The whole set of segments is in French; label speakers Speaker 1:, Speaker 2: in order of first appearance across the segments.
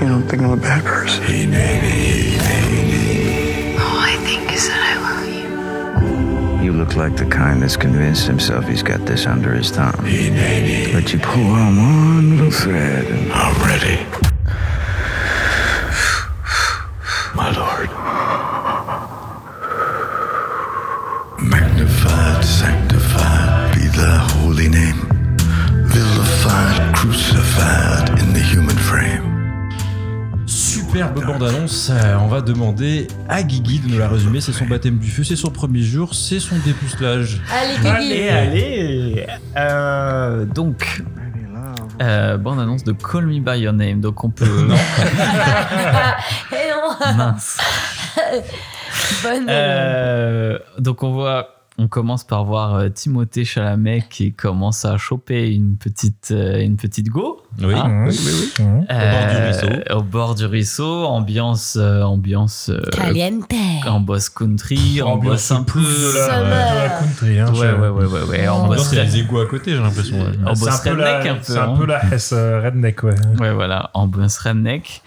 Speaker 1: You don't think I'm a bad person.
Speaker 2: All I think is that I love you.
Speaker 3: You look like the kind that's convinced himself he's got this under his thumb. But you pull on one little thread and
Speaker 1: I'm ready. My lord. Magnified, sanctified be thy holy name. Vilified, crucified in the human frame.
Speaker 4: Superbe bande-annonce, euh, on va demander à Guigui de nous la résumer. C'est son baptême du feu, c'est son premier jour, c'est son dépucelage.
Speaker 5: Allez,
Speaker 6: Allez,
Speaker 5: Guigui.
Speaker 6: allez Euh, Donc, euh, bande annonce de Call Me By Your Name, donc on peut... non,
Speaker 5: Et on-
Speaker 6: mince
Speaker 5: Bonne.
Speaker 6: Euh, donc on voit... On commence par voir euh, Timothée Chalamet qui commence à choper une petite, euh, une petite go.
Speaker 4: Oui.
Speaker 6: Ah.
Speaker 4: oui, oui, oui. bord du ruisseau.
Speaker 6: Au bord du ruisseau, ambiance, euh, ambiance euh,
Speaker 5: Caliente.
Speaker 6: en boss country, en
Speaker 7: Ambiance
Speaker 6: boss un peu.
Speaker 7: la
Speaker 5: Summer.
Speaker 7: country. Hein,
Speaker 6: Ouais, ouais, ouais, ouais, ouais, en
Speaker 7: Non,
Speaker 6: boss
Speaker 4: Il y a des égouts à côté, j'ai l'impression. ouais.
Speaker 6: en
Speaker 7: C'est
Speaker 6: boss
Speaker 7: un peu
Speaker 6: redneck un
Speaker 7: la,
Speaker 6: peu,
Speaker 7: c'est un
Speaker 6: hein.
Speaker 7: peu la S euh, redneck, ouais.
Speaker 6: Ouais, voilà, en boss redneck.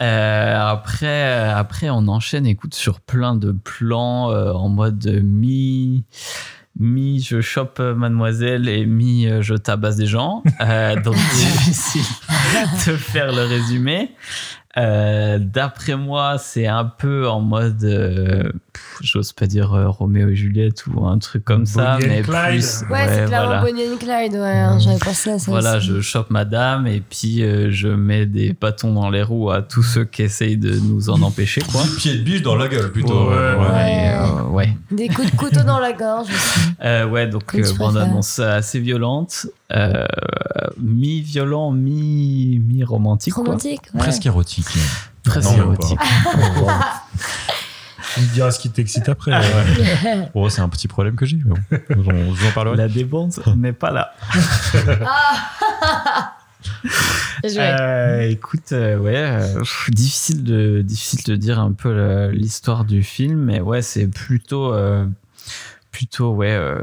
Speaker 6: Euh, après, après, on enchaîne, écoute, sur plein de plans euh, en mode mi, mi, je chope euh, mademoiselle et mi, euh, je tabasse des gens. Euh, donc, difficile de faire le résumé. Euh, D'après moi, c'est un peu en mode, euh, pff, j'ose pas dire euh, Roméo et Juliette ou un truc comme ça,
Speaker 7: Bonnie and
Speaker 6: mais
Speaker 7: Clyde.
Speaker 6: plus.
Speaker 5: Ouais, c'est clairement Bonnie and Clyde. Ouais, hein, j'avais pensé à ça.
Speaker 6: Voilà,
Speaker 5: aussi.
Speaker 6: je chope madame et puis euh, je mets des bâtons dans les roues à tous ceux qui essayent de nous en empêcher, quoi.
Speaker 4: Dix pieds de biche dans la gueule, plutôt.
Speaker 7: Ouais,
Speaker 5: ouais.
Speaker 6: Et, euh, ouais.
Speaker 5: Des coups de couteau dans la gorge. aussi.
Speaker 6: Euh, ouais, donc
Speaker 5: Comme tu
Speaker 6: euh, bande
Speaker 5: préfères.
Speaker 6: annonce assez violente, euh, mi-violent, mi- mi-romantique. quoi.
Speaker 5: Romantique. ouais.
Speaker 4: Presque érotique.
Speaker 6: Presque
Speaker 4: Non, même
Speaker 6: érotique.
Speaker 7: Tu me diras ce qui t'excite après. ouais.
Speaker 4: Oh, c'est un petit problème que j'ai. mais bon. J'en- Je vous en parlerai.
Speaker 6: La débande n'est pas là.
Speaker 5: Bien joué.
Speaker 6: Euh, écoute, euh, ouais, euh, pff, difficile de difficile de dire un peu le- l'histoire du film, mais ouais, c'est plutôt euh, plutôt ouais euh,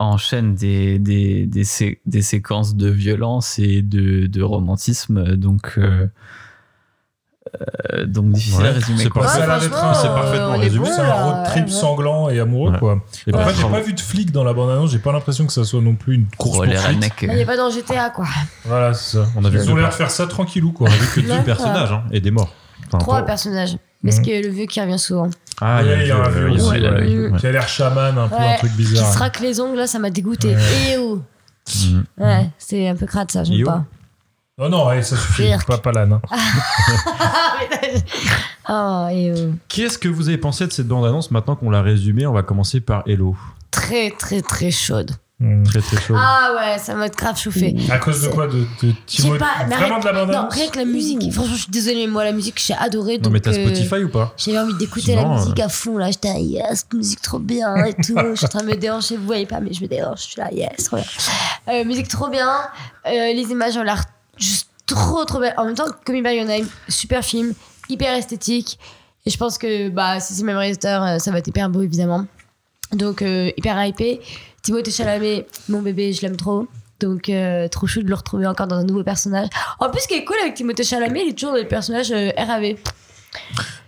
Speaker 6: enchaîne des des, des, sé- des séquences de violence et de, de romantisme, donc euh, euh, donc difficile
Speaker 4: Ouais,
Speaker 6: à résumer.
Speaker 4: c'est
Speaker 6: quoi.
Speaker 5: Ouais,
Speaker 7: Parce que la
Speaker 5: franchement,
Speaker 7: lettre, c'est
Speaker 5: euh,
Speaker 7: parfaitement
Speaker 5: on est
Speaker 7: résumé.
Speaker 5: bon,
Speaker 7: C'est
Speaker 5: là,
Speaker 7: un road trip
Speaker 5: ouais.
Speaker 7: sanglant et amoureux,
Speaker 4: Ouais.
Speaker 7: quoi.
Speaker 4: Et
Speaker 7: En
Speaker 4: bah,
Speaker 7: fait, j'ai pas vu de flic dans la bande-annonce. J'ai pas l'impression que ça soit non plus une course
Speaker 6: Oh, les
Speaker 7: poursuite.
Speaker 6: rednecks,
Speaker 5: On n'est pas dans GTA, quoi.
Speaker 7: Voilà, c'est ça.
Speaker 4: On a vu
Speaker 7: Ils ont
Speaker 4: deux
Speaker 7: l'air de faire ça tranquillou, quoi.
Speaker 4: que deux
Speaker 5: D'accord.
Speaker 4: personnages hein, et des morts. Enfin,
Speaker 8: Trois
Speaker 4: pour-
Speaker 8: personnages. Parce que le vieux qui revient souvent.
Speaker 4: Ah,
Speaker 9: Ouais, il y en a
Speaker 4: le-
Speaker 9: vu
Speaker 4: il y a
Speaker 9: aussi,
Speaker 4: le-
Speaker 9: ouais.
Speaker 4: euh,
Speaker 5: Mm.
Speaker 4: il y a le-
Speaker 9: Qui a l'air chaman, un peu
Speaker 8: Ouais,
Speaker 9: un truc
Speaker 8: Qui
Speaker 9: bizarre.
Speaker 8: se racle les ongles, là, ça m'a dégoûté.
Speaker 9: Ouais.
Speaker 8: Eh oh
Speaker 4: Mhm.
Speaker 8: Ouais, c'est un peu crade ça,
Speaker 4: Eh
Speaker 8: j'aime
Speaker 4: oh.
Speaker 8: pas.
Speaker 9: Non, non, ouais, ça suffit.
Speaker 8: Dirk.
Speaker 9: Pas, pas là, non.
Speaker 8: Ah, eh oh.
Speaker 4: Qu'est-ce que vous avez pensé de cette bande-annonce maintenant qu'on l'a résumée On va commencer par Hello.
Speaker 8: Très, très, très chaude.
Speaker 9: Hmm.
Speaker 4: Très très chaud.
Speaker 8: Ah ouais, ça m'a grave chauffé.
Speaker 4: Ah,
Speaker 9: À cause de quoi De, de
Speaker 8: Je sais
Speaker 9: Timothée
Speaker 8: pas, mais
Speaker 9: Vraiment
Speaker 8: arrête-
Speaker 9: de la bande
Speaker 8: Non, rien que la musique. Franchement, je suis désolée, mais moi, la musique, j'ai adoré.
Speaker 4: non
Speaker 8: Donc,
Speaker 4: mais t'as
Speaker 8: euh,
Speaker 4: Spotify ou pas
Speaker 8: J'avais envie d'écouter la
Speaker 4: Sinon, euh,
Speaker 8: musique à fond, là. J'étais là, yes, musique trop bien et tout. je suis en train de me déhancher, vous voyez pas, mais je me déhanche, je suis là, yes, trop bien. Euh, musique trop bien. Euh, les images ont l'air juste trop, trop belles. En même temps, Coming Back on Time, super film, hyper esthétique. Et je pense que bah, si c'est le même réalisateur, euh, ça va être hyper beau, évidemment. Donc, euh, hyper hypé. Timothée Chalamet, mon bébé, je l'aime trop. Donc, euh, trop chou de le retrouver encore dans un nouveau personnage. En plus, ce qui est cool avec Timothée Chalamet, il est toujours dans les personnages euh, RAV.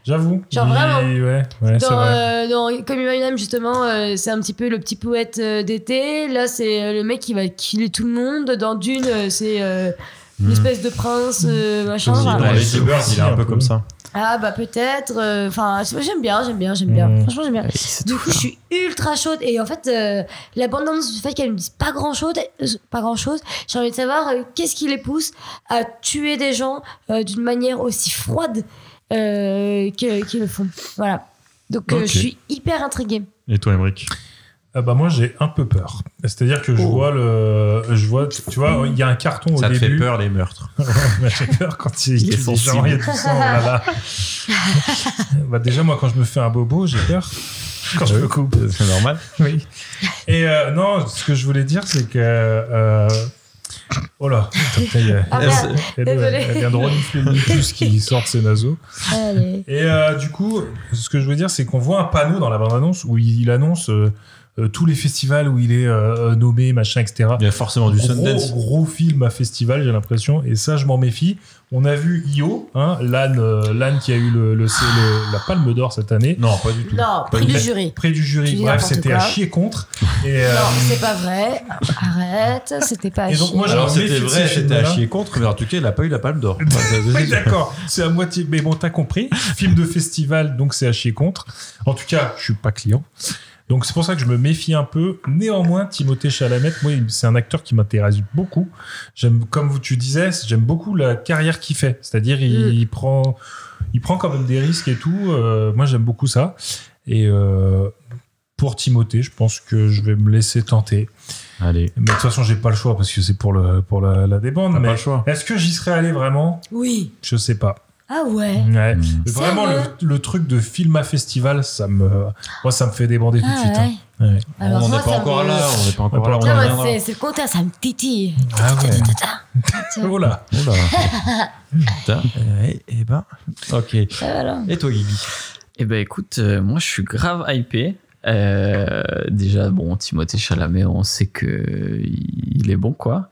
Speaker 9: J'avoue.
Speaker 8: Genre
Speaker 9: il-
Speaker 8: vraiment.
Speaker 9: Ouais, ouais c'est
Speaker 8: Dans,
Speaker 9: vrai.
Speaker 8: euh, dans Comme Imaginam, justement, euh, c'est un petit peu le petit poète euh, d'été. Là, c'est euh, le mec qui va killer tout le monde. Dans Dune, euh, c'est euh, une
Speaker 4: Hmm.
Speaker 8: espèce de prince, euh, machin.
Speaker 4: Il est
Speaker 8: Enfin,
Speaker 4: dans les
Speaker 9: c'est
Speaker 4: deux,
Speaker 9: Bercy,
Speaker 4: il est un
Speaker 9: un peu.
Speaker 4: peu comme ça.
Speaker 8: Ah, bah peut-être. euh, Enfin, je- j'aime bien, j'aime bien, j'aime bien.
Speaker 9: Hmm.
Speaker 8: Franchement, j'aime bien.
Speaker 6: Ouais, c'est
Speaker 8: Du
Speaker 6: tout
Speaker 8: coup, je
Speaker 6: ça.
Speaker 8: suis ultra chaude. Et en fait, euh, l'abondance du fait qu'elle ne dise pas grand-chose, euh, pas grand-chose, j'ai envie de savoir euh, qu'est-ce qui les pousse à tuer des gens euh, d'une manière aussi froide euh, que- qu'ils le font. Voilà. Donc, euh,
Speaker 4: Ok.
Speaker 8: je suis hyper intriguée.
Speaker 4: Et toi Emric
Speaker 9: Ah bah moi j'ai un peu peur. C'est-à-dire que je vois le, je vois, tu vois, il y a un carton au
Speaker 4: Ça te
Speaker 9: début.
Speaker 4: fait peur les meurtres.
Speaker 9: Ouais, J'ai peur quand il,
Speaker 4: Il est
Speaker 9: il est
Speaker 4: sensible.
Speaker 9: genre, il y a tout ça, oh là là. bah déjà moi quand je me fais un bobo j'ai peur. Quand je me coupe.
Speaker 4: C'est normal.
Speaker 9: Oui. Et euh, non, ce que je voulais dire c'est que. euh, oh là, putain, il y a-
Speaker 8: Ah
Speaker 9: il y a-
Speaker 8: merde,
Speaker 9: il y a-
Speaker 8: désolée.
Speaker 9: il y a un renifler le plus qui sort de ses naseaux.
Speaker 8: Allez.
Speaker 9: Et euh, du coup, ce que je veux dire, c'est qu'on voit un panneau dans la bande-annonce où il, il annonce euh, euh, tous les festivals où il est euh, nommé, machin, etc.
Speaker 4: Il y a forcément du Sundance.
Speaker 9: Gros, gros film à festival, j'ai l'impression, et ça, je m'en méfie. On a vu Io, hein, l'âne, euh, l'âne qui a eu le, le- c'est le- la palme d'or cette année.
Speaker 4: Non, pas du tout.
Speaker 8: Non, prix
Speaker 9: une
Speaker 8: du
Speaker 9: lettre.
Speaker 8: jury.
Speaker 9: Près du
Speaker 8: Tu
Speaker 9: jury,
Speaker 8: dis
Speaker 9: bref,
Speaker 8: n'importe
Speaker 9: c'était
Speaker 8: quoi.
Speaker 9: à chier contre. Et, euh,
Speaker 8: Non, c'est pas vrai. Arrête, c'était pas
Speaker 9: Et donc,
Speaker 8: chier.
Speaker 9: moi,
Speaker 4: Alors
Speaker 9: Je me
Speaker 4: c'était
Speaker 9: méfie de
Speaker 4: vrai,
Speaker 9: ces
Speaker 4: c'était à
Speaker 9: films-là.
Speaker 4: chier contre, mais en tout cas il a pas eu la palme d'or. Enfin, ça-
Speaker 9: Oui, d'accord, c'est à moitié. Mais bon, t'as compris. Film de festival, donc c'est à chier contre. En tout cas, je suis pas client. Donc c'est pour ça que je me méfie un peu. Néanmoins, Timothée Chalamet, moi, il- c'est un acteur qui m'intéresse beaucoup. J'aime, comme vous- tu disais, j'aime beaucoup la carrière qu'il fait. C'est-à-dire, il, il prend, il prend quand même des risques et tout. Euh, moi, j'aime beaucoup ça. Et euh, pour Timothée, je pense que je vais me laisser tenter.
Speaker 4: Allez,
Speaker 9: Mais de toute façon, j'ai pas le choix parce que c'est pour le pour la, la débande.
Speaker 4: t'as pas
Speaker 9: Mais
Speaker 4: le choix.
Speaker 9: est-ce que j'y serais allé vraiment
Speaker 8: Oui.
Speaker 9: Je sais pas.
Speaker 8: Ah ouais.
Speaker 9: Ouais.
Speaker 4: Mm.
Speaker 9: Vraiment, le,
Speaker 8: Sérieux
Speaker 9: le truc de film à festival, ça me, moi, ça me fait débander tout de
Speaker 8: Ah
Speaker 9: suite. hein.
Speaker 8: ouais.
Speaker 9: Ouais.
Speaker 8: Alors,
Speaker 4: on n'en
Speaker 8: moi,
Speaker 4: est pas
Speaker 8: ça
Speaker 4: encore
Speaker 8: me-
Speaker 4: là, on n'est pas encore là,
Speaker 9: Non,
Speaker 4: on
Speaker 8: Non,
Speaker 4: en
Speaker 8: moi,
Speaker 4: reviendra.
Speaker 8: c'est- c'est le contraire, ça me titille.
Speaker 9: Ah ouais.
Speaker 8: Tiens.
Speaker 9: Oh là.
Speaker 4: Oh là. Putain. Ouais, eh ben. Ok. Et
Speaker 8: Ah, voilà.
Speaker 4: toi Guigui
Speaker 6: Eh ben écoute, euh, moi je suis grave hypé. Euh, déjà, bon, Timothée Chalamet, on sait que il il est bon, quoi.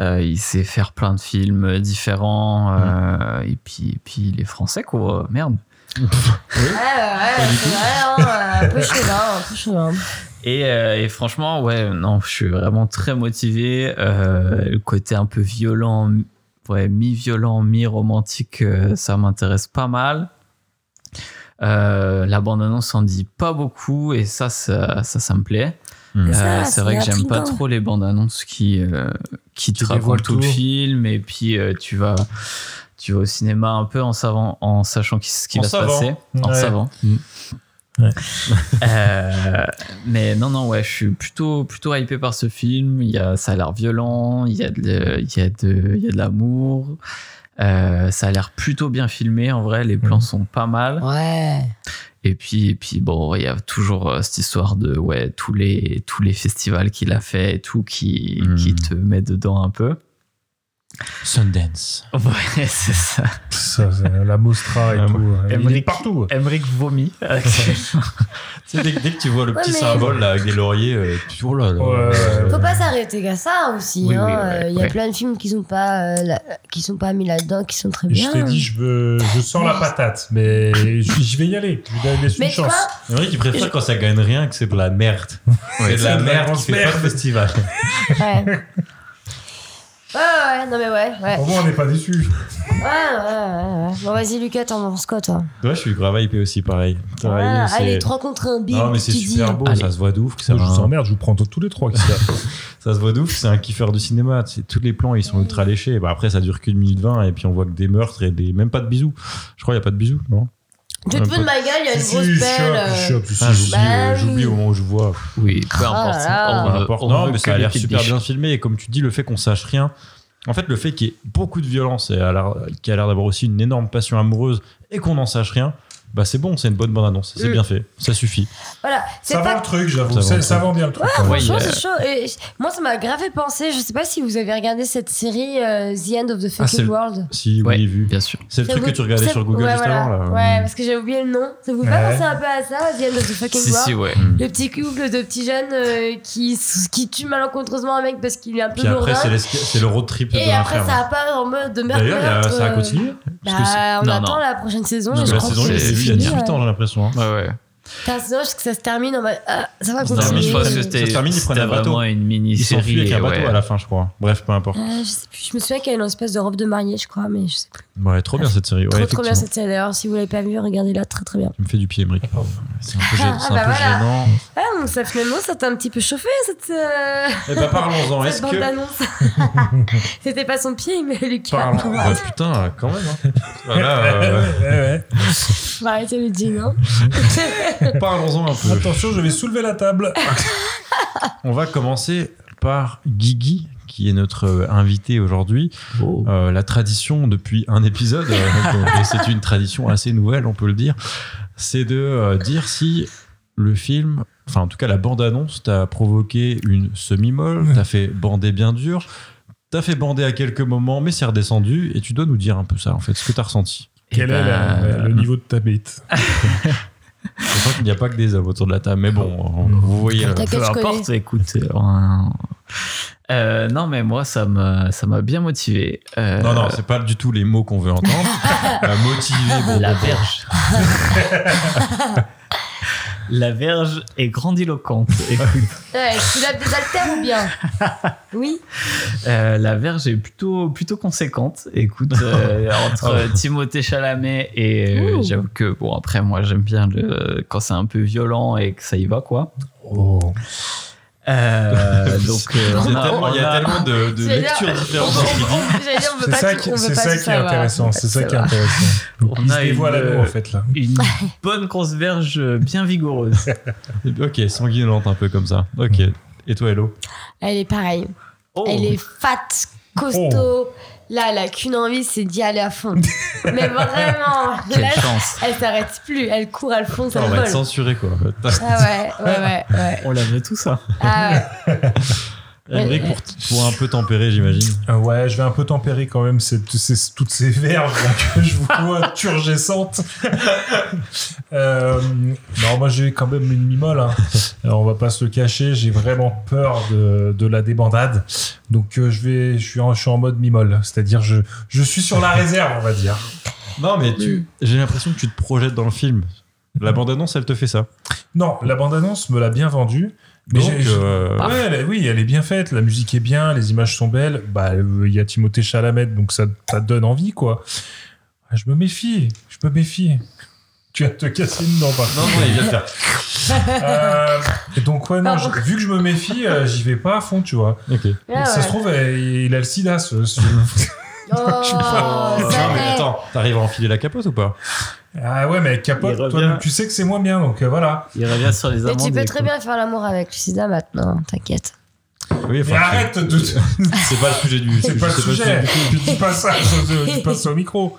Speaker 6: Euh, il sait faire plein de films différents.
Speaker 4: Hmm.
Speaker 6: euh, et, puis, et puis, il est français, quoi. Merde.
Speaker 8: Ouais, ouais, ouais, c'est vrai, hein, un peu chaud, hein, un peu chaud. hein.
Speaker 6: Et, euh, et franchement, ouais, non, je suis vraiment très motivé. Euh, le côté un peu violent, ouais, mi-violent, mi-romantique, euh, ça m'intéresse pas mal. Euh, la bande-annonce en dit pas beaucoup et ça, ça, ça, ça me plaît.
Speaker 4: Mm.
Speaker 6: Euh,
Speaker 8: Ça,
Speaker 6: c'est vrai que
Speaker 8: c'est
Speaker 6: j'aime pas
Speaker 8: intriguant.
Speaker 6: trop les bandes-annonces qui, euh, qui
Speaker 9: Qui
Speaker 6: te
Speaker 9: dévoilent
Speaker 6: racontent tout le
Speaker 9: tout.
Speaker 6: film et puis euh, tu vas tu vas au cinéma un peu en savant en sachant qui- ce qui
Speaker 9: En
Speaker 6: va
Speaker 9: savant.
Speaker 6: se passer en
Speaker 9: Ouais.
Speaker 6: savant.
Speaker 4: Mm.
Speaker 9: Ouais.
Speaker 6: Euh, mais non non ouais, je suis plutôt plutôt hypé par ce film, il y a ça a l'air violent, il y a de il y a de il y a de l'amour. Euh, ça a l'air plutôt bien filmé en vrai, les
Speaker 9: Mm.
Speaker 6: plans sont pas mal.
Speaker 10: Ouais.
Speaker 6: Et puis, et puis bon, il y a toujours euh, cette histoire de ouais, tous les, tous les festivals qu'il a fait et tout qui,
Speaker 4: Hmm.
Speaker 6: qui te met dedans un peu.
Speaker 4: Sundance.
Speaker 6: Ouais, c'est ça.
Speaker 9: Ça, c'est la Mostra et
Speaker 4: Ah,
Speaker 9: tout. hein. Il est
Speaker 6: Emmerich.
Speaker 9: partout.
Speaker 6: Emmerich vomit.
Speaker 4: Tu sais, dès, dès que tu vois le petit
Speaker 8: Ouais, mais-
Speaker 4: symbole là avec des lauriers, euh, tu oh là là.
Speaker 9: Ouais, ouais,
Speaker 8: Faut pas s'arrêter à ça aussi.
Speaker 6: Oui,
Speaker 8: hein.
Speaker 6: oui,
Speaker 8: Euh,
Speaker 6: ouais,
Speaker 8: Il y a
Speaker 6: ouais.
Speaker 8: plein de films qui sont pas, euh, là- qui sont pas mis là-dedans, qui sont très
Speaker 9: Et je
Speaker 8: bien.
Speaker 9: t'ai dit, je veux, je sens la patate, mais j- j'y vais y aller. Je vais laisser
Speaker 8: Mais
Speaker 9: une
Speaker 8: tu
Speaker 9: chance.
Speaker 8: vois,
Speaker 4: Il y en a qui préfèrent quand ça gagne rien que c'est de la merde. c'est de
Speaker 9: c'est
Speaker 4: la
Speaker 9: de la
Speaker 4: merde qui
Speaker 9: grosse
Speaker 4: fait pas de
Speaker 9: merde.
Speaker 4: festival.
Speaker 8: Ouais. Ouais, ouais, non mais ouais, ouais.
Speaker 9: Au moins, on n'est pas déçus.
Speaker 8: Ouais, ouais, ouais, ouais. Bon, vas-y, Lucas, t'en penses quoi, toi
Speaker 4: Ouais, je suis grave hypé aussi, pareil. Putain,
Speaker 8: Ah,
Speaker 4: c'est-
Speaker 8: Allez, te rencontrer un big.
Speaker 4: Non, mais c'est
Speaker 8: tu dis.
Speaker 4: super beau,
Speaker 6: Allez.
Speaker 4: ça se voit de ouf. que c'est
Speaker 9: Moi, je vous
Speaker 4: un-
Speaker 9: emmerde, je vous prends tous les trois. qu'est-ce qu'il y a
Speaker 4: Ça se voit de ouf, c'est un kiffeur de cinéma. tu sais, Tous les plans, ils sont ultra léchés. Bah, après, ça dure qu'une minute vingt et puis on voit que des meurtres et des. Même pas de bisous. Je crois qu'il n'y a pas de bisous, non
Speaker 8: Tu te fous de ma gueule, il y a une
Speaker 9: Si,
Speaker 8: grosse
Speaker 9: si, je
Speaker 8: belle. euh,
Speaker 9: suis up, je suis
Speaker 4: Ah,
Speaker 9: up,
Speaker 4: J'oublie
Speaker 8: Bah
Speaker 4: euh,
Speaker 8: oui.
Speaker 4: j'oublie au moment où je vois.
Speaker 6: Oui, peu importe.
Speaker 8: Ah là
Speaker 6: On
Speaker 8: là.
Speaker 4: Peu
Speaker 6: veut-
Speaker 4: importe.
Speaker 6: Euh, on
Speaker 4: non, mais
Speaker 6: veut que
Speaker 4: ça a
Speaker 6: les
Speaker 4: l'air
Speaker 6: petites
Speaker 4: super
Speaker 6: biches.
Speaker 4: bien filmé. Et comme tu dis, le fait qu'on sache rien. En fait, le fait qu'il y ait beaucoup de violence et à la- qu'il y a l'air d'avoir aussi une énorme passion amoureuse et qu'on n'en sache rien, bah c'est bon, c'est une bonne bande-annonce. C'est
Speaker 8: Mm.
Speaker 4: bien fait. Ça suffit.
Speaker 8: Voilà, c'est
Speaker 9: Ça
Speaker 8: pas
Speaker 9: vend le truc, j'avoue.
Speaker 4: Ça
Speaker 9: Ça,
Speaker 4: vend
Speaker 9: ça
Speaker 4: le
Speaker 9: vend bien le truc.
Speaker 6: Ouais,
Speaker 8: Franchement,
Speaker 6: il y a-
Speaker 8: c'est chaud. Et je- moi, ça m'a grave fait penser. Je sais pas si vous avez regardé cette série euh, The End of the
Speaker 4: Ah, c'est
Speaker 8: Fucking
Speaker 4: le-
Speaker 8: World.
Speaker 4: Si,
Speaker 6: Ouais.
Speaker 4: oui, vu.
Speaker 6: Bien sûr.
Speaker 4: C'est le
Speaker 8: Ça
Speaker 4: truc
Speaker 8: vous-
Speaker 4: que tu regardais
Speaker 8: ça-
Speaker 4: sur Google
Speaker 8: ouais,
Speaker 4: juste
Speaker 8: voilà.
Speaker 4: avant, là. Mm.
Speaker 8: Ouais, parce que j'ai oublié le nom. Ça vous fait
Speaker 9: Ouais.
Speaker 8: penser un peu à ça, The End of the Fucking
Speaker 6: Si,
Speaker 8: World
Speaker 6: si, ouais.
Speaker 9: Hmm.
Speaker 8: Le petit couple de petits jeunes euh, qui, s- qui tue malencontreusement un mec parce qu'il est un peu
Speaker 4: Puis après,
Speaker 8: lourdin.
Speaker 4: c'est les- c'est le road trip de
Speaker 8: Et après,
Speaker 4: l'affaire.
Speaker 8: ça part en mode de meurtre.
Speaker 4: D'ailleurs, il y a-
Speaker 8: meurtre,
Speaker 4: ça a
Speaker 8: euh,
Speaker 4: continué Parce que c'est-
Speaker 8: Bah, on
Speaker 6: Non,
Speaker 8: attend
Speaker 6: non.
Speaker 8: la prochaine saison.
Speaker 4: parce
Speaker 8: et
Speaker 4: que
Speaker 8: je
Speaker 4: la
Speaker 8: crois
Speaker 4: saison,
Speaker 8: que
Speaker 4: il
Speaker 6: c'est-
Speaker 4: s'est vu il y a
Speaker 8: fini,
Speaker 4: 18 ans, j'ai l'impression. hein.
Speaker 6: Ouais, ouais.
Speaker 8: Putain, sinon, je trouve que ça se termine en mode. ah, ça va
Speaker 6: Non, mais
Speaker 8: continuer.
Speaker 6: je pense que
Speaker 4: Ça
Speaker 6: c'était
Speaker 4: se termine, ils prennent un
Speaker 6: c'était
Speaker 4: bateau.
Speaker 6: vraiment une
Speaker 4: Il s'enfuit
Speaker 6: mini-série.
Speaker 4: avec un
Speaker 6: et
Speaker 4: bateau
Speaker 6: ouais.
Speaker 4: à la fin, je crois. Bref, peu importe.
Speaker 8: Ah, je, sais plus. je me souviens qu'il y a une espèce de robe de mariée, je crois, mais je sais plus.
Speaker 4: Ouais, trop bien cette série. Ouais,
Speaker 8: trop, trop bien
Speaker 4: effectivement.
Speaker 8: cette série. D'ailleurs, si vous l'avez pas vue, regardez-la très très bien.
Speaker 4: Tu me fais du pied, Emmerich. pardon. C'est un peu, gê-
Speaker 8: Ah,
Speaker 4: c'est un
Speaker 8: bah
Speaker 4: peu
Speaker 8: voilà.
Speaker 4: gênant.
Speaker 8: Ah, donc ça finalement, ça t'a un petit peu chauffé cette, euh,
Speaker 4: Eh bah, parlons-en.
Speaker 8: cette
Speaker 4: Est-ce
Speaker 8: bande
Speaker 4: que.
Speaker 8: d'annonce. C'était pas son pied, mais Lucas.
Speaker 4: Parlons. Bah, putain, quand même. hein. Voilà, euh,
Speaker 9: Ouais, ouais.
Speaker 8: On va arrêter le jingle. hein.
Speaker 4: Parlons-en un peu.
Speaker 9: Attention, je vais soulever la table.
Speaker 4: On va commencer par Guigui, qui est notre euh, invité aujourd'hui.
Speaker 6: Oh.
Speaker 4: Euh, la tradition depuis un épisode, euh, donc, euh, c'est une tradition assez nouvelle, on peut le dire, c'est de euh, dire si le film, enfin en tout cas la bande-annonce, t'a provoqué une semi-molle, t'a fait bander bien dur, t'as fait bander à quelques moments, mais c'est redescendu, et tu dois nous dire un peu ça en fait, ce que t'as ressenti.
Speaker 6: Et
Speaker 9: Quel est
Speaker 6: bah,
Speaker 9: la- le niveau de ta bite
Speaker 4: Je crois qu'il n'y a pas que des hommes autour de la table, mais bon, on- vous voyez. euh,
Speaker 8: T'inquiète,
Speaker 6: Peu
Speaker 8: je
Speaker 6: importe, écoute. euh, euh, non, mais moi, ça m'a, ça m'a bien motivé. Euh,
Speaker 4: Non, non, c'est pas du tout les mots qu'on veut entendre. Euh, motivé, bon,
Speaker 6: la
Speaker 4: bon, bon.
Speaker 6: verge. la verge est grandiloquente. Écoute,
Speaker 8: Ouais, tu laves des haltères ou bien Oui.
Speaker 6: euh, la verge est plutôt, plutôt conséquente. Écoute, euh,
Speaker 4: Ah
Speaker 6: entre Timothée Chalamet et euh,
Speaker 8: Ouh.
Speaker 6: j'avoue que bon après, moi, j'aime bien le, quand c'est un peu violent et que ça y va quoi. Euh, donc, euh,
Speaker 4: Oh. Il y
Speaker 6: on
Speaker 4: a
Speaker 6: a-
Speaker 4: tellement, il y a
Speaker 6: on a-
Speaker 4: tellement de, de
Speaker 8: C'est-à-dire-
Speaker 4: lectures différentes dans ce qu'il dit.
Speaker 8: J'allais dire, on veut
Speaker 9: C'est
Speaker 8: pas
Speaker 9: ça
Speaker 8: tout-
Speaker 9: qui
Speaker 8: on veut
Speaker 9: c'est
Speaker 8: pas
Speaker 9: ça
Speaker 8: tout
Speaker 9: qui est
Speaker 8: savoir.
Speaker 9: intéressant. C'est ça qui est
Speaker 8: savoir.
Speaker 9: intéressant.
Speaker 6: On
Speaker 9: Il se
Speaker 6: a
Speaker 9: dévoile à
Speaker 6: une-
Speaker 9: nous, en fait, là.
Speaker 6: une bonne grosse verge
Speaker 7: euh,
Speaker 6: bien vigoureuse.
Speaker 4: Ok, sanguinolente un peu comme ça. Ok. Et toi, Hello
Speaker 8: Elle est pareille.
Speaker 6: Oh.
Speaker 8: Elle est fat, costaud.
Speaker 9: Oh.
Speaker 8: Là, elle a qu'une envie, c'est d'y aller à fond. mais vraiment,
Speaker 6: Quelle
Speaker 8: là,
Speaker 6: chance.
Speaker 8: elle s'arrête plus. Elle court, elle fonce,
Speaker 4: On
Speaker 8: elle
Speaker 4: va être
Speaker 8: vole.
Speaker 4: censuré quoi.
Speaker 8: Ah ouais, ouais, ouais, ouais.
Speaker 6: On l'avait tout
Speaker 7: hein.
Speaker 6: ça.
Speaker 8: Ah ouais.
Speaker 4: Emmerich, pour, pour un peu tempérer, j'imagine.
Speaker 9: Euh, Ouais, je vais un peu tempérer quand même cette- ces- toutes ces verbes là, que je vous vois turgescentes. Euh, non, moi j'ai quand même une mimole. Hein. Alors, on va pas se le cacher, j'ai vraiment peur de, de la débandade. Donc euh, je vais, je suis en, je suis en mode mimole, c'est-à-dire je, je suis sur la réserve, on va dire.
Speaker 4: Non, mais tu, j'ai l'impression que tu te projettes dans le film. La bande-annonce, elle te fait ça.
Speaker 9: Non, la bande-annonce me l'a bien vendue. Mais
Speaker 4: Donc,
Speaker 9: j'ai-
Speaker 4: euh,
Speaker 9: Ouais, elle est- oui, elle est bien faite, la musique est bien, les images sont belles. Bah, euh, il y a Timothée Chalamet, donc ça, ça donne envie, quoi. Ah, Je me méfie, je me méfie. Tu vas te casser une dent, par
Speaker 4: non,
Speaker 9: contre.
Speaker 4: non, il vient de faire.
Speaker 9: Euh, et donc, ouais, non, je- vu que je me méfie, euh, j'y vais pas à fond, tu vois.
Speaker 4: Ok.
Speaker 8: Ah
Speaker 9: Ça
Speaker 8: ouais.
Speaker 9: se trouve, euh, il a le sida, ce. ce-
Speaker 8: Oh,
Speaker 9: Je sais pas.
Speaker 8: ça
Speaker 4: Non, mais
Speaker 8: y est.
Speaker 4: attends, t'arrives à enfiler la capote ou pas
Speaker 9: Ah ouais, mais avec
Speaker 6: Il
Speaker 9: capote,
Speaker 6: revient.
Speaker 9: toi, donc, tu sais que c'est moins bien, donc euh, voilà.
Speaker 6: Il revient sur les
Speaker 8: Mais
Speaker 6: amendes.
Speaker 8: tu peux
Speaker 6: et
Speaker 8: très
Speaker 6: tout.
Speaker 8: bien faire l'amour avec Lucida maintenant, t'inquiète.
Speaker 9: Mais
Speaker 4: Oui, enfin,
Speaker 9: arrête de.
Speaker 4: C'est pas le sujet du.
Speaker 9: C'est pas le sujet. Tu dis pas ça, tu passes au micro.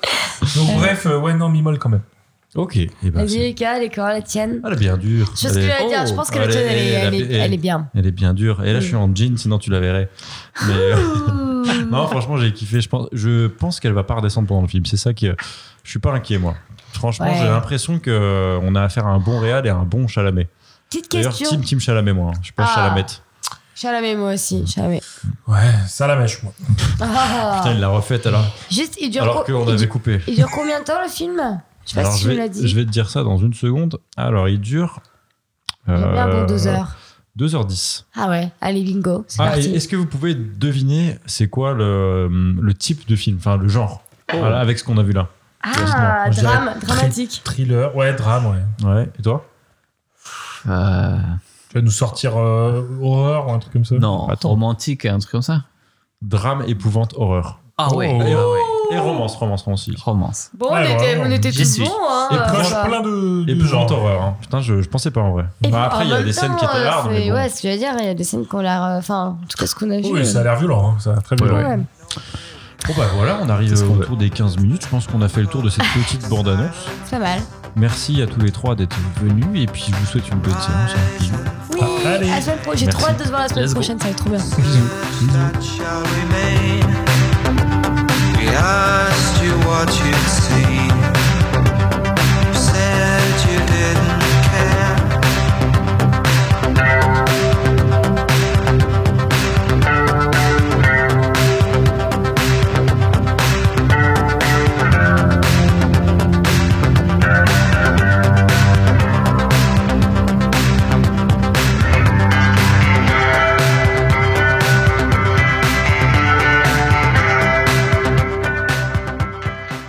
Speaker 9: Donc, bref, euh, ouais, non, mimole quand même.
Speaker 4: Ok. Et ben,
Speaker 8: Vas-y
Speaker 4: c'est-
Speaker 8: Lucas, elle est comment la tienne
Speaker 4: elle est bien dure.
Speaker 8: Je sais ce que
Speaker 4: Elle est-
Speaker 8: j'allais dire, je pense que la
Speaker 4: elle
Speaker 8: tienne, elle
Speaker 4: est-
Speaker 8: est- elle
Speaker 4: elle
Speaker 8: est-
Speaker 4: est-
Speaker 8: elle est bien.
Speaker 4: Elle est bien dure. Et là, je suis en jean, sinon tu la verrais. Mais. euh, Non, franchement, j'ai kiffé. Je pense, je pense qu'elle va pas redescendre pendant le film. C'est ça qui. est- Je suis pas inquiet, moi. Franchement,
Speaker 8: Ouais.
Speaker 4: j'ai l'impression que euh, on a affaire à un bon Réal et à un bon Chalamet.
Speaker 8: Petite
Speaker 4: D'ailleurs,
Speaker 8: question.
Speaker 4: team, team Chalamet, moi. hein. Je suis pas
Speaker 8: Ah.
Speaker 4: Chalamet.
Speaker 8: Chalamet, moi aussi, Chalamet.
Speaker 9: Ouais, ça la mèche, moi.
Speaker 8: Ah.
Speaker 4: Putain, il l'a refaite alors.
Speaker 8: Juste, il dure,
Speaker 4: Alors
Speaker 8: co-
Speaker 4: qu'on
Speaker 8: il,
Speaker 4: avait
Speaker 8: dure,
Speaker 4: coupé.
Speaker 8: il dure combien de temps le film Je sais pas
Speaker 4: Alors,
Speaker 8: si
Speaker 4: je
Speaker 8: tu me l'as
Speaker 4: vais,
Speaker 8: dit.
Speaker 4: je vais te dire ça dans une seconde. Alors, il dure.
Speaker 8: J'aime bien
Speaker 4: euh,
Speaker 8: bon deux heures.
Speaker 4: 2h10.
Speaker 5: Ah ouais, allez, bingo, c'est
Speaker 4: Ah,
Speaker 5: parti.
Speaker 4: et est-ce que vous pouvez deviner c'est quoi le, le type de film, enfin le genre,
Speaker 5: Oh.
Speaker 4: Voilà, avec ce qu'on a vu là
Speaker 5: Ah,
Speaker 7: Je dirais
Speaker 5: drame,
Speaker 7: tri-
Speaker 5: dramatique.
Speaker 7: Thriller, ouais, drame, ouais.
Speaker 4: Ouais, et toi
Speaker 6: Euh,
Speaker 7: Tu vas nous sortir euh, horreur ou un truc comme ça
Speaker 6: non,
Speaker 4: Attends.
Speaker 6: romantique, un truc comme ça.
Speaker 4: Drame, épouvante, horreur.
Speaker 6: Ah ouais,
Speaker 7: Oh.
Speaker 4: Et,
Speaker 6: ah ouais.
Speaker 4: et romance, romance, romance
Speaker 5: Oh,
Speaker 4: aussi.
Speaker 6: romance.
Speaker 5: Bon,
Speaker 7: Ouais,
Speaker 5: on, était,
Speaker 7: vraiment.
Speaker 5: on était
Speaker 6: J'y
Speaker 5: tous
Speaker 6: suis.
Speaker 5: bons, hein.
Speaker 4: Et
Speaker 5: euh,
Speaker 7: Proche
Speaker 5: bah.
Speaker 7: plein de, de
Speaker 4: Épouvante,
Speaker 7: genres.
Speaker 4: horreur. hein. Putain, je, je pensais pas en vrai.
Speaker 5: Et
Speaker 4: Bah,
Speaker 5: puis, en
Speaker 4: après, il y a
Speaker 5: même
Speaker 4: des scènes
Speaker 5: temps,
Speaker 4: qui étaient
Speaker 5: euh,
Speaker 4: larges, mais
Speaker 5: c'est-
Speaker 4: bon.
Speaker 5: Ouais, ce que je veux dire, il y a des scènes qu'on l'a. euh, Enfin, en tout cas, ce qu'on a vu. euh,
Speaker 7: Oui, ça a l'air violent, hein, ça a très
Speaker 5: Ouais,
Speaker 7: violent.
Speaker 5: ouais.
Speaker 4: Bon bah voilà, on arrive au tour des 15 minutes. Je pense qu'on a fait le tour de cette petite bande-annonce.
Speaker 5: c'est pas mal.
Speaker 4: Merci à tous les trois d'être venus et puis je vous souhaite une bonne séance. hein. Bisous.
Speaker 5: Oui,
Speaker 7: Ah, allez.
Speaker 5: à la semaine pro- J'ai
Speaker 4: Merci.
Speaker 5: trop hâte de se voir la semaine
Speaker 6: Let's go.
Speaker 5: prochaine, ça va être trop bien.
Speaker 11: that shall remain. We asked you what you'd seen. You said you didn't care.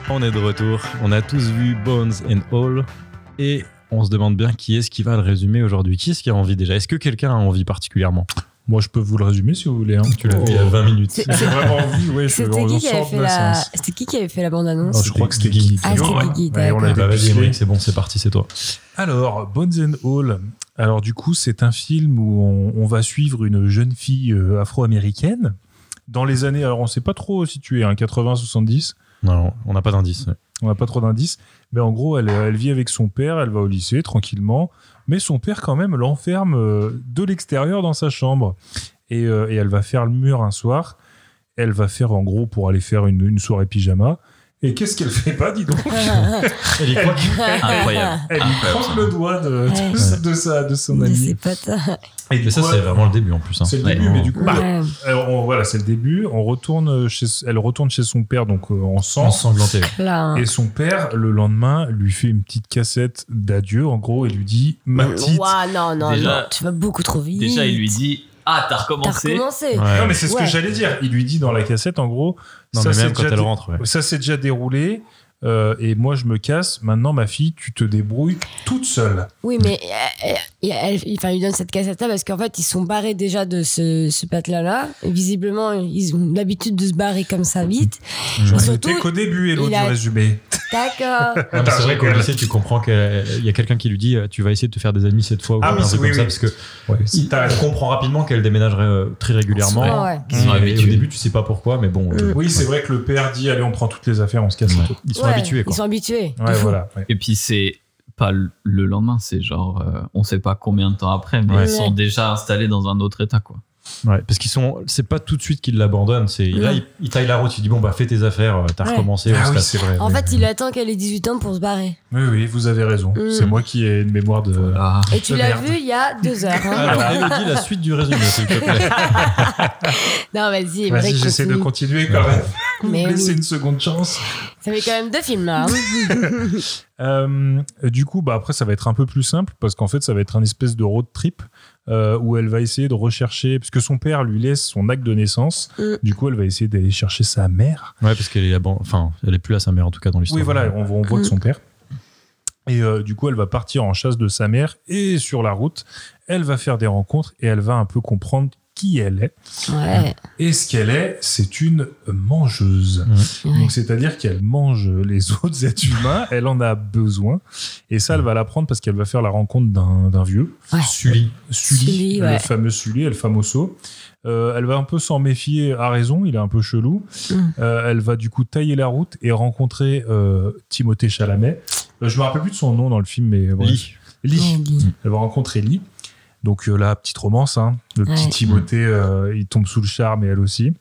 Speaker 4: On est de retour. On a tous vu Bones and All et on se demande bien qui est-ce qui va le résumer aujourd'hui. Qui est-ce qui a envie déjà Est-ce que quelqu'un a envie particulièrement Oh.
Speaker 7: Moi, je peux vous le résumer si vous voulez. hein.
Speaker 4: Tu l'as vu il y a 20 minutes.
Speaker 7: J'ai vraiment envie, ouais, je
Speaker 8: C'était
Speaker 7: on
Speaker 8: qui qui avait
Speaker 7: sort
Speaker 8: fait
Speaker 7: de la
Speaker 8: la
Speaker 7: séance. Oh,
Speaker 8: C'était qui qui avait fait la bande annonce
Speaker 7: Non,
Speaker 4: je crois que c'était
Speaker 7: Guigui.
Speaker 4: Guigui.
Speaker 8: Ah, c'était Guigui,
Speaker 7: Ouais, on
Speaker 8: d'accord.
Speaker 7: l'a
Speaker 4: Bah, vas-y,
Speaker 7: dépêché.
Speaker 4: Émeric, c'est bon, c'est parti, c'est toi.
Speaker 7: Alors, Bones and All. Alors, du coup, c'est un film où on, on va suivre une jeune fille euh, afro-américaine dans les années. Alors, on ne sait pas trop situé, hein, 80-70.
Speaker 4: Non, on n'a pas d'indice. ouais.
Speaker 7: On n'a pas trop d'indices. Mais en gros, elle, elle vit avec son père, elle va au lycée tranquillement. Mais son père, quand même, l'enferme euh, de l'extérieur dans sa chambre. Et, euh, et elle va faire le mur un soir. Elle va faire, en gros, pour aller faire une, une soirée pyjama. Et qu'est-ce qu'elle fait pas, dis donc
Speaker 4: Elle y croit.
Speaker 6: Incroyable.
Speaker 7: Elle lui
Speaker 6: Incroyable,
Speaker 7: croque le doigt de, de,
Speaker 4: Ouais.
Speaker 7: de sa, de son
Speaker 8: Mais
Speaker 7: amie.
Speaker 8: c'est pas ça.
Speaker 7: Et
Speaker 4: Mais ça, c'est vraiment le début en plus. hein.
Speaker 7: c'est le
Speaker 6: Ouais.
Speaker 7: début, mais du coup,
Speaker 8: Ouais.
Speaker 7: alors, on- voilà, c'est le début. On retourne chez, elle retourne chez son père, donc euh, en sang.
Speaker 4: Ensanglanté.
Speaker 8: Là, hein.
Speaker 7: Et son père, le lendemain, lui fait une petite cassette d'adieu, en gros, et lui dit Ma petite.
Speaker 8: Ouah, non, non,
Speaker 6: Déjà-
Speaker 8: non, tu vas beaucoup trop vite.
Speaker 6: Déjà, il lui dit Ah, t'as
Speaker 8: T'as
Speaker 6: recommencé.
Speaker 8: recommencé.
Speaker 4: Ouais.
Speaker 7: Non, mais c'est ce que
Speaker 8: Ouais.
Speaker 7: j'allais dire. Il lui dit dans la cassette, en gros,
Speaker 4: Non,
Speaker 7: ça
Speaker 4: mais
Speaker 7: c'est
Speaker 4: même quand
Speaker 7: déjà,
Speaker 4: elle
Speaker 7: dé-
Speaker 4: rentre. ouais.
Speaker 7: ça s'est déjà déroulé, euh, et moi je me casse. Maintenant, ma fille, tu te débrouilles toute seule.
Speaker 8: Oui, mais euh, euh, il- elle, il- enfin, il lui donne cette cassette-là parce qu'en fait, ils sont barrés déjà de ce, ce patelin-là. Et Visiblement, ils ont l'habitude de se barrer comme ça vite.
Speaker 7: Je
Speaker 8: Et
Speaker 7: n'étais
Speaker 8: surtout, euh,
Speaker 7: qu'au début, Hello,
Speaker 8: il
Speaker 7: du
Speaker 8: a-
Speaker 7: résumé.
Speaker 8: d'accord.
Speaker 4: Non, mais c'est vrai qu'au
Speaker 7: Attends,
Speaker 4: lycée, tu comprends qu'il y a quelqu'un qui lui dit euh, Tu vas essayer de te faire des amis cette fois ou
Speaker 7: Ah
Speaker 4: un
Speaker 7: oui,
Speaker 4: truc
Speaker 7: c'est-
Speaker 4: comme
Speaker 7: oui,
Speaker 4: ça,
Speaker 7: oui.
Speaker 4: parce que
Speaker 7: Ouais,
Speaker 4: il
Speaker 7: t'as raison.
Speaker 4: comprend rapidement qu'elle déménagerait euh, très régulièrement.
Speaker 8: Ah ouais.
Speaker 4: Ils sont
Speaker 6: Ouais.
Speaker 4: habitués. Au
Speaker 6: Ouais.
Speaker 4: début, tu sais pas pourquoi, mais bon, euh,
Speaker 7: Oui, c'est vrai que le père dit Allez, on prend toutes les affaires, on se casse.
Speaker 4: ouais.
Speaker 7: Ouais,
Speaker 4: ils sont
Speaker 8: Ouais,
Speaker 4: habitués. Quoi.
Speaker 8: Ils sont habitués. de fou.
Speaker 7: voilà. ouais.
Speaker 6: Et puis, c'est pas le le lendemain, c'est genre, euh, on sait pas combien de temps après, mais
Speaker 8: Ouais.
Speaker 6: ils sont déjà installés dans un autre état, quoi.
Speaker 4: Ouais, parce qu'ils sont, c'est pas tout de suite qu'ils l'abandonnent. C'est là,
Speaker 8: Ouais.
Speaker 4: il, il taille la route. Il dit bon bah fais tes affaires, euh, t'as
Speaker 8: Ouais.
Speaker 4: recommencé. on
Speaker 7: Ah
Speaker 4: se
Speaker 7: oui,
Speaker 4: casse.
Speaker 7: c'est vrai.
Speaker 8: En
Speaker 7: oui.
Speaker 8: fait, il attend qu'elle ait 18 ans pour se barrer.
Speaker 7: Oui, oui, vous avez raison.
Speaker 8: Mm.
Speaker 7: C'est moi qui ai une mémoire de.
Speaker 6: Ah,
Speaker 8: Et tu
Speaker 7: De
Speaker 8: l'as
Speaker 7: merde.
Speaker 8: vu il y a deux heures. hein.
Speaker 4: Alors, Elodie, la suite du résumé, s'il te plaît.
Speaker 8: Non, vas-y,
Speaker 7: Vas-y,
Speaker 8: Émeric,
Speaker 7: j'essaie de continuer
Speaker 8: continue.
Speaker 7: quand même. Vous
Speaker 8: Mais
Speaker 7: me laissez
Speaker 8: oui.
Speaker 7: une seconde chance.
Speaker 8: Ça fait quand même deux films, là. hein.
Speaker 7: Euh, du coup, bah après, ça va être un peu plus simple parce qu'en fait, ça va être un espèce de road trip euh, où elle va essayer de rechercher, parce que son père lui laisse son acte de naissance.
Speaker 8: Mm.
Speaker 7: Du coup, elle va essayer d'aller chercher sa mère.
Speaker 4: Ouais, parce qu'elle est aban- enfin, elle est plus là sa mère en tout cas dans l'histoire.
Speaker 7: Oui, voilà, on, voit- on voit que son père. Et euh, du coup, elle va partir en chasse de sa mère et sur la route, elle va faire des rencontres et elle va un peu comprendre qui elle est.
Speaker 8: Ouais.
Speaker 7: Et ce qu'elle est, c'est une mangeuse.
Speaker 8: Ouais.
Speaker 7: Donc, c'est-à-dire qu'elle mange les autres êtres humains, elle en a besoin. Et ça, elle va l'apprendre parce qu'elle va faire la rencontre d'un d'un vieux,
Speaker 8: Ouais.
Speaker 7: Sully. Sully,
Speaker 8: Sully,
Speaker 7: le
Speaker 8: ouais.
Speaker 7: fameux Sully, le famoso. Euh, elle va un peu s'en méfier à raison, il est un peu chelou.
Speaker 8: Mm.
Speaker 7: Euh, elle va du coup tailler la route et rencontrer euh, Timothée Chalamet. Euh, je me rappelle plus de son nom dans le film, mais bref.
Speaker 4: Lee.
Speaker 8: Mmh.
Speaker 7: Lee. Elle va rencontrer Lee. Donc euh, là, petite romance, hein. le petit
Speaker 8: Ouais.
Speaker 7: Timothée, euh, il tombe sous le charme et elle aussi.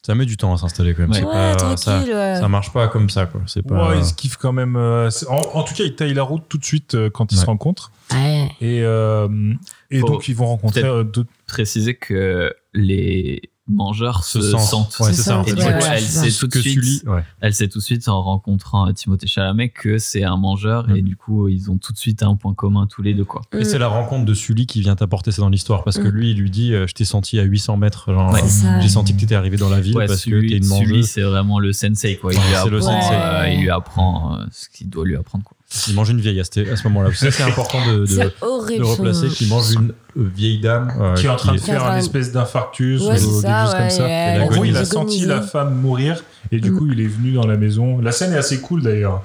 Speaker 4: Ça met du temps à s'installer quand même.
Speaker 6: Ouais.
Speaker 4: C'est
Speaker 8: Ouais,
Speaker 4: pas- ça,
Speaker 8: tranquille. ouais.
Speaker 4: ça marche pas comme ça quoi. C'est pas.
Speaker 7: Ouais, ils se kiffent quand même. euh, c'est- en, en tout cas, ils taillent la route tout de suite euh, quand ils
Speaker 4: Ouais.
Speaker 7: se rencontrent.
Speaker 8: Ouais.
Speaker 7: Et, euh, et
Speaker 6: Faut
Speaker 7: donc, ils vont rencontrer
Speaker 6: peut-être-
Speaker 7: euh, d'autres.
Speaker 6: préciser que les mangeurs se,
Speaker 4: Se sentent.
Speaker 6: sentent.
Speaker 4: Ouais, c'est ça, en
Speaker 6: Et
Speaker 4: fait.
Speaker 6: du
Speaker 4: Ouais,
Speaker 6: coup,
Speaker 4: ouais,
Speaker 6: elle
Speaker 4: c'est
Speaker 6: sait
Speaker 4: ça.
Speaker 6: tout de
Speaker 4: Que
Speaker 6: suite,
Speaker 4: Sully, ouais.
Speaker 6: elle sait tout de suite en rencontrant euh, Timothée Chalamet que c'est un mangeur
Speaker 4: Mm.
Speaker 6: et du coup, ils ont tout de suite un point commun tous les deux, quoi.
Speaker 8: Mm.
Speaker 4: Et c'est la rencontre de Sully qui vient t'apporter ça dans l'histoire parce que
Speaker 6: Mm.
Speaker 4: lui, il lui dit euh, Je t'ai senti à 800 mètres. genre,
Speaker 6: Ouais.
Speaker 4: euh,
Speaker 6: C'est ça.
Speaker 4: J'ai senti que t'étais arrivé dans la ville
Speaker 6: Ouais,
Speaker 4: parce
Speaker 6: Sully-
Speaker 4: que t'es une
Speaker 6: Sully,
Speaker 4: mangeuse.
Speaker 6: c'est vraiment le sensei, quoi. Il lui
Speaker 4: Ouais, c'est le
Speaker 6: apprend,
Speaker 4: sensei.
Speaker 6: euh, il lui apprend, euh, ce qu'il doit lui apprendre, quoi.
Speaker 4: Il mange une vieille à ce, à ce moment-là. Ça, c'est important de, de,
Speaker 6: C'est horrible,
Speaker 4: de replacer
Speaker 6: ça.
Speaker 4: qu'il mange une euh, vieille dame euh,
Speaker 7: qui est en train de faire un
Speaker 4: un
Speaker 7: espèce d'infarctus
Speaker 8: Ouais,
Speaker 7: ou quelque
Speaker 8: c'est
Speaker 7: chose
Speaker 8: ça,
Speaker 7: comme
Speaker 8: ouais,
Speaker 7: ça.
Speaker 8: et elle
Speaker 7: en gros,
Speaker 8: agonise.
Speaker 7: il a senti
Speaker 8: Agonisée.
Speaker 7: la femme mourir et du
Speaker 8: Mm.
Speaker 7: coup, il est venu dans la maison. La scène est assez cool d'ailleurs.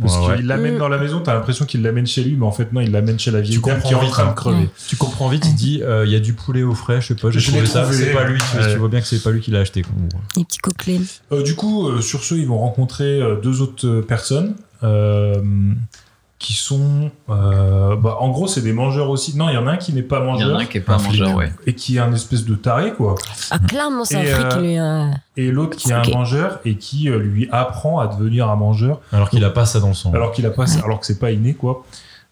Speaker 7: Parce
Speaker 4: Ouais, ouais.
Speaker 7: qu'il l'amène
Speaker 4: Mm.
Speaker 7: dans la maison, t'as l'impression qu'il l'amène chez lui, mais en fait, non, il l'amène chez la vieille
Speaker 4: Tu
Speaker 7: dame
Speaker 4: comprends
Speaker 7: qui est en
Speaker 4: vite,
Speaker 7: train
Speaker 4: hein.
Speaker 7: de crever.
Speaker 4: Tu comprends vite, il dit euh, Il y a du poulet au frais, je sais pas, j'ai
Speaker 7: Je l'ai
Speaker 4: trouvé ça.
Speaker 7: trouvé.
Speaker 4: C'est pas lui, tu,
Speaker 7: Ouais.
Speaker 4: tu vois bien que c'est pas lui qui l'a acheté. quoi.
Speaker 8: Les petits coquelets.
Speaker 7: Euh, du coup, euh, sur ce, ils vont rencontrer euh, deux autres euh, personnes euh, qui sont. euh, bah, en gros, c'est des mangeurs aussi. Non, il y en a un qui n'est pas mangeur.
Speaker 6: un qui est pas
Speaker 7: flic,
Speaker 6: mangeur, ouais.
Speaker 7: Et qui est un espèce de taré, quoi.
Speaker 8: Ah, clairement, c'est un
Speaker 7: Hein. Et,
Speaker 8: fric,
Speaker 7: euh,
Speaker 8: lui. hein.
Speaker 7: Et l'autre qui est
Speaker 8: Ok.
Speaker 7: un mangeur et qui euh, lui apprend à devenir un mangeur.
Speaker 4: Alors qu'il a pas ça dans le sang.
Speaker 7: Alors qu'il a pas ça, alors que c'est pas inné, quoi.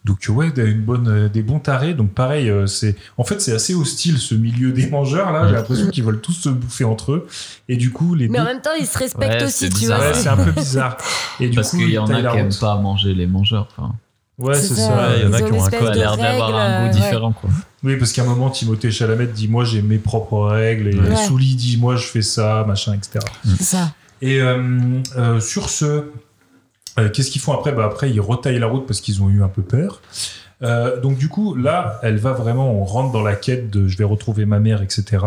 Speaker 7: Donc euh, ouais, t'as une bonne, euh, des bons tarés. Donc pareil, euh, c'est en fait c'est assez hostile ce milieu des mangeurs là. J'ai l'impression qu'ils veulent tous se bouffer entre eux. Et du coup les
Speaker 8: Mais en
Speaker 7: deux-
Speaker 8: même temps, il se respecte
Speaker 6: Ouais,
Speaker 8: aussi,
Speaker 6: c'est
Speaker 8: tu
Speaker 6: bizarre.
Speaker 8: vois.
Speaker 7: Ouais, c'est un peu bizarre. Et du
Speaker 6: Parce
Speaker 7: coup,
Speaker 6: qu'il y en
Speaker 7: t'as
Speaker 6: a
Speaker 7: eu la
Speaker 6: qui aiment
Speaker 7: honte.
Speaker 6: pas manger les mangeurs, enfin.
Speaker 7: Ouais,
Speaker 8: C'est
Speaker 7: c'est
Speaker 8: ça,
Speaker 7: ça.
Speaker 8: Ouais, il y en a ils qui ont ont une un espèce code. de
Speaker 6: l'air d'avoir un
Speaker 8: règle,
Speaker 6: goût
Speaker 8: euh,
Speaker 6: différent, quoi.
Speaker 7: Oui, parce qu'à un moment, Timothée Chalamet dit Moi, j'ai mes propres règles. Et
Speaker 8: Ouais.
Speaker 7: Souli dit Moi, je fais ça, machin, etc.
Speaker 8: C'est ça.
Speaker 7: Et euh, euh, sur ce, euh, qu'est-ce qu'ils font après bah, Après, ils retaillent la route parce qu'ils ont eu un peu peur. Euh, donc, du coup, là, elle va vraiment, on rentre dans la quête de je vais retrouver ma mère, etc.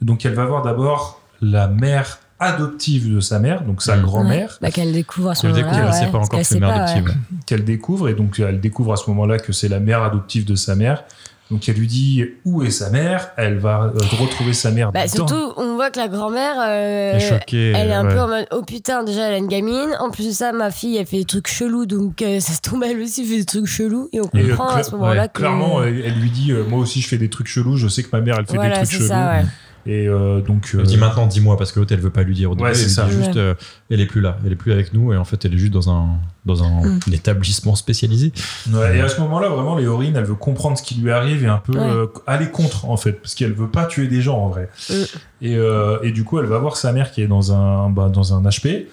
Speaker 7: Donc, elle va voir d'abord la mère adoptive de sa mère, donc sa grand-mère.
Speaker 8: Ouais, bah, qu'elle découvre à ce
Speaker 7: Qu'elle
Speaker 8: moment-là.
Speaker 7: découvre, elle
Speaker 8: ouais,
Speaker 7: sait pas
Speaker 8: parce
Speaker 7: encore
Speaker 8: qu'elle
Speaker 7: que c'est
Speaker 8: sait
Speaker 7: mère
Speaker 8: pas,
Speaker 7: adoptive.
Speaker 8: ouais.
Speaker 7: qu'elle découvre et donc elle découvre à ce moment-là que c'est la mère adoptive de sa mère. Donc elle lui dit où est sa mère. Elle va euh, retrouver sa mère.
Speaker 8: Bah,
Speaker 7: dans-
Speaker 8: surtout, on voit que la grand-mère, euh,
Speaker 7: Elle est choquée,
Speaker 8: elle est un
Speaker 7: ouais.
Speaker 8: peu en mode Oh putain, déjà elle a une gamine. En plus de ça, ma fille, elle fait des trucs chelous, donc euh, ça se tombe elle aussi fait des trucs chelous. Et on
Speaker 7: Et, euh,
Speaker 8: comprend à
Speaker 7: cla-
Speaker 8: ce moment-là
Speaker 7: ouais.
Speaker 8: que.
Speaker 7: clairement, elle, elle lui dit euh, moi aussi je fais des trucs chelous. Je sais que ma mère elle fait
Speaker 8: Voilà,
Speaker 7: des trucs
Speaker 8: c'est
Speaker 7: chelous.
Speaker 8: ça,
Speaker 7: Et euh, donc
Speaker 4: Elle
Speaker 7: euh,
Speaker 4: dit maintenant, dis-moi, parce que l'autre, elle veut pas lui dire. Au début,
Speaker 7: Ouais, c'est
Speaker 4: elle lui
Speaker 7: ça.
Speaker 4: dit juste,
Speaker 7: Ouais.
Speaker 4: euh, elle est plus là, elle est plus avec nous, et en fait, elle est juste dans un, dans un
Speaker 7: Mm.
Speaker 4: établissement spécialisé.
Speaker 7: Ouais, et à ce moment-là, vraiment, Léorine, elle veut comprendre ce qui lui arrive et un peu
Speaker 4: Ouais.
Speaker 7: euh, aller contre, en fait, parce qu'elle veut pas tuer des gens, en vrai. Et, euh, et du coup, elle va voir sa mère qui est dans un, bah, dans un HP,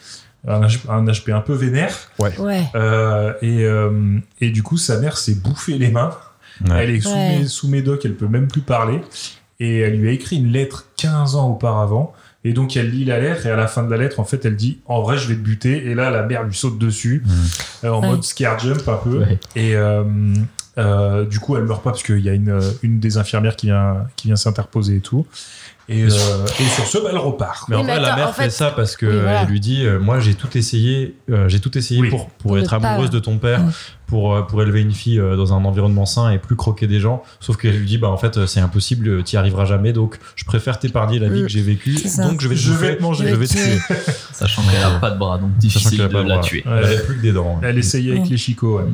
Speaker 7: un, H- un HP un peu vénère.
Speaker 8: Ouais.
Speaker 7: Euh, et, euh, et du coup, sa mère s'est bouffée les mains. Elle est sous,
Speaker 8: Ouais.
Speaker 7: mé- sous médoc, elle peut même plus parler. Et elle lui a écrit une lettre 15 ans auparavant. Et donc, elle lit la lettre, et à la fin de la lettre, en fait, elle dit En vrai, je vais te buter. Et là, la mère lui saute dessus, euh, en
Speaker 8: Ouais.
Speaker 7: mode scare jump un peu. Et euh, euh, du coup, elle meurt pas parce qu'il y a une, euh, une des infirmières qui vient, qui vient s'interposer et tout. Et, euh, et sur ce, bah, elle repart.
Speaker 4: Mais en vrai, la mère fait, ça parce que
Speaker 7: Oui, voilà.
Speaker 4: elle lui dit euh, Moi, j'ai tout essayé, euh, j'ai tout essayé pour, pour,
Speaker 7: Pour ne
Speaker 4: être
Speaker 7: pas-
Speaker 4: amoureuse de ton père, pour, euh, pour élever une fille euh, dans un environnement sain et plus croquer des gens. Sauf qu'elle lui dit Bah, en fait, euh, c'est impossible, euh, t'y arriveras jamais, donc je préfère t'épargner la vie
Speaker 6: Mm.
Speaker 4: que j'ai vécue,
Speaker 6: C'est ça.
Speaker 4: donc je vais te
Speaker 6: Je
Speaker 4: bouffer,
Speaker 6: vais te manger.
Speaker 4: je vais te tuer.
Speaker 6: Sachant qu'elle a pas de bras, donc difficile
Speaker 4: qu'elle a
Speaker 6: de
Speaker 4: pas de
Speaker 6: la
Speaker 4: bras.
Speaker 6: tuer.
Speaker 4: Elle avait plus que des dents.
Speaker 8: Mm.
Speaker 7: Elle essayait avec
Speaker 4: Ouais.
Speaker 7: les chicots. ouais.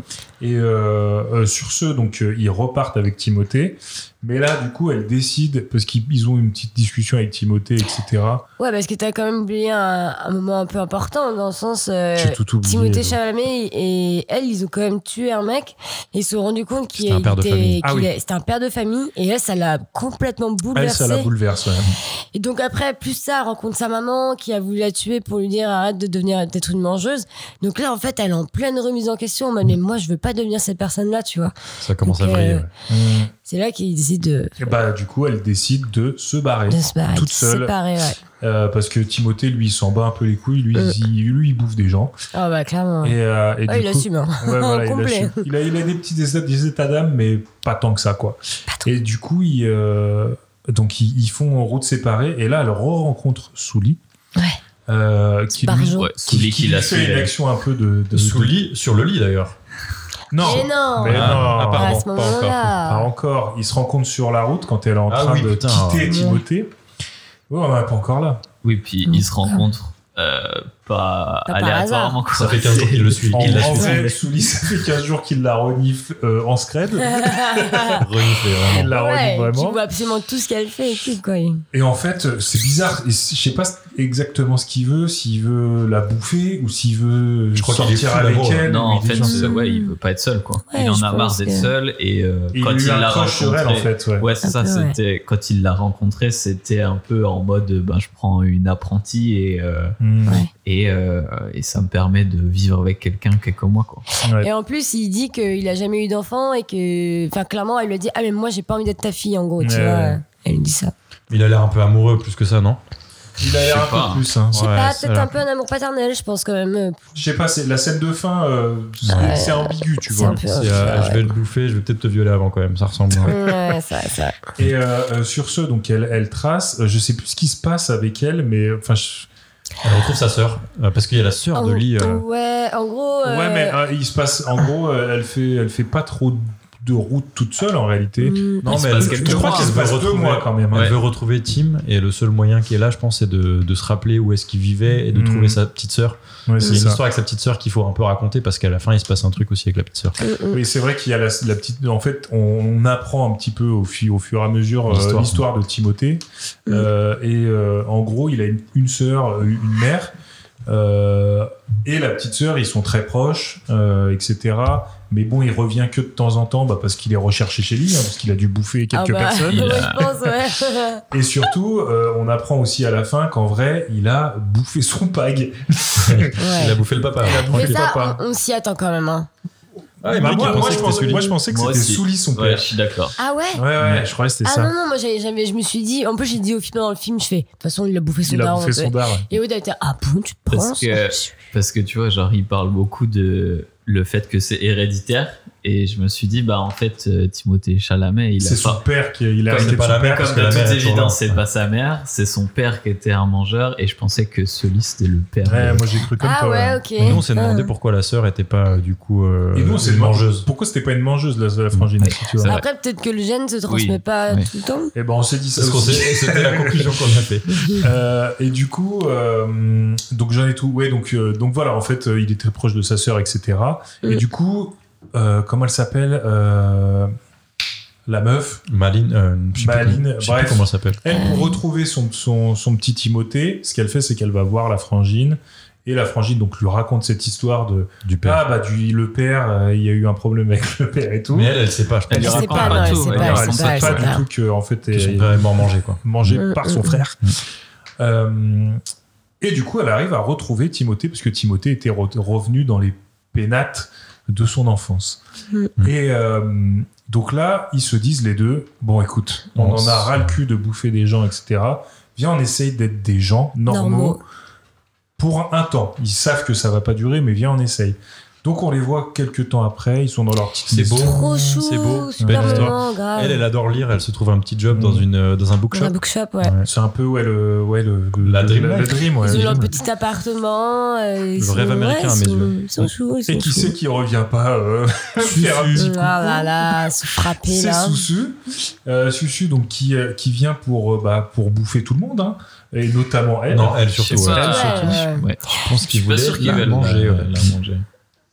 Speaker 7: Et euh, euh, sur ce, donc euh, ils repartent avec Timothée. Mais là, du coup, elle décide parce qu'ils ils ont une petite discussion avec Timothée, etc.
Speaker 8: Ouais, parce que t'as quand même oublié un, un moment un peu important dans le sens. euh,
Speaker 7: J'ai tout oublié,
Speaker 8: Timothée
Speaker 7: donc.
Speaker 8: Chalamet et elle, ils ont quand même tué un mec. Et ils se sont rendus compte qu'il
Speaker 7: C'était un père de
Speaker 8: était-
Speaker 7: famille. Ah
Speaker 8: qu'il
Speaker 7: oui.
Speaker 8: est- C'était un père de famille. Et elle, ça l'a complètement
Speaker 7: Elle,
Speaker 8: bouleversé.
Speaker 7: ça la bouleverse. ouais.
Speaker 8: Et donc après, plus ça, elle rencontre sa maman qui a voulu la tuer pour lui dire arrête de devenir peut-être une mangeuse. Donc là, en fait, elle est en pleine remise en question en mode mais moi, je veux pas devenir cette personne-là, tu vois.
Speaker 4: Ça commence
Speaker 8: Donc,
Speaker 4: à vriller.
Speaker 8: euh,
Speaker 4: ouais.
Speaker 8: C'est là qu'il décide de.
Speaker 7: Et bah, du coup, elle décide de se barrer.
Speaker 8: De se barrer,
Speaker 7: Toute
Speaker 8: de se
Speaker 7: seule.
Speaker 8: séparer, ouais.
Speaker 7: Euh, parce que Timothée, lui, il s'en bat un peu les couilles. Lui,
Speaker 8: Euh.
Speaker 7: il, lui il bouffe des gens.
Speaker 8: Ah bah clairement.
Speaker 7: Et, euh, et
Speaker 8: Ah,
Speaker 7: du
Speaker 8: il
Speaker 7: coup-
Speaker 8: assume, hein.
Speaker 7: Ouais, voilà, il,
Speaker 8: Complet.
Speaker 7: assume. Il a, il a des petits états, des états d'âme, mais pas tant que ça, quoi. Et du coup, ils, euh, donc ils, ils font route séparée. Et là, elle re-rencontre Souli. Euh, qui lui,
Speaker 6: Spargeon. Ouais,
Speaker 7: qui-
Speaker 6: Souli
Speaker 7: qui
Speaker 6: qui
Speaker 7: lui
Speaker 6: l'a euh,
Speaker 7: fait
Speaker 6: suivi.
Speaker 7: une action un peu de, de
Speaker 4: Souli sur le lit d'ailleurs
Speaker 7: non
Speaker 8: Mais non.
Speaker 7: Mais
Speaker 4: Ah,
Speaker 7: non.
Speaker 4: apparemment,
Speaker 8: À ce pas encore. moment-là.
Speaker 7: pas encore il se rencontre sur la route quand elle est en
Speaker 4: Ah
Speaker 7: train
Speaker 4: oui,
Speaker 7: de
Speaker 4: putain.
Speaker 7: quitter Timothée ouais on n'est pas encore là
Speaker 6: Oui, puis ils se rencontrent euh, pas,
Speaker 8: Pas par hasard.
Speaker 6: aléatoirement. quoi.
Speaker 4: Ça fait 15 jours qu'il le suit.
Speaker 7: En,
Speaker 4: Il l'a
Speaker 7: en
Speaker 4: suivi.
Speaker 7: vrai, Souli, ça fait 15 jours qu'il la renifle euh, en scred.
Speaker 4: Reniflé, vraiment.
Speaker 7: Il la
Speaker 8: ouais,
Speaker 7: renifle
Speaker 8: tu
Speaker 7: vraiment.
Speaker 8: vois absolument tout ce qu'elle fait et tout, quoi.
Speaker 7: Et en fait, euh, c'est bizarre. Et c- je sais pas exactement ce qu'il veut, s'il veut la bouffer ou s'il veut
Speaker 4: Je crois qu'il est
Speaker 7: sortir
Speaker 4: fou
Speaker 7: avec
Speaker 4: d'amour, là.
Speaker 7: elle.
Speaker 6: Non,
Speaker 7: ou
Speaker 6: en
Speaker 7: des
Speaker 6: fait, euh,
Speaker 7: gens-
Speaker 6: ce- ouais, il veut pas être seul, quoi.
Speaker 8: Ouais,
Speaker 6: il en
Speaker 8: je
Speaker 6: a marre
Speaker 8: pense
Speaker 6: d'être
Speaker 8: que-
Speaker 6: seul et euh,
Speaker 7: Il
Speaker 6: quand
Speaker 7: lui
Speaker 6: il l'a
Speaker 7: accroche sur
Speaker 6: rencontré,
Speaker 7: elle, en fait, ouais.
Speaker 6: c'est
Speaker 8: Un
Speaker 6: ça.
Speaker 8: peu, ouais.
Speaker 6: C'était quand il l'a rencontré, c'était un peu en mode, ben, je prends une apprentie et euh,
Speaker 7: Mm.
Speaker 8: Ouais.
Speaker 6: et, euh, et ça me permet de vivre avec quelqu'un qui est comme moi, quoi.
Speaker 7: Ouais.
Speaker 8: Et en plus, il dit qu'il a jamais eu d'enfant et que, enfin, clairement, elle lui dit, ah, mais moi, j'ai pas envie d'être ta fille, en gros, tu
Speaker 7: Ouais,
Speaker 8: vois.
Speaker 7: ouais.
Speaker 8: Elle lui dit ça.
Speaker 4: Il a l'air un peu amoureux plus que ça, non
Speaker 7: Il a
Speaker 6: Je sais
Speaker 7: l'air un
Speaker 6: pas.
Speaker 7: peu plus. hein.
Speaker 8: Je sais
Speaker 4: Ouais, ça a
Speaker 8: pas, peut-être
Speaker 4: l'air-
Speaker 8: un peu un amour paternel, je pense quand même.
Speaker 7: Je sais pas, c'est la scène de fin, euh, c'est
Speaker 8: Ouais.
Speaker 7: c'est ambigu, tu
Speaker 8: C'est
Speaker 7: vois.
Speaker 8: un peu-
Speaker 4: Si,
Speaker 8: Ouais,
Speaker 4: euh,
Speaker 8: ouais.
Speaker 4: Je vais te bouffer, je vais peut-être te violer avant quand même, ça ressemble. hein.
Speaker 8: ouais, ça, ça.
Speaker 7: Et euh, euh, sur ce, donc elle, elle trace. Euh, je sais plus ce qui se passe avec elle, mais euh, enfin. je-
Speaker 4: Elle retrouve sa sœur, euh, parce qu'il y a la sœur
Speaker 7: Oh,
Speaker 4: de Lee. euh,
Speaker 8: Ouais, en gros. euh,
Speaker 7: Ouais, mais euh, il se passe. En gros, euh, elle fait, elle fait pas trop de route toute seule en réalité.
Speaker 8: mm,
Speaker 4: Non,
Speaker 6: Il se
Speaker 4: mais
Speaker 6: passe
Speaker 4: elle-
Speaker 6: quelques
Speaker 4: je crois
Speaker 6: mois,
Speaker 4: qu'elle
Speaker 7: il se
Speaker 4: veut
Speaker 7: passe deux
Speaker 4: retrouver-
Speaker 7: mois quand même, hein.
Speaker 4: Elle veut retrouver Tim, et le seul moyen qui est là, je pense, c'est de, de se rappeler où est-ce qu'il vivait et de
Speaker 7: Mm.
Speaker 4: trouver sa petite sœur.
Speaker 7: Ouais,
Speaker 4: Il y a une histoire avec sa petite sœur qu'il faut un peu raconter, parce qu'à la fin, il se passe un truc aussi avec la petite sœur.
Speaker 8: mm, mm.
Speaker 7: Oui, c'est vrai qu'il y a la, la petite. En fait, on, on apprend un petit peu au, fu- au fur et à mesure euh,
Speaker 4: L'histoire. Mm.
Speaker 7: l'histoire de Timothée. Euh, et euh, en gros, il a une, une sœur, euh, une mère. euh, et la petite sœur, ils sont très proches, euh, etc. Mais bon, il revient que de temps en temps bah, parce qu'il est recherché chez lui, hein, parce qu'il a dû bouffer
Speaker 8: Ah
Speaker 7: quelques
Speaker 8: bah,
Speaker 7: personnes.
Speaker 8: ouais,
Speaker 6: Il a-
Speaker 8: je pense, ouais.
Speaker 7: Et surtout, euh, on apprend aussi à la fin qu'en vrai, il a bouffé son pag.
Speaker 4: Il a
Speaker 8: ouais.
Speaker 4: bouffé le papa.
Speaker 8: Mais
Speaker 7: Tranquille,
Speaker 8: ça,
Speaker 7: papa.
Speaker 8: on, on s'y attend quand même. Hein.
Speaker 4: Ah, et
Speaker 7: Bah,
Speaker 4: Marie qui
Speaker 7: moi, moi,
Speaker 4: pensait
Speaker 7: je
Speaker 4: que
Speaker 7: pensais,
Speaker 4: c'était
Speaker 7: moi, je pensais que
Speaker 6: Moi
Speaker 7: c'était
Speaker 6: aussi.
Speaker 7: Souli son
Speaker 6: Ouais,
Speaker 7: père.
Speaker 6: je suis d'accord.
Speaker 8: Ah ouais
Speaker 7: Ouais, ouais, je croyais que c'était
Speaker 8: Ah
Speaker 7: ça.
Speaker 8: non, non, moi j'avais jamais, je me suis dit, en plus j'ai dit au film dans le film, je fais, de toute façon il a bouffé son
Speaker 7: il a
Speaker 8: daron.
Speaker 7: bouffé son dard. ouais.
Speaker 8: Et Aude a été, ah bon, tu te prends
Speaker 6: Parce que-
Speaker 8: ça
Speaker 6: Parce que tu vois, genre, il parle beaucoup de le fait que c'est héréditaire. Et je me suis dit, bah, en fait, euh, Timothée Chalamet, il a
Speaker 7: C'est son
Speaker 6: pas.
Speaker 7: père qui il a
Speaker 6: Comme
Speaker 7: arrêté
Speaker 4: c'est pas
Speaker 7: son
Speaker 4: la
Speaker 7: père
Speaker 4: mère,
Speaker 7: parce
Speaker 6: Comme
Speaker 7: que
Speaker 6: de
Speaker 7: la mère
Speaker 6: toute
Speaker 7: est toujours là.
Speaker 6: évidence, c'est pas sa mère, c'est son père qui était un mangeur. Et je pensais que celui, c'était le père.
Speaker 7: Ouais,
Speaker 6: de-
Speaker 7: moi j'ai cru comme
Speaker 8: Ah
Speaker 7: toi.
Speaker 8: ouais, ok.
Speaker 4: Et nous, on s'est demandé
Speaker 8: Ah.
Speaker 4: pourquoi la sœur était pas euh, du coup euh,
Speaker 7: Et nous, c'est
Speaker 4: une
Speaker 7: une
Speaker 4: mangeuse.
Speaker 7: Pourquoi c'était pas une mangeuse la, la frangine
Speaker 6: Ouais,
Speaker 7: si tu
Speaker 6: c'est
Speaker 7: vois
Speaker 6: vrai.
Speaker 8: Après, peut-être que le gène se transmet
Speaker 6: Oui,
Speaker 8: pas
Speaker 6: oui.
Speaker 8: tout le temps.
Speaker 7: Et ben on s'est dit
Speaker 4: C'est
Speaker 7: ça.
Speaker 4: ce qu'on
Speaker 7: aussi.
Speaker 4: s'est- C'était la conclusion qu'on a fait.
Speaker 7: Euh, et du coup, euh, donc j'en ai tout. Ouais, donc euh, donc voilà. En fait, euh, il est très proche de sa sœur, etc. Et
Speaker 8: Mm.
Speaker 7: du coup, euh, comment elle s'appelle euh, La meuf.
Speaker 4: Maline, euh, je sais plus
Speaker 7: Maline,
Speaker 4: comment- je sais plus
Speaker 7: bref.
Speaker 4: comment elle s'appelle.
Speaker 7: Elle pour retrouver son son, son petit Timothée, ce qu'elle fait, c'est qu'elle va voir la frangine. Et la frangine donc lui raconte cette histoire de
Speaker 4: Du père.
Speaker 7: ah bah du le père, euh, il y a eu un problème avec le père et tout.
Speaker 4: Mais elle, elle sait pas, je pense.
Speaker 6: Elle
Speaker 8: Je
Speaker 6: lui
Speaker 8: sais
Speaker 6: raconte
Speaker 8: pas, non,
Speaker 6: pas
Speaker 8: elle
Speaker 6: tout.
Speaker 8: sait
Speaker 6: elle
Speaker 8: pas,
Speaker 7: Non,
Speaker 6: lui
Speaker 8: elle
Speaker 7: elle
Speaker 6: raconte
Speaker 7: sait
Speaker 8: sait pas,
Speaker 7: pas
Speaker 8: elle sait
Speaker 7: du tout que en fait
Speaker 4: Que son
Speaker 7: elle-
Speaker 4: père est mort mangé, quoi.
Speaker 7: mangé
Speaker 8: Mm,
Speaker 7: par
Speaker 8: mm,
Speaker 7: son
Speaker 8: mm.
Speaker 7: frère. Euh, et du coup, elle arrive à retrouver Timothée, parce que Timothée était re- revenu dans les pénates de son enfance.
Speaker 8: Mm.
Speaker 7: Et euh, donc là, ils se disent les deux, bon écoute, on,
Speaker 4: On
Speaker 7: en
Speaker 4: s-
Speaker 7: a ras le cul de bouffer des gens, etc. Viens, on essaye d'être des gens normaux,
Speaker 8: Normaux.
Speaker 7: pour un temps. Ils savent que ça va pas durer, mais viens, on essaye. Donc on les voit quelques temps après, ils sont dans leur petite
Speaker 4: C'est
Speaker 7: maison.
Speaker 4: beau.
Speaker 8: Trop chou,
Speaker 4: c'est beau,
Speaker 8: super
Speaker 4: belle histoire.
Speaker 8: moment, grave.
Speaker 4: Elle, elle adore lire, elle se trouve un petit job
Speaker 7: Mm.
Speaker 4: dans, une, euh, dans un
Speaker 8: Ah Dans un
Speaker 4: bookshop.
Speaker 8: bookshop, ouais.
Speaker 7: C'est un peu ouais, le, ouais, le,
Speaker 4: La
Speaker 7: le-
Speaker 4: dream
Speaker 7: la- la
Speaker 4: life.
Speaker 7: dream, ouais.
Speaker 8: Ils ont leur
Speaker 4: j'aime.
Speaker 8: petit appartement. euh, ils
Speaker 4: Le
Speaker 8: sont-
Speaker 4: rêve américain,
Speaker 8: ouais,
Speaker 4: à mes
Speaker 8: ils sont-
Speaker 4: yeux.
Speaker 8: Ils sont chou, ils sont
Speaker 7: Et qui
Speaker 8: chou.
Speaker 7: c'est qui revient pas euh, faire un petit
Speaker 8: Ah là là, se frapper
Speaker 7: C'est
Speaker 8: là.
Speaker 7: Susu. Euh, Susu, donc, qui, euh, qui vient pour, euh, bah, pour bouffer tout le monde, hein, et notamment elle.
Speaker 4: Non, elle
Speaker 6: Je sais
Speaker 4: surtout. ouais.
Speaker 6: pas,
Speaker 8: ouais.
Speaker 6: surtout.
Speaker 8: Ouais,
Speaker 6: Ouais.
Speaker 4: Je pense
Speaker 6: Je
Speaker 4: qu'il
Speaker 6: suis pas
Speaker 4: voulait
Speaker 6: sûr qu'il euh,
Speaker 4: la
Speaker 6: veut
Speaker 4: manger.
Speaker 6: la
Speaker 4: ouais.
Speaker 6: la manger.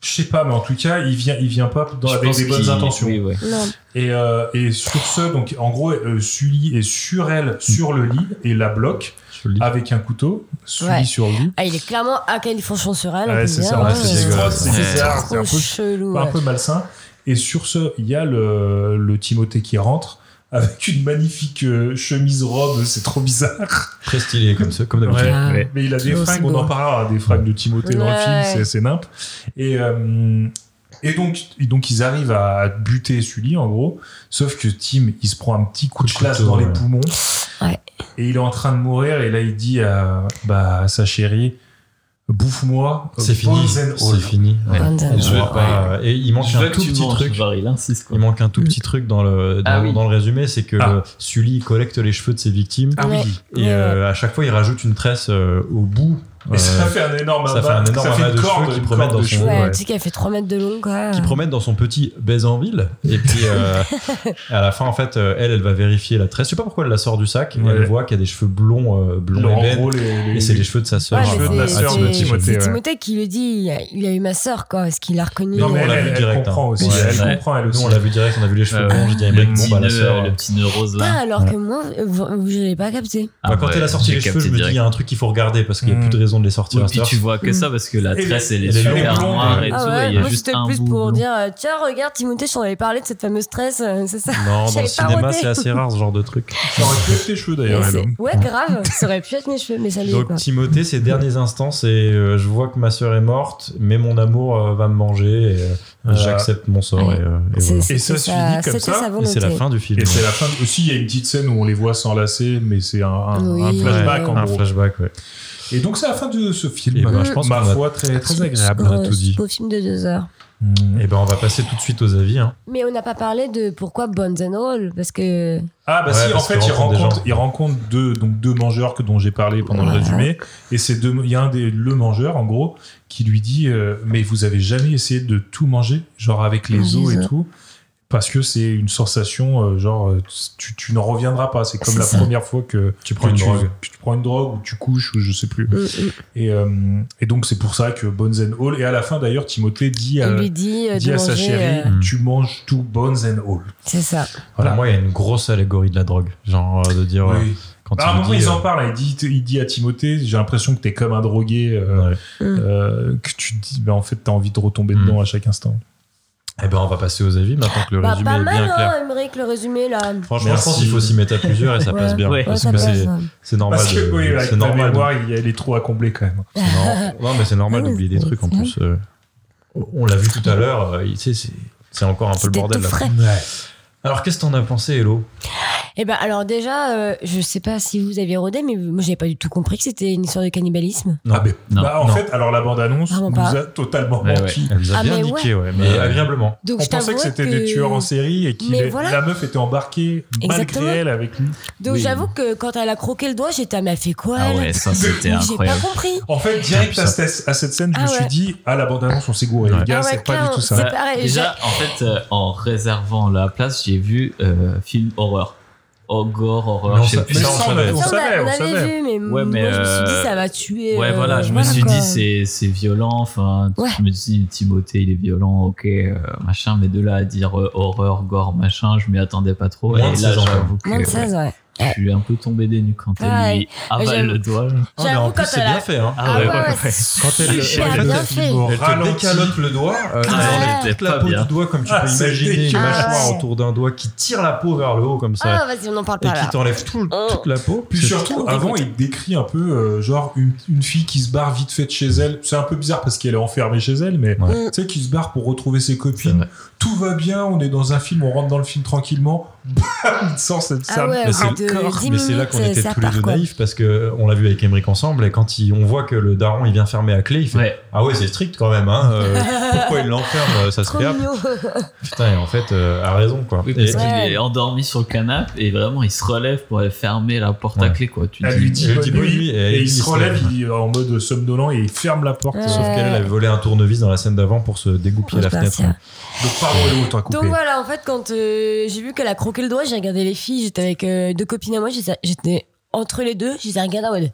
Speaker 7: Je sais pas, mais en tout cas, il vient, il vient pas dans,
Speaker 6: Je
Speaker 7: avec
Speaker 6: pense
Speaker 7: des bonnes
Speaker 6: qu'il-
Speaker 7: intentions.
Speaker 6: oui, ouais.
Speaker 8: Non.
Speaker 7: Et, euh, et sur ce, donc, en gros, euh, Sully est sur elle, sur le lit, et la bloque
Speaker 4: Je le dis.
Speaker 6: Ah.
Speaker 7: avec un couteau. Sully
Speaker 8: Ouais.
Speaker 7: sur lui.
Speaker 8: Ah, il est clairement à califourchon sur elle. on
Speaker 7: Ouais,
Speaker 8: peut
Speaker 7: c'est
Speaker 8: dire,
Speaker 7: ça,
Speaker 8: hein,
Speaker 7: ouais,
Speaker 4: c'est
Speaker 8: euh,
Speaker 4: dégueulasse.
Speaker 7: c'est
Speaker 6: Ouais.
Speaker 7: bizarre, c'est un
Speaker 8: Trop
Speaker 7: peu
Speaker 8: chelou.
Speaker 7: un
Speaker 8: ouais.
Speaker 7: peu malsain. Et sur ce, il y a le, le Timothée qui rentre avec une magnifique euh, chemise-robe, c'est trop bizarre.
Speaker 4: Très stylé comme ça, comme d'habitude.
Speaker 8: Ah. ouais.
Speaker 7: Mais il a des
Speaker 8: Oh, c'est
Speaker 7: fringues, on
Speaker 8: beau.
Speaker 7: en parlera, des fringues de Timothée dans le film,
Speaker 8: Ouais.
Speaker 7: c'est- c'est nimp. Et, euh, et, donc, et donc, ils arrivent à buter Sully, en gros. Sauf que Tim, il se prend un petit coup de
Speaker 4: Coup de
Speaker 7: classe
Speaker 4: couteau,
Speaker 7: dans les
Speaker 4: ouais.
Speaker 7: poumons.
Speaker 8: Ouais.
Speaker 7: Et il est en train de mourir, et là, il dit à, bah, à sa chérie, bouffe-moi.
Speaker 4: C'est fini.
Speaker 7: Bones and all.
Speaker 4: C'est fini. ouais.
Speaker 8: Bonne zone.
Speaker 4: Je vois pas. euh, Et il manque
Speaker 6: Je
Speaker 4: un
Speaker 6: veux que
Speaker 4: tout
Speaker 6: tu
Speaker 4: petit
Speaker 6: manges,
Speaker 4: truc.
Speaker 6: genre, il insiste, quoi.
Speaker 4: Il manque un tout petit truc dans le, dans,
Speaker 6: Ah oui.
Speaker 4: dans le résumé, c'est que
Speaker 7: Ah.
Speaker 4: euh, Sully collecte les cheveux de ses victimes
Speaker 7: Ah oui.
Speaker 4: et euh, à chaque fois il rajoute une tresse euh, au bout
Speaker 7: Et ça fait un énorme
Speaker 4: ça fait
Speaker 7: amas-
Speaker 4: un énorme
Speaker 7: ça fait
Speaker 4: amas
Speaker 7: une
Speaker 4: de
Speaker 7: corde,
Speaker 4: cheveux qui
Speaker 7: une
Speaker 4: promène
Speaker 7: corde
Speaker 4: dans
Speaker 7: de
Speaker 4: son
Speaker 7: cheveux,
Speaker 8: Ouais,
Speaker 4: ouais.
Speaker 8: tu sais, qu'elle fait 3 mètres de long, quoi.
Speaker 4: qui promène dans son petit Baisanville. Et puis, euh, à la fin, en fait, euh, elle, elle va vérifier la tresse. Je sais pas pourquoi elle la sort du sac. et
Speaker 7: Ouais.
Speaker 4: Elle voit qu'il y a des cheveux blonds, euh, blonds
Speaker 7: Alors, en
Speaker 4: ébène.
Speaker 7: gros, les- les-
Speaker 4: et c'est Mm. les cheveux de sa sœur.
Speaker 8: Ouais, mais
Speaker 4: euh,
Speaker 8: c'est-
Speaker 4: à
Speaker 8: c'est-
Speaker 4: Timothée.
Speaker 8: C'est Timothée qui le dit, il a, il a eu ma sœur, quoi, parce qu'il l'a reconnu.
Speaker 4: Non, mais
Speaker 7: elle,
Speaker 4: on l'a
Speaker 7: elle-
Speaker 4: vu
Speaker 7: elle
Speaker 4: direct.
Speaker 7: comprend
Speaker 4: hein.
Speaker 7: aussi,
Speaker 4: Ouais,
Speaker 7: elle
Speaker 4: ouais.
Speaker 7: comprend, elle
Speaker 4: Nous,
Speaker 7: aussi.
Speaker 4: on l'a vu direct, on a vu les cheveux
Speaker 6: Ouais.
Speaker 4: blonds. J'ai dit, ah,
Speaker 6: Le
Speaker 4: mec, bon,
Speaker 6: petit
Speaker 4: bah, la
Speaker 6: nœud,
Speaker 4: sœur.
Speaker 6: le petit nœud rose
Speaker 8: Ah,
Speaker 6: là.
Speaker 8: alors
Speaker 4: Ouais.
Speaker 8: que moi, vous, vous- je l'ai pas capté.
Speaker 4: Bah, quand
Speaker 6: Ah ouais,
Speaker 4: elle a sorti
Speaker 6: j'ai
Speaker 4: les cheveux, je me
Speaker 6: capté
Speaker 4: dis, il y a
Speaker 6: direct.
Speaker 4: un truc qu'il faut regarder parce
Speaker 8: Mm.
Speaker 4: qu'il n'y a plus de raison de les sortir.
Speaker 6: Ouais,
Speaker 4: à
Speaker 6: puis
Speaker 4: cette
Speaker 6: tu
Speaker 4: heure.
Speaker 6: vois que ça parce que la
Speaker 7: Et
Speaker 6: tresse
Speaker 7: les-
Speaker 6: elle est
Speaker 4: et les
Speaker 6: super
Speaker 4: longues,
Speaker 6: noire et tout.
Speaker 4: ouais.
Speaker 8: Ah
Speaker 6: et
Speaker 8: ouais,
Speaker 6: il y a
Speaker 8: moi
Speaker 6: juste
Speaker 8: c'était
Speaker 6: un
Speaker 8: plus
Speaker 6: bout
Speaker 8: pour
Speaker 6: blond.
Speaker 8: dire euh, tiens regarde Timothée je t'en avais parlé de cette fameuse tresse euh, c'est ça
Speaker 4: Non, dans
Speaker 8: J'avais
Speaker 4: le
Speaker 8: pas
Speaker 4: cinéma,
Speaker 8: roté.
Speaker 4: c'est assez rare ce genre de truc.
Speaker 7: Ça aurait pu être les cheveux
Speaker 8: Mais
Speaker 7: d'ailleurs, elle. hein.
Speaker 8: c'est- ouais grave ça aurait pu être mes cheveux mais ça l'est
Speaker 4: Donc
Speaker 8: quoi
Speaker 4: Timothée, ses derniers instants, c'est euh, je vois que ma sœur est morte, mais mon amour euh, va me manger et euh,
Speaker 7: Voilà.
Speaker 4: j'accepte mon sort. Et, euh, et
Speaker 8: C'est-
Speaker 4: voilà.
Speaker 7: Et ça se
Speaker 8: C'était
Speaker 7: finit
Speaker 8: sa-
Speaker 7: comme
Speaker 8: c'était
Speaker 7: ça.
Speaker 8: sa
Speaker 4: Et c'est la
Speaker 8: volonté.
Speaker 4: fin du film.
Speaker 7: Et c'est la fin. Aussi, il y a une petite scène où on les voit s'enlacer, mais c'est un, un- un
Speaker 8: Oui.
Speaker 7: flashback en
Speaker 4: un
Speaker 7: gros.
Speaker 4: flashback, ouais.
Speaker 7: Et donc, c'est la fin de ce film.
Speaker 4: Et ben, je
Speaker 7: Mm.
Speaker 4: pense
Speaker 7: ma
Speaker 4: qu'on a-
Speaker 7: foi, très, très agréable.
Speaker 8: Ce-
Speaker 4: on a
Speaker 8: ce
Speaker 4: tout dit.
Speaker 8: beau film de deux heures
Speaker 7: Mm.
Speaker 4: Et ben on va passer tout de suite aux avis. hein.
Speaker 8: mais on n'a pas parlé de pourquoi Bones and All parce que
Speaker 7: Ah, bah
Speaker 4: Ouais,
Speaker 7: si, en
Speaker 4: parce
Speaker 7: fait,
Speaker 4: qu'il
Speaker 7: il
Speaker 4: rencontre des
Speaker 7: rencontre,
Speaker 4: gens.
Speaker 7: il rencontre deux, donc deux mangeurs que, dont j'ai parlé pendant le
Speaker 8: Voilà.
Speaker 7: résumé. Et c'est deux, il y a un des, le mangeur, en gros, qui lui dit, euh, mais vous avez jamais essayé de tout manger, genre avec les
Speaker 8: Les
Speaker 7: os et
Speaker 8: os.
Speaker 7: tout. Parce que c'est une sensation, euh, genre, euh, tu, tu n'en reviendras pas. C'est comme
Speaker 8: C'est
Speaker 7: la
Speaker 8: ça.
Speaker 7: première fois que
Speaker 4: Tu prends
Speaker 7: que
Speaker 4: une
Speaker 7: tu,
Speaker 4: drogue.
Speaker 7: tu prends une drogue ou tu couches ou je sais plus.
Speaker 8: euh, euh,
Speaker 7: Et, euh, et donc, c'est pour ça que Bones and All. Et à la fin, d'ailleurs, Timothée dit à,
Speaker 8: il lui dit euh,
Speaker 7: dit
Speaker 8: de
Speaker 7: à sa
Speaker 8: manger
Speaker 7: chérie
Speaker 4: Mm.
Speaker 8: euh,
Speaker 7: Tu manges tout Bones and All.
Speaker 8: c'est ça
Speaker 4: Voilà,
Speaker 7: Voilà.
Speaker 4: moi, il y a une grosse allégorie de la drogue. Genre euh, de dire. euh,
Speaker 7: Oui.
Speaker 4: quand
Speaker 7: Ah, à un
Speaker 4: il
Speaker 7: moment,
Speaker 4: dit,
Speaker 7: ils
Speaker 4: euh,
Speaker 7: en parlent. Il dit, il dit à Timothée J'ai l'impression que t'es comme un drogué, euh,
Speaker 4: ouais.
Speaker 8: Mm.
Speaker 7: euh, que tu te dis bah, En fait, t'as envie de retomber
Speaker 4: Mm.
Speaker 7: dedans à chaque instant.
Speaker 4: Eh ben on va passer aux avis maintenant que le
Speaker 8: bah
Speaker 4: résumé
Speaker 8: pas
Speaker 4: est bien
Speaker 8: mal
Speaker 4: clair.
Speaker 8: hein Aymeric, le résumé là
Speaker 4: Franchement,
Speaker 7: Merci.
Speaker 4: je pense qu'il faut s'y mettre à plusieurs et ça
Speaker 8: Ouais.
Speaker 4: passe bien.
Speaker 6: Ouais.
Speaker 4: Eh, Parce
Speaker 8: Ouais,
Speaker 4: que
Speaker 8: ça
Speaker 4: c'est-
Speaker 8: passe. hein.
Speaker 4: c'est normal.
Speaker 7: Parce que,
Speaker 4: de-
Speaker 7: oui, avec
Speaker 4: c'est
Speaker 7: ta
Speaker 4: normal. de-
Speaker 7: mémoire, il y a les trous à combler quand même.
Speaker 4: C'est nor- non, mais c'est normal
Speaker 8: Ah oui,
Speaker 4: d'oublier des
Speaker 8: c'est-
Speaker 4: trucs en
Speaker 8: c'est
Speaker 4: plus. euh, on l'a vu tout à l'heure, euh, tu sais, c'est- c'est encore un peu le
Speaker 8: C'était
Speaker 4: bordel
Speaker 8: tout
Speaker 4: là.
Speaker 8: frais.
Speaker 4: Alors qu'est-ce que t'en as pensé, Hello
Speaker 8: et ben alors déjà euh, je sais pas si vous aviez rodé mais moi j'avais pas du tout compris que c'était une histoire de cannibalisme
Speaker 4: Non.
Speaker 7: Ah, mais-
Speaker 6: Non.
Speaker 7: bah, en
Speaker 4: Non.
Speaker 7: fait, alors la bande-annonce
Speaker 8: Vraiment
Speaker 7: nous
Speaker 8: pas.
Speaker 7: a totalement
Speaker 6: Ouais,
Speaker 7: menti.
Speaker 4: Elle nous a
Speaker 8: Ah,
Speaker 4: bien
Speaker 8: mais ouais.
Speaker 4: niqué, ouais, mais euh,
Speaker 7: Ouais.
Speaker 4: agréablement.
Speaker 8: donc
Speaker 7: On
Speaker 8: je
Speaker 7: pensait que
Speaker 8: t'avouerais
Speaker 7: c'était des tueurs en série et que
Speaker 8: Mais voilà.
Speaker 7: la meuf était embarquée
Speaker 8: Exactement.
Speaker 7: malgré elle avec lui.
Speaker 8: donc
Speaker 6: Oui.
Speaker 8: j'avoue que quand elle a croqué le doigt j'étais ah, mais elle fait quoi
Speaker 6: Ah
Speaker 8: elle
Speaker 6: ouais, ça c'était
Speaker 8: Mais j'ai pas
Speaker 6: incroyable.
Speaker 8: compris
Speaker 7: En fait, direct
Speaker 6: Ah,
Speaker 7: à cette, à cette scène, je
Speaker 8: Ah
Speaker 7: me suis
Speaker 8: ouais.
Speaker 7: dit Ah, la bande-annonce, on s'est gouré.
Speaker 4: Ouais.
Speaker 7: Les gars,
Speaker 8: Ah ouais,
Speaker 7: c'est pas
Speaker 8: clairement,
Speaker 7: du tout ça.
Speaker 8: C'est pareil,
Speaker 6: Déjà, en fait, euh, en réservant la place, j'ai vu euh, film horreur. Oh, gore, horreur,
Speaker 4: Non,
Speaker 6: je sais
Speaker 4: ça-
Speaker 6: plus.
Speaker 7: Mais
Speaker 4: ça,
Speaker 7: ça, on
Speaker 4: savait.
Speaker 7: a- on
Speaker 8: Ça, on, a-
Speaker 7: savait,
Speaker 8: on
Speaker 7: on
Speaker 8: avait
Speaker 7: savait.
Speaker 8: vu, mais,
Speaker 6: Ouais,
Speaker 8: moi,
Speaker 6: mais,
Speaker 8: je me suis
Speaker 6: euh,
Speaker 8: dit, ça va tuer.
Speaker 6: Ouais,
Speaker 8: euh,
Speaker 6: voilà, je me suis
Speaker 8: quoi.
Speaker 6: dit, c'est, c'est violent. Enfin, tu-
Speaker 8: Ouais.
Speaker 6: je me suis dit, Timothée, il est violent, ok, euh, machin, mais de là à dire euh, horreur, gore, machin, je m'y attendais pas trop.
Speaker 4: Moins
Speaker 6: et
Speaker 4: de
Speaker 6: là,
Speaker 4: 16 ans,
Speaker 6: j'avoue que
Speaker 8: Moins de
Speaker 6: ouais,
Speaker 8: 16, ouais.
Speaker 6: je suis un peu tombé des nues quand elle lui
Speaker 8: Ouais.
Speaker 6: avale
Speaker 8: J'avoue-
Speaker 6: le doigt.
Speaker 4: Ah, mais en
Speaker 8: J'avoue,
Speaker 4: plus,
Speaker 8: quand
Speaker 4: c'est
Speaker 8: elle
Speaker 4: bien
Speaker 8: a.
Speaker 4: fait. Hein.
Speaker 6: Ah ouais, ouais, ouais.
Speaker 4: Quand elle,
Speaker 8: Super
Speaker 4: elle,
Speaker 8: bien
Speaker 4: te-
Speaker 8: fait.
Speaker 7: Au
Speaker 4: elle te
Speaker 7: ralenti.
Speaker 4: décalote le doigt, euh, elle
Speaker 8: Ah,
Speaker 4: enlève
Speaker 6: ouais.
Speaker 4: toute la peau
Speaker 6: Pas bien.
Speaker 4: du doigt comme tu
Speaker 7: Ah,
Speaker 4: peux
Speaker 7: c'est
Speaker 4: imaginer une
Speaker 8: dégueulasse.
Speaker 4: mâchoire autour d'un doigt qui tire la peau vers le haut comme ça.
Speaker 8: Ah, vas-y, on n'en parle
Speaker 4: Et
Speaker 8: pas
Speaker 4: qui
Speaker 8: là.
Speaker 4: t'enlève tout-
Speaker 8: Oh.
Speaker 4: toute la peau.
Speaker 7: Puis
Speaker 4: C'est-
Speaker 7: surtout,
Speaker 8: Tout
Speaker 7: avant,
Speaker 8: dégoûté.
Speaker 7: il décrit un peu, euh, genre, une, une fille qui se barre vite fait de chez elle. C'est un peu bizarre parce qu'elle est enfermée chez elle, mais
Speaker 4: Ouais.
Speaker 7: tu sais, qui se barre pour retrouver ses
Speaker 6: C'est
Speaker 7: copines.
Speaker 6: vrai.
Speaker 7: Tout va bien, on est dans un film, on rentre dans le film tranquillement. Bam Sans cette
Speaker 8: Ah ouais,
Speaker 4: Mais
Speaker 8: au
Speaker 4: c'est-
Speaker 8: bout de 10
Speaker 4: Mais c'est là qu'on
Speaker 8: minutes,
Speaker 4: était
Speaker 8: ça
Speaker 4: tous les
Speaker 8: part,
Speaker 4: deux
Speaker 8: quoi.
Speaker 4: naïfs parce que euh, on l'a vu avec Emmerich ensemble et quand il- on voit que le daron il vient fermer à clé, il fait
Speaker 6: Ouais.
Speaker 4: ah ouais c'est strict quand même hein, euh, pourquoi il l'enferme euh, ça se
Speaker 8: Trop
Speaker 4: regarde
Speaker 8: mignon.
Speaker 4: putain et en fait euh, a raison quoi.
Speaker 6: Oui,
Speaker 4: Et-
Speaker 6: parce qu'il est endormi sur le canapé et vraiment, il se relève pour aller fermer la porte
Speaker 4: Ouais.
Speaker 6: à clé, quoi. Tu
Speaker 7: Elle
Speaker 6: dis-
Speaker 7: lui dit
Speaker 4: elle lui
Speaker 7: bonne
Speaker 4: dit bonne
Speaker 7: nuit,
Speaker 4: nuit,
Speaker 7: et,
Speaker 4: et
Speaker 7: il
Speaker 4: il
Speaker 7: se
Speaker 4: se
Speaker 7: relève
Speaker 4: lève.
Speaker 7: il- en mode somnolent et il ferme la porte.
Speaker 8: Ouais. Oh,
Speaker 4: Sauf qu'elle elle avait volé un tournevis dans la scène d'avant pour se dégoupiller
Speaker 8: Ouais,
Speaker 4: la
Speaker 8: c'est
Speaker 4: fenêtre. hein.
Speaker 8: parti.
Speaker 7: Donc, pardon, Léo, t'as
Speaker 8: Donc
Speaker 7: coupé.
Speaker 8: voilà, en fait, quand euh, j'ai vu qu'elle a croqué le doigt, j'ai regardé les filles, j'étais avec euh, deux copines à moi, j'étais- j'étais entre les deux, j'ai regardé en mode.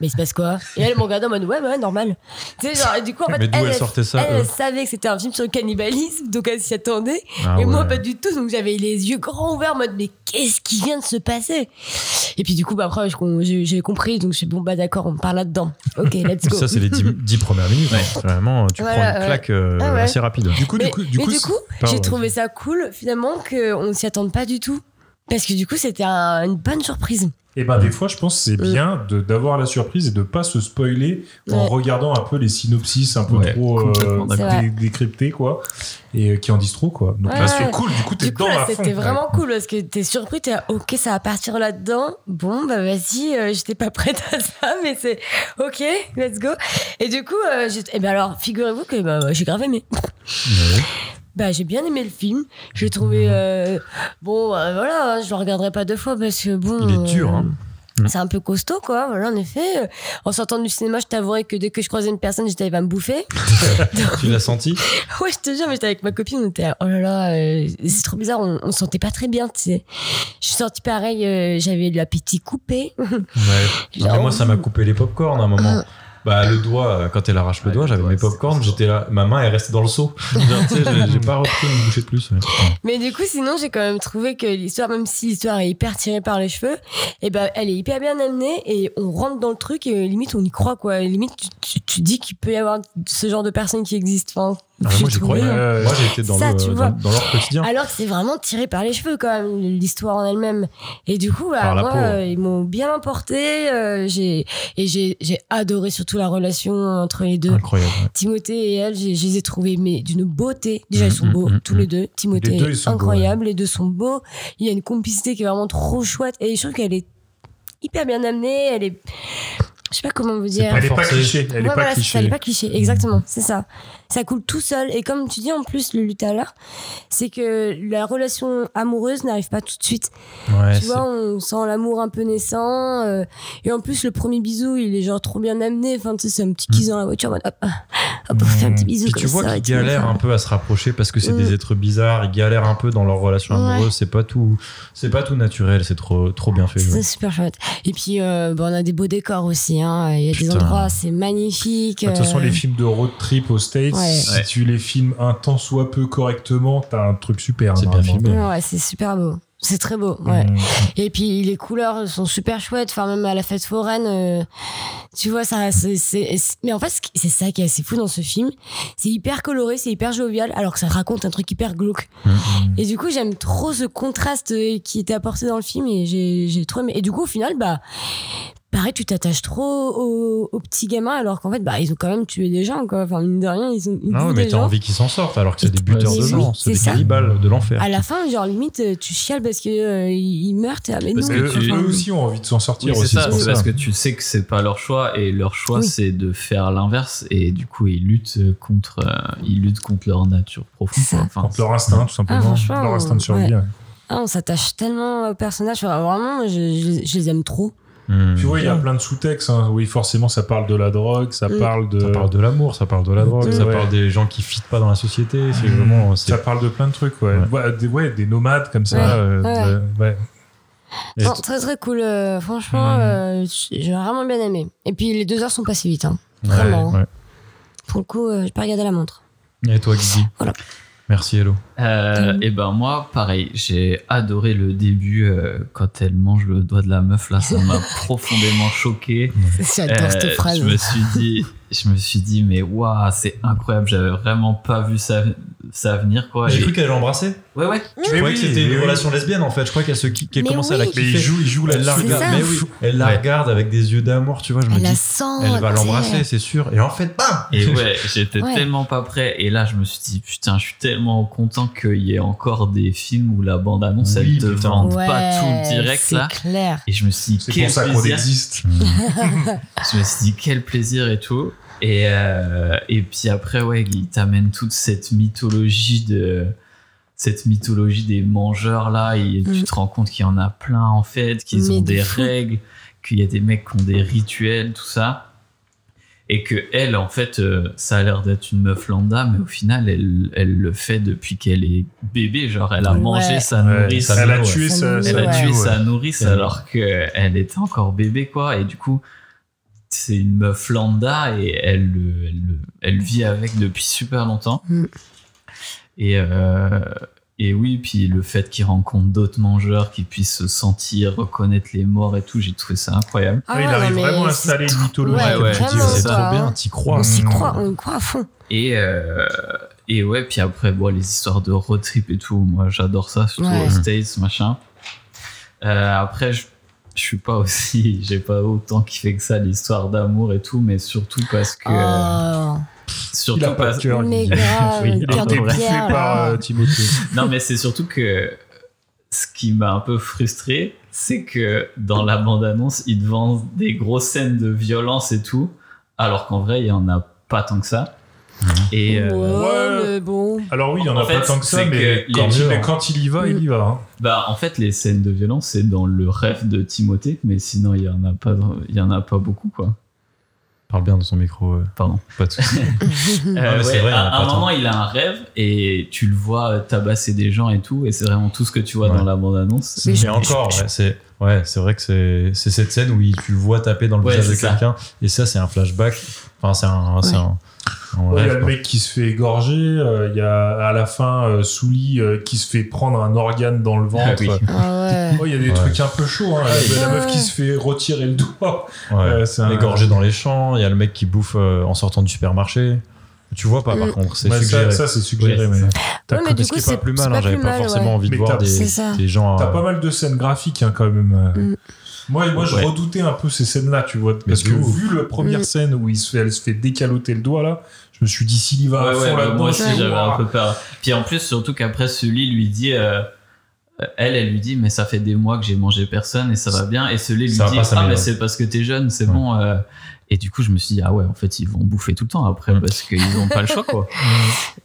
Speaker 8: Mais il se passe quoi Et elles m'ont regardé en mode ouais, bah ouais, normal. Tu sais, genre, et du coup, en fait,
Speaker 4: Mais d'où elle
Speaker 8: elle
Speaker 4: sortait ça euh
Speaker 8: elle,
Speaker 4: eux
Speaker 8: elle savait que c'était un film sur le cannibalisme, donc elle s'y attendait.
Speaker 4: Ah
Speaker 8: et moi,
Speaker 4: ouais.
Speaker 8: pas du tout. Donc j'avais les yeux grands ouverts en mode, mais qu'est-ce qui vient de se passer Et puis du coup, bah, après, je- j'ai j'ai compris. Donc je suis bon, bah d'accord, on part là-dedans. Ok, let's go.
Speaker 4: Ça c'est les 10 premières minutes. hein. Vraiment tu prends
Speaker 8: Voilà,
Speaker 4: une
Speaker 8: ouais.
Speaker 4: claque euh,
Speaker 8: Ah ouais.
Speaker 4: assez rapide.
Speaker 7: Du coup,
Speaker 8: mais
Speaker 7: du coup, du coup,
Speaker 8: du
Speaker 7: c'est-
Speaker 8: coup,
Speaker 7: Pardon,
Speaker 8: j'ai
Speaker 7: vas-y.
Speaker 8: trouvé ça cool, finalement, qu'on ne s'y attende pas du tout. Parce que du coup, c'était un- une bonne surprise.
Speaker 7: Et ben des fois, je pense que c'est bien de- d'avoir la surprise et de pas se spoiler en
Speaker 8: Euh. Ouais.
Speaker 7: regardant un peu les synopsis un peu
Speaker 6: Ouais,
Speaker 7: trop euh,
Speaker 6: complètement
Speaker 7: dé-
Speaker 8: d'accord.
Speaker 7: décryptés quoi et euh, qui en disent trop quoi. Donc
Speaker 8: Ouais,
Speaker 7: là, c'est
Speaker 8: ouais.
Speaker 7: cool. Du coup, t'es
Speaker 8: Du coup,
Speaker 7: dedans
Speaker 8: là,
Speaker 7: à fond.
Speaker 8: c'était vraiment cool parce que t'es surpris, t'es là, ok, ça va partir là-dedans. Bon, bah vas-y, euh, j'étais pas prête à ça, mais c'est ok, let's go. Et du coup, euh, j'ai- eh ben alors, figurez-vous que bah, j'ai grave aimé. Bah, j'ai bien aimé le film. J'ai trouvé. euh, Bon, euh, voilà, hein, je le regarderai pas deux fois parce que bon.
Speaker 4: Il est dur
Speaker 8: euh,
Speaker 4: hein.
Speaker 8: C'est un peu costaud, quoi. Voilà, en effet. euh, En sortant du cinéma, je t'avouerais que dès que je croisais une personne, j'étais, elle va me bouffer.
Speaker 4: tu l'as senti
Speaker 8: Ah Ouais, je te jure, mais j'étais avec ma copine, on était là, oh là là, euh, c'est trop bizarre, on, on se sentait pas très bien, tu sais. Je suis sortie pareil, euh, j'avais l'appétit coupé.
Speaker 4: Ouais. Non, mais moi, ça m'a coupé les popcorn à un moment.
Speaker 8: Ah.
Speaker 4: Bah, le doigt, euh, quand elle arrache le doigt, j'avais mes popcorn, j'étais là, ma main est restée dans le seau. Mm. Ah, Genre, tu sais, j'ai- j'ai pas repris une bouchée de plus. ouais.
Speaker 8: mais du coup, sinon, j'ai quand même trouvé que l'histoire, même si l'histoire est hyper tirée par les cheveux, eh ben, elle est hyper bien amenée et on rentre dans le truc et euh, limite, on y croit, quoi. Et Limite, tu, tu, tu dis qu'il peut y avoir ce genre de personnes qui existent. Enfin,
Speaker 4: Ah,
Speaker 8: j'ai
Speaker 4: moi, j'y
Speaker 8: trouvé,
Speaker 4: croyais.
Speaker 8: hein.
Speaker 4: hein. Moi, j'étais dans,
Speaker 8: Ça,
Speaker 4: le-
Speaker 8: tu
Speaker 4: dans-
Speaker 8: vois. Ah,
Speaker 4: dans leur quotidien.
Speaker 8: Alors que c'est vraiment tiré par les cheveux quand même l'histoire en elle-même. Et du coup, bah,
Speaker 4: Par la
Speaker 8: moi,
Speaker 4: peau, hein. ouais.
Speaker 8: euh, ils m'ont bien emporté. euh, j'ai et j'ai j'ai adoré surtout la relation entre les deux.
Speaker 4: Incroyable. ouais.
Speaker 8: Timothée et elle, j'ai- je les ai trouvés mais d'une beauté. Déjà, ils sont
Speaker 4: Mm,
Speaker 8: beaux
Speaker 4: mm, mm,
Speaker 8: tous les deux. Timothée
Speaker 4: Les deux, ils
Speaker 8: est
Speaker 4: sont beaux,
Speaker 8: incroyable, les deux sont beaux. Il y a une complicité qui est vraiment trop chouette et je trouve qu'elle est hyper bien amenée. Elle est, je sais pas comment vous dire.
Speaker 7: Elle est pas cliché. Elle est
Speaker 8: Ouais,
Speaker 7: pas
Speaker 8: voilà, c'est ça, Elle
Speaker 7: cliché.
Speaker 8: est pas cliché, exactement, c'est ça. Ça coule tout seul. Et comme tu dis en plus, Lulu, tout à l'heure, c'est que la relation amoureuse n'arrive pas tout de suite.
Speaker 4: Ouais,
Speaker 8: tu
Speaker 4: c'est-
Speaker 8: vois, on sent l'amour un peu naissant. euh, et en plus, le premier bisou, il est genre trop bien amené. Enfin, tu sais, c'est un petit kiss dans la voiture. en mode, Hop, hop, on fait un petit bisou.
Speaker 4: Hmm. Puis tu
Speaker 8: comme
Speaker 4: vois
Speaker 8: ça,
Speaker 4: qu'ils
Speaker 8: et tout,
Speaker 4: galèrent
Speaker 8: enfin.
Speaker 4: un peu à se rapprocher parce que c'est
Speaker 8: Mm.
Speaker 4: des êtres bizarres, ils galèrent un peu dans leur relation
Speaker 8: Ouais.
Speaker 4: amoureuse, c'est pas tout c'est pas tout naturel, c'est trop trop bien fait. ouais.
Speaker 8: C'est super chouette. Et puis, euh, bon, on a des beaux décors aussi. hein. Il y a des
Speaker 4: Putain.
Speaker 8: endroits, c'est magnifique.
Speaker 7: De toute façon,
Speaker 8: euh,
Speaker 7: les films de road trip aux States,
Speaker 8: Ouais.
Speaker 7: si
Speaker 4: Ouais.
Speaker 7: tu les filmes un temps soit peu correctement, t'as un truc super.
Speaker 4: C'est bien
Speaker 7: normalement.
Speaker 8: Ouais, ouais, c'est super beau. C'est très beau,
Speaker 4: Hmm.
Speaker 8: ouais.
Speaker 7: Mm.
Speaker 8: Et puis les couleurs sont super chouettes. Enfin, même à la fête foraine, euh, tu vois, ça. c'est- c'est- c'est- Mais en fait, ce qui- c'est ça qui est assez fou dans ce film. C'est hyper coloré, c'est hyper jovial, alors que ça raconte un truc hyper glauque.
Speaker 4: Mm-hmm.
Speaker 8: Et du coup, j'aime trop ce contraste euh, qui était apporté dans le film et j'ai j'ai trop aimé. Et du coup, au final, bah. Pareil, tu t'attaches trop aux, aux petits gamins alors qu'en fait, bah, ils ont quand même tué des gens, quoi. Enfin, mine de rien, ils ont. Ils
Speaker 4: Ah ouais,
Speaker 8: bouffent
Speaker 4: mais
Speaker 8: des
Speaker 4: t'as
Speaker 8: gens.
Speaker 4: envie qu'ils s'en sortent alors que c'est des buteurs
Speaker 8: Mais
Speaker 4: de
Speaker 8: oui,
Speaker 4: gens, c'est
Speaker 8: c'est
Speaker 4: des
Speaker 8: ça.
Speaker 4: cannibales de l'enfer.
Speaker 8: À la fin, genre limite, euh, tu chiales parce que euh, ils ils meurent. t'es là, mais
Speaker 7: Parce
Speaker 8: non,
Speaker 7: que
Speaker 8: enfin,
Speaker 7: eux aussi ont envie de s'en sortir
Speaker 6: Oui, c'est
Speaker 7: aussi.
Speaker 6: ça,
Speaker 7: c'est pour
Speaker 6: c'est
Speaker 7: ça.
Speaker 6: parce que tu sais que c'est pas leur choix et leur choix
Speaker 8: Oui.
Speaker 6: c'est de faire l'inverse et du coup ils luttent contre euh, ils luttent contre leur nature profonde quoi. Enfin,
Speaker 7: Contre leur instinct, tout
Speaker 8: Ah,
Speaker 7: simplement.
Speaker 8: franchement,
Speaker 7: leur instinct de survie. hein.
Speaker 8: ouais.
Speaker 7: ouais.
Speaker 8: Ah, on s'attache tellement aux personnages. Enfin, vraiment, je, je- je les aime trop.
Speaker 7: Tu vois, il y a
Speaker 8: Ouais.
Speaker 7: plein de sous-textes. hein. Oui, forcément, ça parle de la drogue, ça
Speaker 8: Mm.
Speaker 7: parle de.
Speaker 4: Ça parle de l'amour, ça parle de la drogue,
Speaker 7: Mm.
Speaker 4: ça
Speaker 7: Ouais.
Speaker 4: parle des gens qui fitent pas dans la société, c'est
Speaker 8: Hmm.
Speaker 7: Mm.
Speaker 4: vraiment c'est-
Speaker 7: Ça parle de plein de trucs, ouais. Ouais, des, ouais, des nomades comme ça.
Speaker 8: Ouais.
Speaker 7: euh,
Speaker 8: Ouais.
Speaker 7: de- ouais.
Speaker 4: Et-
Speaker 8: Non, très très cool. euh, franchement, euh, j'ai j'ai vraiment bien aimé. Et puis les deux heures sont passées vite. hein. Vraiment.
Speaker 4: Ouais,
Speaker 8: hein. Pour le coup, euh, j'ai pas regardé la montre.
Speaker 4: ouais. Et toi Guigui Merci Hello.
Speaker 6: Euh,
Speaker 8: Mmh.
Speaker 6: et ben moi, pareil, j'ai adoré le début euh, quand elle mange le doigt de la meuf là, ça m'a profondément choqué. Euh,
Speaker 8: J'adore cette phrase.
Speaker 6: Je me suis dit, je me suis dit, mais waouh, c'est incroyable, j'avais vraiment pas vu ça, ça venir quoi.
Speaker 4: J'ai
Speaker 6: Et-
Speaker 4: cru qu'elle l'embrassait.
Speaker 6: Ouais ouais.
Speaker 4: Je croyais que
Speaker 7: oui,
Speaker 4: c'était une
Speaker 7: mais oui.
Speaker 4: relation lesbienne en fait. Je croyais qu'elle se qui- qu'elle
Speaker 8: Mais
Speaker 4: commençait à la
Speaker 8: oui.
Speaker 4: kiffer.
Speaker 7: Mais il joue, il joue
Speaker 4: Elle la
Speaker 7: là-dessus.
Speaker 8: C'est
Speaker 4: regarde,
Speaker 8: ça.
Speaker 4: mais oui, elle la
Speaker 6: Ouais.
Speaker 4: regarde avec des yeux d'amour, tu vois. Je me
Speaker 8: Elle la
Speaker 4: dis,
Speaker 8: sent.
Speaker 4: elle va
Speaker 8: tu sais.
Speaker 4: l'embrasser, c'est sûr. Et en fait, bam
Speaker 6: Et ouais, j'étais
Speaker 8: Ouais.
Speaker 6: tellement pas prêt. Et là, je me suis dit, putain, je suis tellement content qu'il y ait encore des films où la bande-annonce,
Speaker 4: Oui,
Speaker 6: elle te
Speaker 4: putain.
Speaker 6: vende
Speaker 8: Ouais,
Speaker 6: pas tout direct
Speaker 8: c'est
Speaker 6: là.
Speaker 8: clair.
Speaker 6: Et je me suis dit,
Speaker 7: C'est
Speaker 6: quel
Speaker 7: pour ça qu'on
Speaker 6: plaisir.
Speaker 7: existe.
Speaker 6: je me suis dit quel plaisir et tout et, euh, et puis après ouais il t'amène toute cette mythologie de cette mythologie des mangeurs là et tu
Speaker 8: Mm.
Speaker 6: te rends compte qu'il y en a plein en fait qu'ils
Speaker 8: Mais
Speaker 6: ont
Speaker 8: de
Speaker 6: des
Speaker 8: fou.
Speaker 6: règles qu'il y a des mecs qui ont des rituels tout ça et que elle en fait euh, ça a l'air d'être une meuf lambda mais au final elle, elle le fait depuis qu'elle est bébé genre elle a
Speaker 8: Ouais.
Speaker 6: mangé sa
Speaker 7: Ouais.
Speaker 6: nourrice
Speaker 7: Elle a
Speaker 4: ouais.
Speaker 7: tué
Speaker 8: Ça
Speaker 7: sa
Speaker 8: nous-
Speaker 7: sa
Speaker 6: elle a
Speaker 8: Ouais.
Speaker 6: tué
Speaker 7: nounou,
Speaker 6: sa
Speaker 7: ouais.
Speaker 6: nourrice
Speaker 4: Ouais.
Speaker 6: alors qu'elle était encore bébé, quoi. Et du coup, c'est une meuf lambda et elle, le- elle, le- elle vit avec depuis super longtemps.
Speaker 8: Mm.
Speaker 6: Et, euh, et oui, puis le fait qu'il rencontre d'autres mangeurs, qu'ils puissent se sentir, reconnaître les morts et tout, j'ai trouvé ça incroyable.
Speaker 8: Ah
Speaker 7: Ouais, il
Speaker 8: ouais,
Speaker 7: arrive
Speaker 8: non, mais
Speaker 7: vraiment à
Speaker 8: c'est
Speaker 7: installer une
Speaker 8: trop-
Speaker 7: mythologie.
Speaker 8: Ouais,
Speaker 6: comme tu dis,
Speaker 8: vraiment,
Speaker 6: c'est
Speaker 8: quoi,
Speaker 6: trop
Speaker 8: hein.
Speaker 4: t'y crois. Hmm.
Speaker 8: On s'y
Speaker 7: Mm.
Speaker 8: croit, on y croit à fond.
Speaker 6: Et, euh, et ouais, puis après, bon, les histoires de road trip et tout, moi j'adore ça, surtout
Speaker 8: Ouais.
Speaker 6: aux States, machin. Euh, après, je, je suis pas aussi, j'ai pas autant kiffé que ça l'histoire d'amour et tout, mais surtout parce que. euh,
Speaker 8: Oh,
Speaker 6: surtout
Speaker 7: Il a pas
Speaker 6: parce-
Speaker 7: de cœur.
Speaker 8: mais
Speaker 7: il-
Speaker 8: grave,
Speaker 6: Oui,
Speaker 7: Il a
Speaker 8: cœur
Speaker 7: été
Speaker 8: de
Speaker 6: ouais.
Speaker 7: bouffé
Speaker 8: pierre.
Speaker 7: par
Speaker 8: là.
Speaker 7: euh, Timothée.
Speaker 6: Non, mais c'est surtout que ce qui m'a un peu frustré, c'est que dans la bande-annonce, ils te vendent des grosses scènes de violence et tout, alors qu'en vrai, il y en a pas tant que ça. Et. euh,
Speaker 8: Ouais,
Speaker 7: Ouais.
Speaker 8: mais bon. ou
Speaker 7: Alors oui, il y en a
Speaker 6: En fait,
Speaker 7: pas tant que ça,
Speaker 6: c'est
Speaker 7: mais
Speaker 6: que
Speaker 7: quand,
Speaker 6: les
Speaker 7: il,
Speaker 4: hein.
Speaker 6: gens-
Speaker 7: quand il y va, il y va. hein.
Speaker 6: Bah, en fait, les scènes de violence, c'est dans le rêve de Timothée, mais sinon, il y en a pas, il y en a pas beaucoup, quoi.
Speaker 4: Parle bien dans son micro.
Speaker 6: Pardon.
Speaker 4: Pas de soucis.
Speaker 6: Euh,
Speaker 4: Ah, mais c'est
Speaker 6: ouais,
Speaker 4: vrai, il y en a
Speaker 6: à
Speaker 4: pas
Speaker 6: un
Speaker 4: tant.
Speaker 6: moment, il a un rêve et tu le vois tabasser des gens et tout, et c'est vraiment tout ce que tu vois dans la bande-annonce.
Speaker 4: Mais encore, ouais, c'est ouais, c'est vrai que c'est c'est cette scène où il- tu le vois taper dans le
Speaker 6: Ouais,
Speaker 4: visage de
Speaker 6: c'est ça.
Speaker 4: quelqu'un et ça c'est un flashback. Enfin c'est un c'est un, un
Speaker 7: Ouais, Il y a
Speaker 4: rêve,
Speaker 7: le
Speaker 4: quoi.
Speaker 7: mec qui se fait égorger, euh, il y a à la fin euh, Souli euh, qui se fait prendre un organe dans le ventre.
Speaker 4: Ah oui.
Speaker 8: Ah
Speaker 7: Oh, Il y a des
Speaker 4: Ouais.
Speaker 7: trucs un peu chauds. hein.
Speaker 4: Ouais.
Speaker 7: La meuf qui se fait retirer le doigt.
Speaker 4: Ouais.
Speaker 7: Euh, c'est un-
Speaker 4: égorgé dans les champs. Il y a le mec qui bouffe euh, en sortant du supermarché. Tu vois pas par
Speaker 7: Mm.
Speaker 4: contre, c'est
Speaker 7: Ouais, ça-
Speaker 4: suggéré.
Speaker 7: ça, c'est suggéré, mais-
Speaker 4: T'as
Speaker 7: Ouais, mais
Speaker 4: compris
Speaker 7: du
Speaker 4: ce qui
Speaker 7: coup,
Speaker 4: est pas
Speaker 7: c'est-
Speaker 4: plus
Speaker 7: c'est
Speaker 4: mal.
Speaker 7: pas
Speaker 4: hein, J'avais
Speaker 7: plus
Speaker 4: pas
Speaker 7: mal,
Speaker 4: forcément
Speaker 7: ouais.
Speaker 4: envie de
Speaker 7: Mais
Speaker 4: voir
Speaker 7: t'as-
Speaker 4: des,
Speaker 7: c'est ça.
Speaker 4: des gens.
Speaker 7: T'as
Speaker 4: euh,
Speaker 7: pas mal de scènes graphiques hein, quand même. euh.
Speaker 4: Mm.
Speaker 7: Moi, moi, je
Speaker 4: Ouais.
Speaker 7: redoutais un peu ces scènes-là, tu vois. parce
Speaker 4: de
Speaker 7: que
Speaker 4: ouf.
Speaker 7: vu la première
Speaker 4: Mm.
Speaker 7: scène où il se fait, elle se fait décaloter le doigt, là, je me suis dit, s'il y va à
Speaker 6: Ouais,
Speaker 7: fond
Speaker 6: ouais, bah,
Speaker 7: là-dedans,
Speaker 6: moi aussi
Speaker 7: c'est
Speaker 6: j'avais
Speaker 7: noir.
Speaker 6: un peu peur. Puis en plus, surtout qu'après, Sully lui dit. euh, euh, elle, elle lui dit, mais ça fait des mois que j'ai mangé personne et ça va bien. Et Sully lui
Speaker 4: Ça va
Speaker 6: dit,
Speaker 4: pas
Speaker 6: ah,
Speaker 4: s'améliorer.
Speaker 6: mais c'est parce que t'es jeune, c'est bon. euh. Et du coup, je me suis dit, ah ouais, en fait, ils vont bouffer tout le temps après parce qu'ils ont pas le choix, quoi.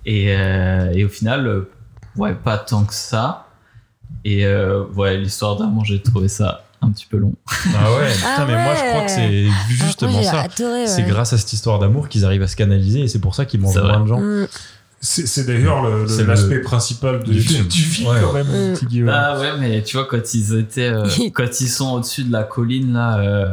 Speaker 6: et, euh, et au final, euh, ouais, pas tant que ça. Et euh, ouais, l'histoire d'amant, j'ai trouvé ça un petit peu long.
Speaker 4: Ah ouais, putain, mais moi je crois que c'est
Speaker 8: Ah,
Speaker 4: justement
Speaker 6: j'ai
Speaker 4: ça.
Speaker 6: adoré, ouais.
Speaker 4: C'est grâce à cette histoire d'amour qu'ils arrivent à se canaliser et c'est Mm. pour ça qu'ils mangent moins de gens.
Speaker 8: Mm.
Speaker 7: C'est c'est d'ailleurs le-
Speaker 4: C'est
Speaker 7: le- l'aspect principal de- du film, Mm.
Speaker 4: Ouais.
Speaker 7: quand même. petit Guillaume.
Speaker 6: Ah ouais, mais tu vois, quand ils étaient, euh, quand ils sont au-dessus de la colline, là, euh,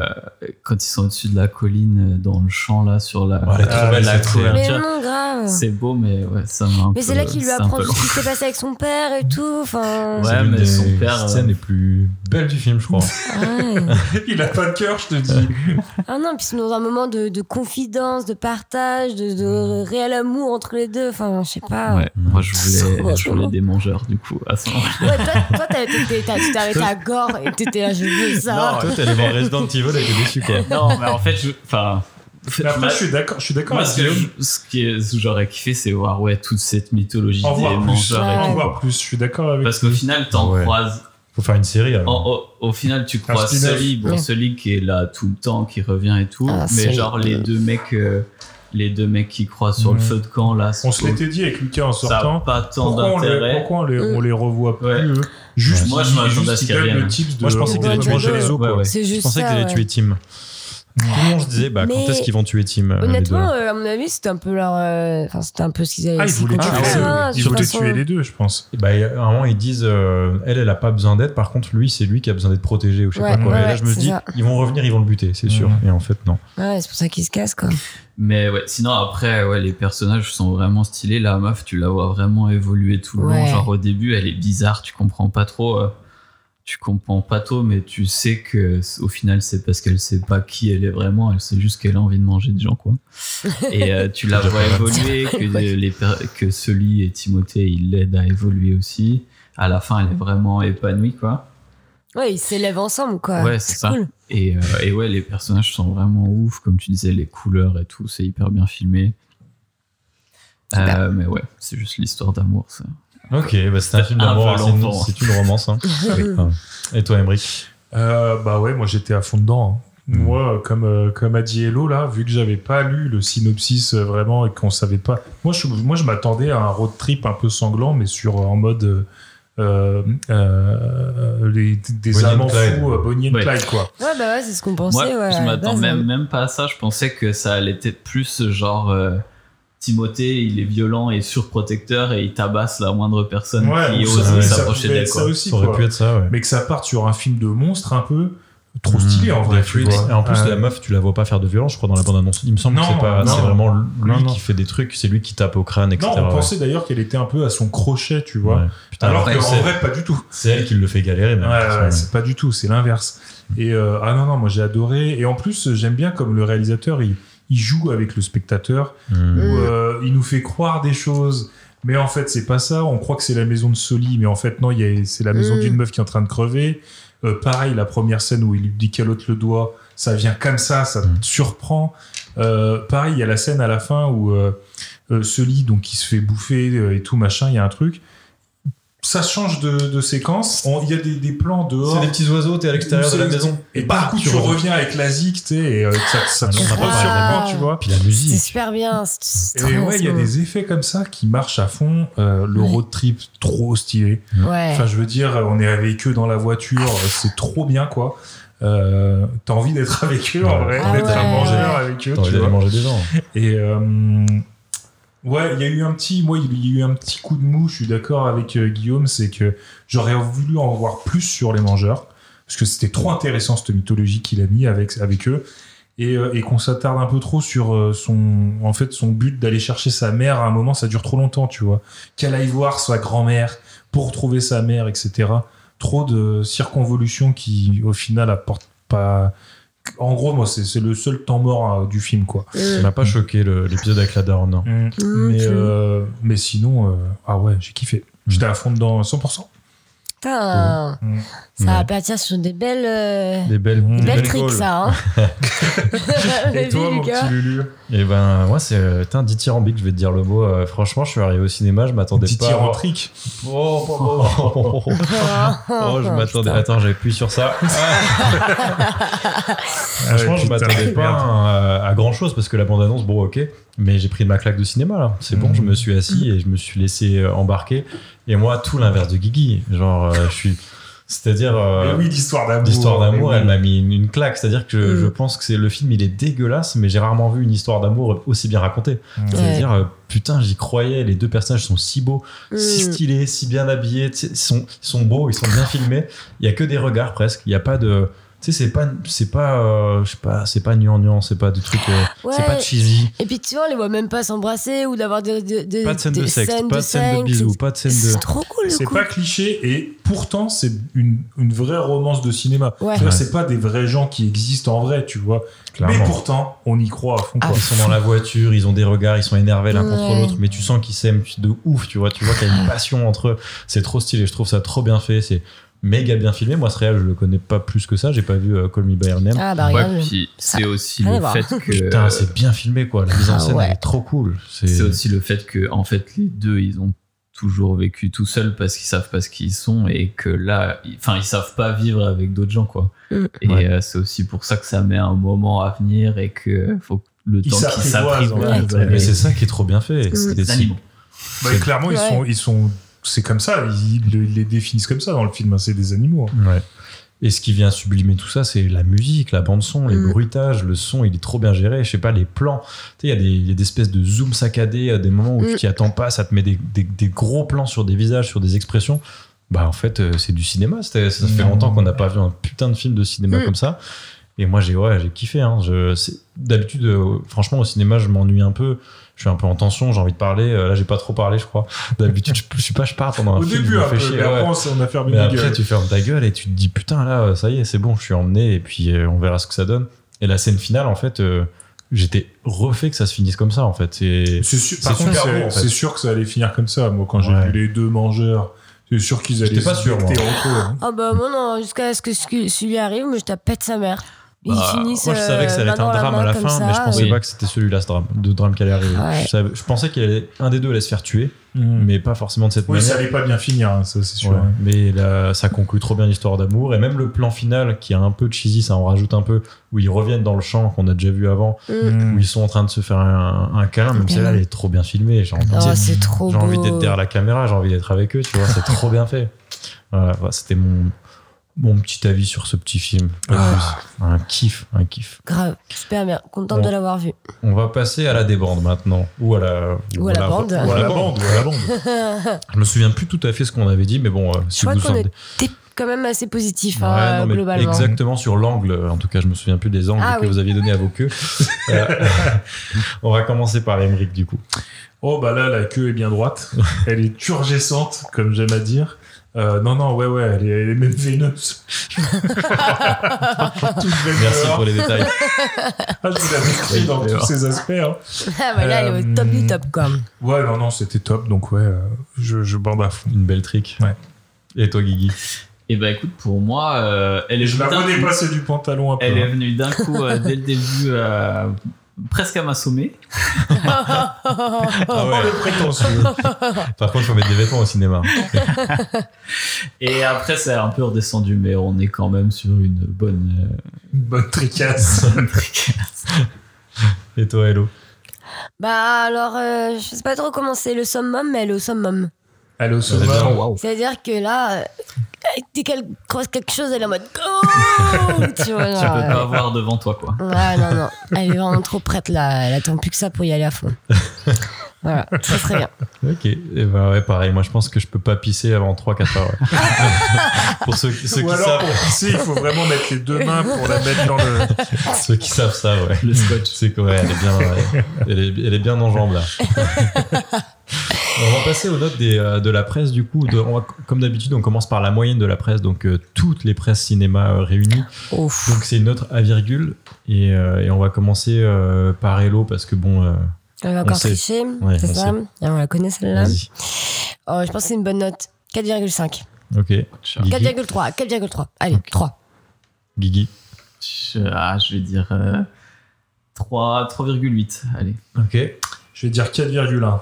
Speaker 6: quand ils sont au-dessus de la colline, euh, dans le champ, là, sur la,
Speaker 4: elle est trop
Speaker 6: la
Speaker 4: belle, cette
Speaker 6: couverture,
Speaker 4: scène.
Speaker 8: Mais non, grave.
Speaker 6: C'est beau, mais ouais, ça m'a un
Speaker 8: Mais
Speaker 6: peu-
Speaker 8: c'est là qu'il lui
Speaker 6: euh, un
Speaker 8: apprend
Speaker 6: peu
Speaker 8: tout
Speaker 6: long.
Speaker 8: ce qui s'est passé avec son père et tout. Enfin.
Speaker 4: C'est
Speaker 6: Ouais,
Speaker 4: l'une
Speaker 6: mais
Speaker 4: des
Speaker 6: son père, euh,
Speaker 4: scènes les plus belles du film, je crois.
Speaker 7: il a pas de cœur, je te dis.
Speaker 8: Ah non, puis c'est dans un moment de, de confidence, de partage, de, de réel amour entre les deux. Enfin, je sais pas.
Speaker 6: Ouais, moi je voulais,
Speaker 8: Ah. Trop
Speaker 6: je voulais des mangeurs, du coup, à ce moment-là.
Speaker 8: Ouais, toi, toi t'as- t'étais- t'as- tu t'es arrêté à Gore et t'étais là, je veux ça.
Speaker 6: Non,
Speaker 4: Ah, Toi, t'es allé voir Resident Evil et t'es déçu, quoi.
Speaker 6: Non, mais en fait, je, enfin.
Speaker 7: Mais après,
Speaker 6: ma-
Speaker 7: je suis d'accord, je suis d'accord
Speaker 6: moi,
Speaker 7: avec
Speaker 6: ce que
Speaker 7: Guillaume.
Speaker 6: je- ce qui est- ce que j'aurais kiffé, c'est voir ouais, toute cette mythologie
Speaker 7: En
Speaker 6: des
Speaker 7: voir plus,
Speaker 6: mangeurs et
Speaker 7: en
Speaker 6: tout.
Speaker 7: voir plus, je suis d'accord avec
Speaker 6: Parce qu'au final, t'en croises.
Speaker 4: Faut faire une série.
Speaker 6: En- au, au final, tu
Speaker 7: Un
Speaker 6: croises
Speaker 7: spin-off.
Speaker 6: Sully, bon,
Speaker 7: Ouais.
Speaker 6: Sully qui est là tout le temps, qui revient et tout.
Speaker 7: Ah,
Speaker 6: mais
Speaker 7: Sully.
Speaker 6: genre les deux mecs, euh, les deux mecs qui croisent sur le
Speaker 7: Ouais.
Speaker 6: feu de camp là.
Speaker 7: On se l'était dit avec Lucas en sortant.
Speaker 6: Ça a pas tant
Speaker 7: pourquoi on les-
Speaker 6: d'intérêt.
Speaker 7: Pourquoi on les, on les revoit plus
Speaker 6: Ouais.
Speaker 7: eux Juste,
Speaker 6: Moi, je
Speaker 7: ils-
Speaker 6: m'attendais
Speaker 7: juste,
Speaker 6: à ce
Speaker 7: ils
Speaker 6: qu'ils
Speaker 7: donnent Oh, le
Speaker 6: reviennent.
Speaker 7: tips de-
Speaker 4: Moi, je pensais que
Speaker 7: Ouais,
Speaker 4: t'allais
Speaker 7: tu
Speaker 4: manger
Speaker 7: dois-
Speaker 4: les os,
Speaker 7: ouais,
Speaker 4: quoi.
Speaker 7: ouais.
Speaker 8: C'est
Speaker 4: Je
Speaker 8: juste
Speaker 4: pensais que
Speaker 8: ça,
Speaker 4: t'allais
Speaker 8: ouais.
Speaker 4: tuer Tim. Tout le monde se disait, bah, quand
Speaker 8: Mais
Speaker 4: est-ce qu'ils vont tuer Tim euh, les deux
Speaker 8: Honnêtement, euh, à mon avis, c'était un peu leur. euh, Enfin, c'était un peu ce qu'ils avaient.
Speaker 7: Ah, ils
Speaker 8: essayé
Speaker 7: voulaient
Speaker 8: de
Speaker 7: tuer
Speaker 8: faire.
Speaker 7: les deux.
Speaker 8: Ah,
Speaker 7: Ils
Speaker 8: sur
Speaker 7: voulaient
Speaker 8: son-
Speaker 7: tuer les deux, je pense.
Speaker 4: Et bah, à un moment, ils disent, euh, elle, elle a pas besoin d'aide, par contre, lui, c'est lui qui a besoin d'être protégé, ou je sais pas
Speaker 8: Ouais,
Speaker 4: quoi.
Speaker 8: ouais,
Speaker 4: et là,
Speaker 8: ouais,
Speaker 4: je me
Speaker 8: c'est
Speaker 4: dis,
Speaker 8: ça.
Speaker 4: ils vont revenir, ils vont le buter, c'est sûr. Et en fait, non.
Speaker 8: Ouais, c'est pour ça qu'ils se cassent, quoi.
Speaker 6: Mais ouais, sinon après, ouais, les personnages sont vraiment stylés. La meuf, tu la vois vraiment évoluer tout le long.
Speaker 8: Ouais.
Speaker 6: Genre au début, elle est bizarre, tu comprends pas trop. euh, tu comprends pas trop, mais tu sais que c- au final, c'est parce qu'elle sait pas qui elle est vraiment. Elle sait juste qu'elle a envie de manger des gens, quoi. Et euh, tu la
Speaker 4: C'est
Speaker 6: vois
Speaker 4: déjà pas mal.
Speaker 6: évoluer, que, les- les per- que Sully et Timothée, ils l'aident à évoluer aussi. À la fin, elle est vraiment épanouie, quoi.
Speaker 8: Ouais, ils s'élèvent ensemble, quoi.
Speaker 6: Ouais, c'est ça.
Speaker 8: cool.
Speaker 6: Et, euh, et ouais, les personnages sont vraiment ouf, comme tu disais, les couleurs et tout, c'est hyper bien filmé. Euh, mais ouais, c'est juste l'histoire d'amour, ça.
Speaker 4: Ok, bah, c'est un film
Speaker 6: Un
Speaker 4: d'amour,
Speaker 6: peu
Speaker 4: c'est une,
Speaker 6: longtemps.
Speaker 4: c'est une romance. hein.
Speaker 6: Oui.
Speaker 4: Enfin, Et toi, Emmerich
Speaker 7: Euh, bah ouais, moi j'étais à fond dedans. hein. Moi, comme, euh, comme a dit Hello, là, vu que j'avais pas lu le synopsis euh, vraiment et qu'on savait pas. Moi, je, moi, je m'attendais à un road trip un peu sanglant, mais sur euh, en mode. euh, euh, euh, les- des
Speaker 6: Bonnie and
Speaker 7: amants
Speaker 6: Clyde.
Speaker 7: fous, euh, Bonnie and
Speaker 6: Ouais.
Speaker 7: Clyde, quoi.
Speaker 8: Ouais, bah ouais, c'est ce qu'on pensait.
Speaker 6: Moi,
Speaker 8: ouais, à
Speaker 6: je
Speaker 8: la
Speaker 6: m'attends
Speaker 8: base,
Speaker 6: même,
Speaker 8: hein.
Speaker 6: même pas à ça, je pensais que ça allait être plus genre. euh, Timothée, il est violent et surprotecteur et il tabasse la moindre personne qui
Speaker 7: ou
Speaker 6: ose
Speaker 7: ça, ça
Speaker 6: s'approcher
Speaker 7: pouvait
Speaker 6: d'elle.
Speaker 7: être ça
Speaker 6: quoi.
Speaker 7: aussi,
Speaker 4: Ça aurait
Speaker 7: quoi.
Speaker 4: pu être ça, ouais.
Speaker 7: Mais que ça parte sur un film de monstre un peu trop
Speaker 4: Mm.
Speaker 7: stylé en vrai.
Speaker 4: Et
Speaker 7: tu
Speaker 4: puis,
Speaker 7: vois.
Speaker 4: et Mmh. en plus,
Speaker 7: Euh,
Speaker 4: la meuf, tu la vois pas faire de violence, je crois, dans la bande-annonce. Il me semble
Speaker 7: Non,
Speaker 4: que c'est pas,
Speaker 7: non.
Speaker 4: c'est vraiment lui
Speaker 7: Non, non.
Speaker 4: qui fait des trucs, c'est lui qui tape au crâne, etc.
Speaker 7: Non, on pensait
Speaker 4: Ouais.
Speaker 7: d'ailleurs qu'elle était un peu à son crochet, tu vois.
Speaker 4: Ouais. Putain,
Speaker 7: Alors
Speaker 4: après,
Speaker 7: qu'en
Speaker 4: c'est-
Speaker 7: vrai, pas du tout.
Speaker 4: C'est elle qui le fait galérer, même.
Speaker 7: Ouais, ouais, ouais, c'est pas du tout, c'est l'inverse. Et euh, ah non, non, moi j'ai adoré. Et en plus, j'aime bien comme le réalisateur, il, il joue avec le spectateur,
Speaker 4: Mmh.
Speaker 7: où euh, il nous fait croire des choses. Mais en fait, c'est pas ça. On croit que c'est la maison de Soli, mais en fait, non, il y a- c'est la maison
Speaker 4: Mm.
Speaker 7: d'une meuf qui est en train de crever. Euh, pareil, la première scène où il lui décalote le doigt, ça vient comme ça, ça
Speaker 4: Mm.
Speaker 7: te surprend. Euh, pareil, il y a la scène à la fin où euh, euh, Sully, donc, il se fait bouffer euh, et tout, machin, il y a un truc ça change de, de séquence. On- Il y a des, des plans dehors.
Speaker 4: C'est des petits oiseaux, t'es à l'extérieur de la maison.
Speaker 7: Et
Speaker 4: Bah,
Speaker 7: par coup, tu reviens avec la zig, tu sais, et euh, ça, ça te
Speaker 4: Ah non, on n'a pas
Speaker 7: surprend,
Speaker 5: parlé.
Speaker 7: tu vois.
Speaker 4: Puis la musique.
Speaker 5: C'est super bien. c'est- c'est
Speaker 7: Et
Speaker 5: trop bien,
Speaker 7: ouais, il y a
Speaker 5: ce
Speaker 7: des effets comme ça qui marchent à fond. Euh, le road trip, trop stylé.
Speaker 5: Ouais.
Speaker 7: Enfin, je veux dire, on est avec eux dans la voiture, euh, c'est trop bien, quoi. Euh, T'as envie d'être avec eux, en vrai,
Speaker 4: Ah
Speaker 7: d'être à
Speaker 4: ouais,
Speaker 7: manger
Speaker 4: ouais.
Speaker 7: avec eux.
Speaker 4: T'as envie
Speaker 7: tu
Speaker 4: d'aller
Speaker 7: vois.
Speaker 4: manger des gens.
Speaker 7: Et euh, ouais, il y a eu un petit, moi, il y a eu un petit coup de mou. Je suis d'accord avec euh, Guillaume, c'est que j'aurais voulu en voir plus sur les mangeurs parce que c'était trop intéressant cette mythologie qu'il a mis avec avec eux et, euh, et qu'on s'attarde un peu trop sur euh, son en fait son but d'aller chercher sa mère à un moment ça dure trop longtemps tu vois qu'elle aille voir sa grand-mère pour trouver sa mère etc trop de circonvolutions qui au final apportent pas en gros moi c'est c'est le seul temps mort euh, du film quoi
Speaker 4: Ça m'a pas choqué le- l'épisode avec la daronne. non.
Speaker 7: Mm. mais, euh, mais sinon, euh, ah ouais, j'ai kiffé.
Speaker 4: Mm.
Speaker 7: J'étais à fond dedans 100%.
Speaker 5: Putain,
Speaker 7: Mm.
Speaker 5: ça va partir sur des belles. euh,
Speaker 4: Des belles,
Speaker 5: Des
Speaker 4: des
Speaker 5: belles
Speaker 4: belles
Speaker 5: tricks,
Speaker 4: goals.
Speaker 5: ça. Hein. Vas-y, Lucas.
Speaker 7: Lulu
Speaker 4: Et ben, moi, c'est. euh, Putain, dithyrambique, je vais te dire le mot. Euh, franchement, je suis arrivé au cinéma, je m'attendais pas. à voir-
Speaker 7: Dithyrambique.
Speaker 4: Oh, oh, oh, oh, oh. Oh, je m'attendais. Attends, j'appuie sur ça. Ah, Franchement, je
Speaker 7: putain,
Speaker 4: m'attendais pas
Speaker 7: merde.
Speaker 4: à, à grand chose parce que la bande annonce, bon, ok, mais j'ai pris de ma claque de cinéma là. C'est bon, je me suis assis et je me suis laissé euh, embarquer. Et moi, tout l'inverse de Guigui. Genre, euh, je suis. C'est-à-dire. euh,
Speaker 7: Mais oui, l'histoire d'amour.
Speaker 4: L'histoire d'amour,
Speaker 7: Mais oui. Mm.
Speaker 4: elle m'a mis une, une claque. C'est-à-dire que je, je pense que c'est le film, il est dégueulasse, mais j'ai rarement vu une histoire d'amour aussi bien racontée. C'est-à-dire, euh, putain, j'y croyais. Les deux personnages sont si beaux, si
Speaker 5: Hmm.
Speaker 7: Mm.
Speaker 4: stylés, si bien habillés. tu sais, Ils sont, ils sont beaux, ils sont bien filmés. Il y a que des regards presque. Il y a pas de. Tu sais, c'est pas, c'est pas, euh, je sais pas, c'est pas nuant c'est pas de trucs, euh,
Speaker 5: Ouais.
Speaker 4: c'est pas cheesy.
Speaker 5: Et puis tu vois, on les voit même pas s'embrasser ou d'avoir des, des, des-
Speaker 4: Pas de scène
Speaker 5: euh, des
Speaker 4: de sexe,
Speaker 5: scènes
Speaker 4: pas de scène de
Speaker 5: sexe.
Speaker 4: bisous, pas de scène de.
Speaker 5: C'est trop cool le
Speaker 7: C'est
Speaker 5: coup.
Speaker 7: pas cliché et pourtant c'est une, une vraie romance de cinéma.
Speaker 5: Ouais.
Speaker 7: Tu vois,
Speaker 4: Ouais.
Speaker 7: C'est pas des vrais gens qui existent en vrai, tu vois.
Speaker 4: Clairement.
Speaker 7: Mais pourtant, on y croit à fond. quoi.
Speaker 4: Ils sont dans la voiture, ils ont des regards, ils sont énervés l'un contre
Speaker 7: Ouais.
Speaker 4: l'autre, mais tu sens qu'ils s'aiment de ouf, tu vois, tu vois qu'il
Speaker 5: Ah.
Speaker 4: y a une passion entre eux. C'est trop stylé, je trouve ça trop bien fait, c'est méga bien filmé. Moi, ce réel, je le connais pas plus que ça, j'ai pas vu euh, Call Me By Your Name.
Speaker 5: Ah, bah,
Speaker 6: Ouais,
Speaker 5: regarde.
Speaker 6: puis c'est aussi
Speaker 5: rien à
Speaker 6: le
Speaker 5: voir.
Speaker 6: fait que.
Speaker 4: Putain, c'est bien filmé, quoi. La mise en
Speaker 6: Ah
Speaker 4: scène,
Speaker 6: ouais.
Speaker 4: elle est trop cool.
Speaker 6: C'est aussi le fait que, en fait, les deux, ils ont toujours vécu tout seuls parce qu'ils savent pas ce qu'ils sont et que là, ils- enfin, ils savent pas vivre avec d'autres gens, quoi.
Speaker 5: Mm.
Speaker 6: Et euh, c'est aussi pour ça que ça met un moment à venir et que faut que le
Speaker 7: Ils
Speaker 6: temps qu'ils
Speaker 7: s'apprivoisent, en
Speaker 6: s'apprivoisent.
Speaker 7: fait. Ouais.
Speaker 6: Mais
Speaker 4: c'est ça qui est trop bien fait.
Speaker 6: C'est des
Speaker 4: si-
Speaker 6: animaux.
Speaker 7: Bah, clairement, ils
Speaker 6: Ouais.
Speaker 7: sont, ils sont, c'est comme ça. Ils, ils les définissent comme ça dans le film. hein, C'est des animaux. hein.
Speaker 4: Ouais. Et ce qui vient sublimer tout ça, c'est la musique, la bande-son, les
Speaker 7: Mm.
Speaker 4: bruitages, le son, il est trop bien géré. Je sais pas, les plans. Tu sais, il y a des- il y, a des espèces de zoom saccadés, à des moments où tu
Speaker 7: Mm.
Speaker 4: t'y attends pas, ça te met des, des- des gros plans sur des visages, sur des expressions. Bah, en fait, euh, c'est du cinéma. C'était- Ça fait
Speaker 7: Mm.
Speaker 4: longtemps qu'on n'a pas vu un putain de film de cinéma
Speaker 7: Mm.
Speaker 4: comme ça. Et moi, j'ai ouais, j'ai kiffé. hein. Je- c'est- D'habitude, euh, franchement, au cinéma, je m'ennuie un peu. Je suis un peu en tension, j'ai envie de parler. Euh, Là, j'ai pas trop parlé, je crois. D'habitude, je, je sais pas, je pars pendant un
Speaker 7: Au
Speaker 4: film. je
Speaker 7: début,
Speaker 4: me
Speaker 7: un
Speaker 4: fais
Speaker 7: peu,
Speaker 4: chier,
Speaker 7: mais après,
Speaker 4: ouais.
Speaker 7: on s'est- on a
Speaker 5: Ah
Speaker 7: fermé
Speaker 4: Mais
Speaker 7: nos
Speaker 4: après,
Speaker 7: gueules.
Speaker 4: tu fermes ta gueule et tu te dis putain là, euh, ça y est, c'est bon, je suis emmené et puis euh, on verra ce que ça donne. Et la scène finale, en fait, euh, j'étais refait que ça se finisse comme ça, en fait. C'est
Speaker 7: C'est sûr, par contre,
Speaker 4: super
Speaker 7: c'est
Speaker 4: beau, en fait.
Speaker 7: c'est sûr que ça allait finir comme ça. Moi, quand j'ai vu les deux mangeurs, c'est sûr qu'ils allaient
Speaker 4: J'étais pas sûr,
Speaker 7: becter
Speaker 4: moi.
Speaker 7: entre eux, hein.
Speaker 5: Ah bah moi non, jusqu'à ce que ce- celui arrive, mais je tapette sa mère. Ils
Speaker 4: Bah,
Speaker 5: finissent.
Speaker 4: moi, je savais que ça allait
Speaker 5: euh,
Speaker 4: être un
Speaker 5: main dans
Speaker 4: drame
Speaker 5: main
Speaker 4: à la
Speaker 5: comme
Speaker 4: fin,
Speaker 5: ça,
Speaker 4: mais je pensais
Speaker 5: euh,
Speaker 4: pas que c'était celui-là, ce drame, de drame qui allait arriver.
Speaker 5: Ouais.
Speaker 4: Je, savais- je pensais qu'il allait un des deux allait se faire tuer, mais pas forcément de cette
Speaker 7: Mm. Oui,
Speaker 4: manière.
Speaker 7: ça allait pas bien finir, hein, ça, c'est sûr.
Speaker 4: Ouais,
Speaker 7: hein.
Speaker 4: Mais là, ça conclut trop bien l'histoire d'amour. Et même le plan final, qui est un peu cheesy, ça en rajoute un peu, où ils reviennent dans le champ qu'on a déjà vu avant,
Speaker 5: Mm.
Speaker 4: où ils sont en train de se faire un, un câlin. Même
Speaker 5: câlin.
Speaker 4: celle-là, elle est trop bien filmée. J'ai envie,
Speaker 5: Oh,
Speaker 4: d'être-
Speaker 5: Ah, c'est trop
Speaker 4: j'ai envie
Speaker 5: beau.
Speaker 4: d'être derrière la caméra, j'ai envie d'être avec eux, tu vois, c'est trop bien fait. Voilà, voilà, c'était mon, mon petit avis sur ce petit film. Pas
Speaker 8: Ah.
Speaker 4: plus. Un kiff, un kiff.
Speaker 5: Ah, Grave, super bien, contente
Speaker 4: Bon.
Speaker 5: de l'avoir vu.
Speaker 4: On va passer à la débande maintenant. Ou à la,
Speaker 5: Ou à la bande.
Speaker 4: ou à la bande. ou à la bande. Je me souviens plus tout à fait ce qu'on avait dit, mais bon, euh, si
Speaker 5: Je crois
Speaker 4: vous
Speaker 5: qu'on
Speaker 4: en-
Speaker 5: était quand même assez positif
Speaker 4: Ouais,
Speaker 5: hein,
Speaker 4: non, mais
Speaker 5: globalement.
Speaker 4: Exactement sur l'angle. euh, En tout cas, je me souviens plus des angles
Speaker 5: Ah
Speaker 4: que
Speaker 5: oui.
Speaker 4: vous aviez donné à vos queues. Euh, on va commencer par Emmerich du coup.
Speaker 7: Oh, bah là, la queue est bien droite. elle est turgescente, comme j'aime à dire. Euh, non, non, ouais, ouais, elle est, elle est même veineuse. Toute veineuse.
Speaker 4: Merci pour les détails.
Speaker 7: Ah, je vous l'avais écrit dans tous ces aspects. hein.
Speaker 5: Ah, voilà, elle est au top du top quoi.
Speaker 7: Ouais, non, non, c'était top, donc ouais, euh, je, je bande à fond.
Speaker 4: Une belle trick.
Speaker 7: Ouais.
Speaker 4: Et toi, Guigui
Speaker 6: Et bah, écoute, pour moi, euh, elle est
Speaker 7: Je la
Speaker 6: venue d'un
Speaker 7: vois
Speaker 6: coup.
Speaker 7: dépasser du pantalon un peu.
Speaker 6: Elle est
Speaker 7: hein.
Speaker 6: venue d'un coup euh, dès le début euh, presque à m'assommer.
Speaker 5: Oh.
Speaker 4: Ah ouais. Par contre, faut mettre des vêtements au cinéma.
Speaker 6: Et après, ça a un peu redescendu, mais on est quand même sur une bonne. euh,
Speaker 7: Une bonne tricasse.
Speaker 4: Et toi, Hello
Speaker 8: Bah alors, euh, je sais pas trop comment c'est le summum, mais le summum.
Speaker 7: Allô, Soma.
Speaker 8: C'est-à-dire que là, euh, dès qu'elle croise quelque chose, elle est en mode go Tu vois,
Speaker 6: tu peux
Speaker 8: genre, euh,
Speaker 6: pas voir devant toi, quoi.
Speaker 8: Ouais, non, non. Elle est vraiment trop prête là. Elle attend plus que ça pour y aller à fond. Voilà, très très bien.
Speaker 4: Ok, et ben ouais, pareil, moi je pense que je peux pas pisser avant 3-4 heures. ouais. pour ceux, ceux
Speaker 7: Ou
Speaker 4: qui
Speaker 7: alors,
Speaker 4: savent.
Speaker 7: pour pisser, il faut vraiment mettre les deux mains pour la mettre dans le.
Speaker 4: Ceux qui savent ça, ouais. Le scotch. C'est quoi, ouais, elle est bien, ouais. elle, est, elle est bien en jambes là. on va passer aux notes des, euh, de la presse du coup. De- on va- comme d'habitude, on commence par la moyenne de la presse, donc euh, toutes les presses cinéma euh, réunies. Donc c'est une note à virgule et, euh, et on va commencer euh, par Hello parce que bon. euh,
Speaker 8: Elle va
Speaker 4: on
Speaker 8: encore
Speaker 4: sait.
Speaker 8: tricher,
Speaker 4: Ouais,
Speaker 8: c'est
Speaker 4: on
Speaker 8: ça
Speaker 4: sait.
Speaker 8: Et On la connaît celle-là.
Speaker 4: Vas-y.
Speaker 8: Oh, je pense que c'est une bonne note. 4,5.
Speaker 4: Ok.
Speaker 8: 4,3. 4,3. Allez, 3.
Speaker 4: Guigui.
Speaker 6: Je, ah, je vais dire euh, 3 3,8. Allez.
Speaker 4: Ok.
Speaker 7: Je vais dire hein. 4,1.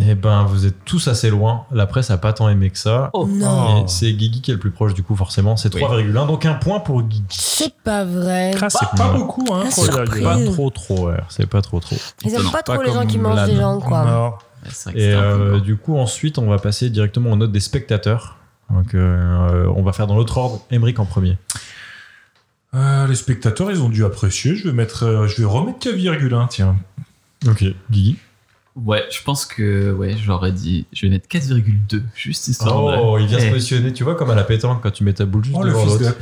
Speaker 4: Eh ben, vous êtes tous assez loin. La presse a pas tant aimé que ça.
Speaker 8: Oh. Non.
Speaker 4: Et C'est Guigui qui est le plus proche, du coup, forcément. C'est
Speaker 7: Oui.
Speaker 4: 3,1. Donc, un point pour Guigui.
Speaker 8: C'est pas vrai.
Speaker 7: Ah, c'est pas beaucoup, hein,
Speaker 8: Ah,
Speaker 7: pour
Speaker 8: surprise.
Speaker 7: virgule.
Speaker 4: Pas trop, trop. ouais. C'est pas trop, trop.
Speaker 8: Ils aiment pas trop les gens qui
Speaker 4: comme
Speaker 8: mangent des
Speaker 4: l'âne.
Speaker 8: gens, quoi.
Speaker 4: Et euh, du coup, ensuite, on va passer directement aux notes des spectateurs. Donc, euh, on va faire dans l'autre ordre. Emmerich en premier.
Speaker 7: Euh, les spectateurs, ils ont dû apprécier. Je vais, mettre, euh, je vais remettre 4,1, tiens.
Speaker 4: Ok, Guigui.
Speaker 6: Ouais, je pense que ouais, j'aurais dit. Je vais mettre 4,2, juste histoire de.
Speaker 4: Oh, il vient se
Speaker 6: Eh.
Speaker 4: positionner, tu vois, comme à la pétanque quand tu mets ta boule juste
Speaker 7: Oh, le
Speaker 4: devant
Speaker 7: fils
Speaker 4: l'autre.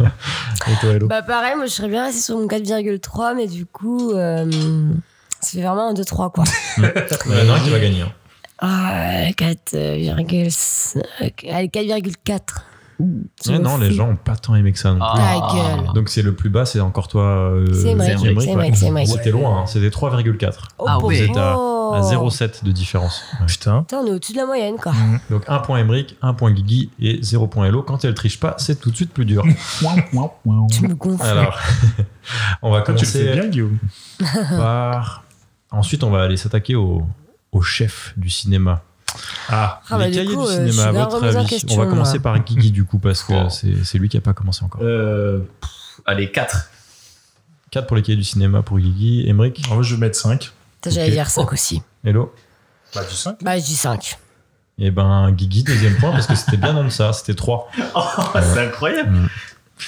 Speaker 4: Et toi, Hello
Speaker 8: Bah pareil, moi je serais bien restée sur mon 4,3, mais du coup, euh, ça fait vraiment un 2-3 quoi.
Speaker 4: Il y en a un qui va gagner. hein.
Speaker 8: Ah, 4,5. Allez, 4,4. Je
Speaker 4: Ouais,
Speaker 8: me
Speaker 4: non,
Speaker 8: fous.
Speaker 4: les gens ont pas tant aimé que ça non plus.
Speaker 8: Ah. Ta gueule.
Speaker 4: Donc c'est le plus bas, c'est encore toi. euh,
Speaker 8: C'est vrai,
Speaker 4: Emmerich,
Speaker 8: c'est vrai, c'est vrai.
Speaker 4: C'était loin, hein, c'était 3,4.
Speaker 8: Oh, Ah
Speaker 4: vous
Speaker 8: ouais.
Speaker 4: êtes à,
Speaker 8: oh.
Speaker 4: à 0,7 de différence.
Speaker 7: Putain.
Speaker 8: Putain, on est au-dessus de la moyenne quoi.
Speaker 4: Donc 1 point Emmerich, 1 point Guigui et 0 point Hello. Quand elle triche pas, c'est tout de suite plus dur.
Speaker 8: Tu me gonfles.
Speaker 4: Alors, on va
Speaker 7: Ah, tu le fais bien,
Speaker 4: commencer
Speaker 7: Guillaume.
Speaker 4: par. Ensuite, on va aller s'attaquer au, au chef du cinéma.
Speaker 7: Ah,
Speaker 8: Ah, bah,
Speaker 4: les
Speaker 8: du
Speaker 4: cahiers
Speaker 8: coup,
Speaker 4: du
Speaker 8: euh, je suis
Speaker 4: cinéma, à
Speaker 8: bien
Speaker 4: votre
Speaker 8: remise en
Speaker 4: avis.
Speaker 8: question,
Speaker 4: on va
Speaker 8: moi.
Speaker 4: commencer par Guigui du coup, parce que
Speaker 7: Oh.
Speaker 4: c'est c'est lui qui a pas commencé encore.
Speaker 6: Euh, pff, allez, 4.
Speaker 4: 4 pour les cahiers du cinéma pour Guigui, Emmerich.
Speaker 7: Ah, moi, je vais mettre 5.
Speaker 8: Putain, J'allais dire
Speaker 4: Oh.
Speaker 8: 5 aussi.
Speaker 4: Hello.
Speaker 7: Bah, du 5.
Speaker 8: Bah, je dis 5.
Speaker 4: Et ben Guigui, deuxième point, parce que c'était bien en deçà, c'était 3. Ah,
Speaker 6: c'est incroyable.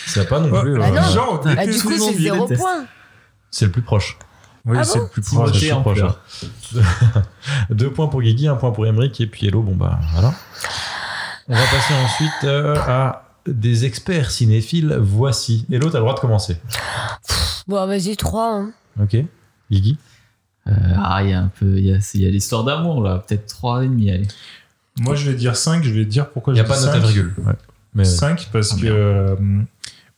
Speaker 4: Ça pas
Speaker 7: Oh.
Speaker 4: non plus.
Speaker 8: Bah,
Speaker 4: euh,
Speaker 8: non.
Speaker 7: Ah, Genre,
Speaker 8: Bah, du coup, c'est 0 points.
Speaker 4: C'est le plus proche.
Speaker 7: Oui,
Speaker 8: Ah
Speaker 7: c'est
Speaker 8: bon
Speaker 7: le plus proche.
Speaker 4: C'est le
Speaker 6: Timothée
Speaker 4: plus
Speaker 6: en
Speaker 4: proche,
Speaker 6: pleurs.
Speaker 4: ouais. Deux points pour Guigui, un point pour Emmerich, et puis Hello, bon bah voilà. On va passer ensuite euh, à des experts cinéphiles. Voici. Hello, t'as le droit de commencer.
Speaker 8: Bon, vas-y, 3. Hein.
Speaker 4: Ok. Guigui.
Speaker 6: Euh, ah, il y a un peu. Il y a, il y a l'histoire d'amour là. Peut-être 3,5. Allez.
Speaker 7: Moi, je vais dire 5. Je vais dire pourquoi
Speaker 4: Il n'y
Speaker 7: je dis
Speaker 4: a pas de
Speaker 7: 5.
Speaker 4: note à virgule. Ouais. Mais
Speaker 7: 5 parce que. euh,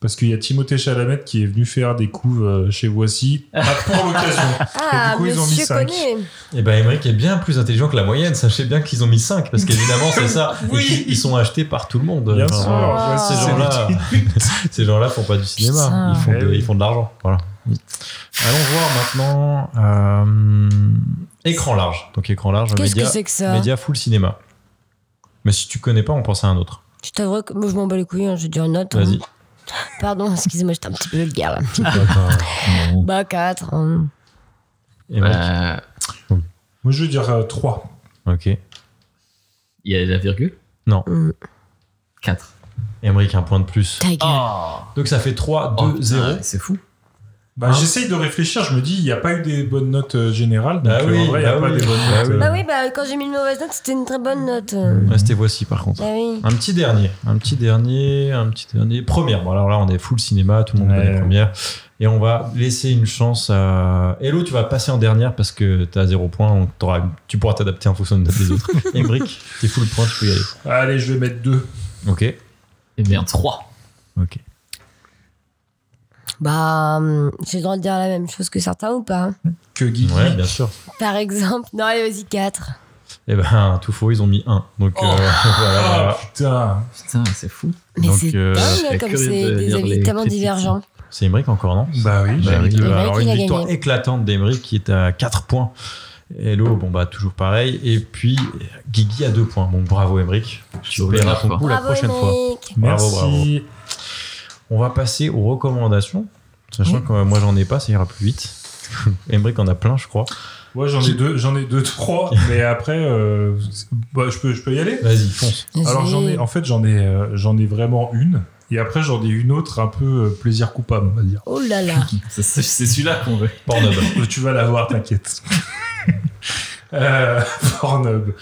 Speaker 7: parce qu'il y a Timothée Chalamet qui est venu faire des couves euh, chez Voici ah, pour l'occasion.
Speaker 8: Ah,
Speaker 7: Et du coup, ils ont mis
Speaker 8: monsieur
Speaker 7: 5.
Speaker 8: connaît.
Speaker 4: Eh ben, Emmerich est bien plus intelligent que la moyenne. Sachez bien qu'ils ont mis 5, parce qu'évidemment, c'est ça. Et
Speaker 7: Oui.
Speaker 4: puis, ils sont achetés par tout le monde.
Speaker 7: Bien
Speaker 4: Enfin,
Speaker 7: sûr, Voici,
Speaker 4: Ces
Speaker 7: c'est
Speaker 4: gens-là,
Speaker 7: lui
Speaker 4: ces gens-là font pas du cinéma,
Speaker 8: Putain.
Speaker 4: ils font,
Speaker 7: Eh
Speaker 4: de,
Speaker 7: oui.
Speaker 4: ils font de l'argent. Voilà. Allons voir maintenant euh, écran large. Donc écran large,
Speaker 8: Qu'est-ce que
Speaker 4: Ah, média,
Speaker 8: c'est que ça
Speaker 4: média full cinéma. Mais si tu connais pas, on pense à un autre.
Speaker 8: Je t'avoue que moi, je m'en bats les couilles, hein, je vais dire une
Speaker 7: Mmh.
Speaker 8: note. hein.
Speaker 4: Vas-y.
Speaker 8: Pardon, excusez-moi, j'étais un petit peu vulgaire là.
Speaker 7: Mmh.
Speaker 8: Bah, 4.
Speaker 4: Et mec,
Speaker 6: Euh,
Speaker 7: qui- Moi, je vais dire euh, 3.
Speaker 4: Ok.
Speaker 6: Il y a la virgule
Speaker 4: Non.
Speaker 8: Mm.
Speaker 6: 4.
Speaker 4: Emmerich, un point de plus.
Speaker 8: Ta gueule.
Speaker 4: Donc ça fait 3,
Speaker 7: Oh,
Speaker 4: 2, 0.
Speaker 6: Oh, C'est fou.
Speaker 7: Bah,
Speaker 4: Hein
Speaker 7: J'essaye de réfléchir. Je me dis, il n'y a pas eu des bonnes notes euh, générales. Donc,
Speaker 4: Bah
Speaker 7: euh,
Speaker 4: oui,
Speaker 7: en vrai, il n'y a
Speaker 4: bah
Speaker 7: pas
Speaker 4: oui.
Speaker 7: des bonnes
Speaker 4: Bah
Speaker 7: notes.
Speaker 4: oui.
Speaker 7: euh,
Speaker 8: Bah oui, bah quand j'ai mis une mauvaise note, c'était une très bonne note.
Speaker 7: Mmh.
Speaker 8: euh.
Speaker 4: Restez voici par contre.
Speaker 8: Bah oui.
Speaker 4: Un petit dernier, un petit dernier, un petit dernier. Première. Bon, alors là, on est full cinéma, tout le monde
Speaker 7: Ouais.
Speaker 4: connaît première. Et on va laisser une chance à. Hello, tu vas passer en dernière parce que t'as zéro point. donc t'auras- tu pourras t'adapter en fonction de notes des autres. Embrick, t'es full point, tu peux y aller.
Speaker 7: Allez, je vais mettre 2.
Speaker 4: Ok.
Speaker 6: Eh bien, 3.
Speaker 4: Ok.
Speaker 8: Bah, hum, j'ai le droit de dire la même chose que certains ou pas hein.
Speaker 7: Que Guigui.
Speaker 4: Ouais, bien sûr.
Speaker 8: Par exemple, non, allez, vas-y, 4.
Speaker 4: Et ben, tout faux, ils ont mis 1. Donc, euh, voilà,
Speaker 7: Ah,
Speaker 4: voilà.
Speaker 7: putain.
Speaker 6: Putain, c'est fou.
Speaker 8: Mais
Speaker 4: Donc,
Speaker 8: c'est
Speaker 4: euh,
Speaker 8: dingue
Speaker 6: je serais
Speaker 8: Hein, comme
Speaker 6: curieux
Speaker 8: c'est
Speaker 6: de
Speaker 8: des
Speaker 6: lire
Speaker 8: avis
Speaker 6: les
Speaker 8: tellement
Speaker 6: critiques.
Speaker 8: divergents.
Speaker 4: C'est Emmerich encore, non
Speaker 7: Bah oui, j'ai
Speaker 4: oui.
Speaker 7: envie de- Emmerich,
Speaker 4: Alors,
Speaker 7: il
Speaker 4: une
Speaker 7: a
Speaker 4: victoire
Speaker 7: gagné.
Speaker 4: éclatante d'Emeric qui est à 4 points. Hello, bon bah toujours pareil. Et puis Guigui à 2 points. Bon bravo Emeric, tu paieras ton coup la
Speaker 8: Bravo,
Speaker 4: prochaine
Speaker 8: Emmerich.
Speaker 4: fois. Bravo,
Speaker 7: Merci.
Speaker 4: bravo. On va passer aux recommandations, sachant
Speaker 7: Mm.
Speaker 4: que euh, moi j'en ai pas, ça ira plus vite. Emeric en a plein, je crois.
Speaker 7: Ouais, j'en ai deux, j'en ai deux, trois, mais après, euh, bah, je peux, je peux y aller.
Speaker 4: Vas-y, fonce.
Speaker 8: Vas-y.
Speaker 7: Alors j'en ai, en fait, j'en ai, euh, j'en ai vraiment une, et après j'en ai une autre un peu euh, plaisir coupable, on va dire.
Speaker 8: Oh là là.
Speaker 7: C'est celui-là qu'on veut.
Speaker 4: Pornhub.
Speaker 7: tu vas l'avoir, t'inquiète. euh, Pornhub.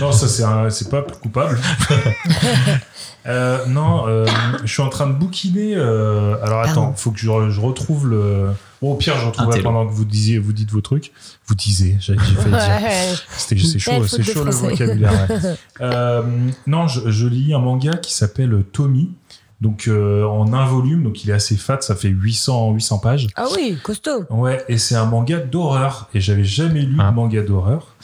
Speaker 7: Non, ça c'est, un- c'est pas coupable. Euh, non, euh, je suis en train de bouquiner. euh, alors attends, faut que je, re- je retrouve le. Bon, au pire, je retrouverai
Speaker 4: télo.
Speaker 7: pendant que vous disiez, vous dites vos trucs. Vous disiez, j'ai, j'ai failli dire.
Speaker 8: Ouais.
Speaker 7: C'était, c'est
Speaker 8: Belle
Speaker 7: chaud,
Speaker 8: faute
Speaker 7: c'est
Speaker 8: de
Speaker 7: chaud le
Speaker 8: français.
Speaker 7: vocabulaire. ouais. Euh, non, je, je lis un manga qui s'appelle Tommy. Donc euh, en un volume, donc il est assez fat, ça fait 800 800 pages.
Speaker 8: Ah oui, costaud.
Speaker 7: Ouais, et c'est un manga d'horreur. Et j'avais jamais lu
Speaker 4: Ah.
Speaker 7: de manga d'horreur.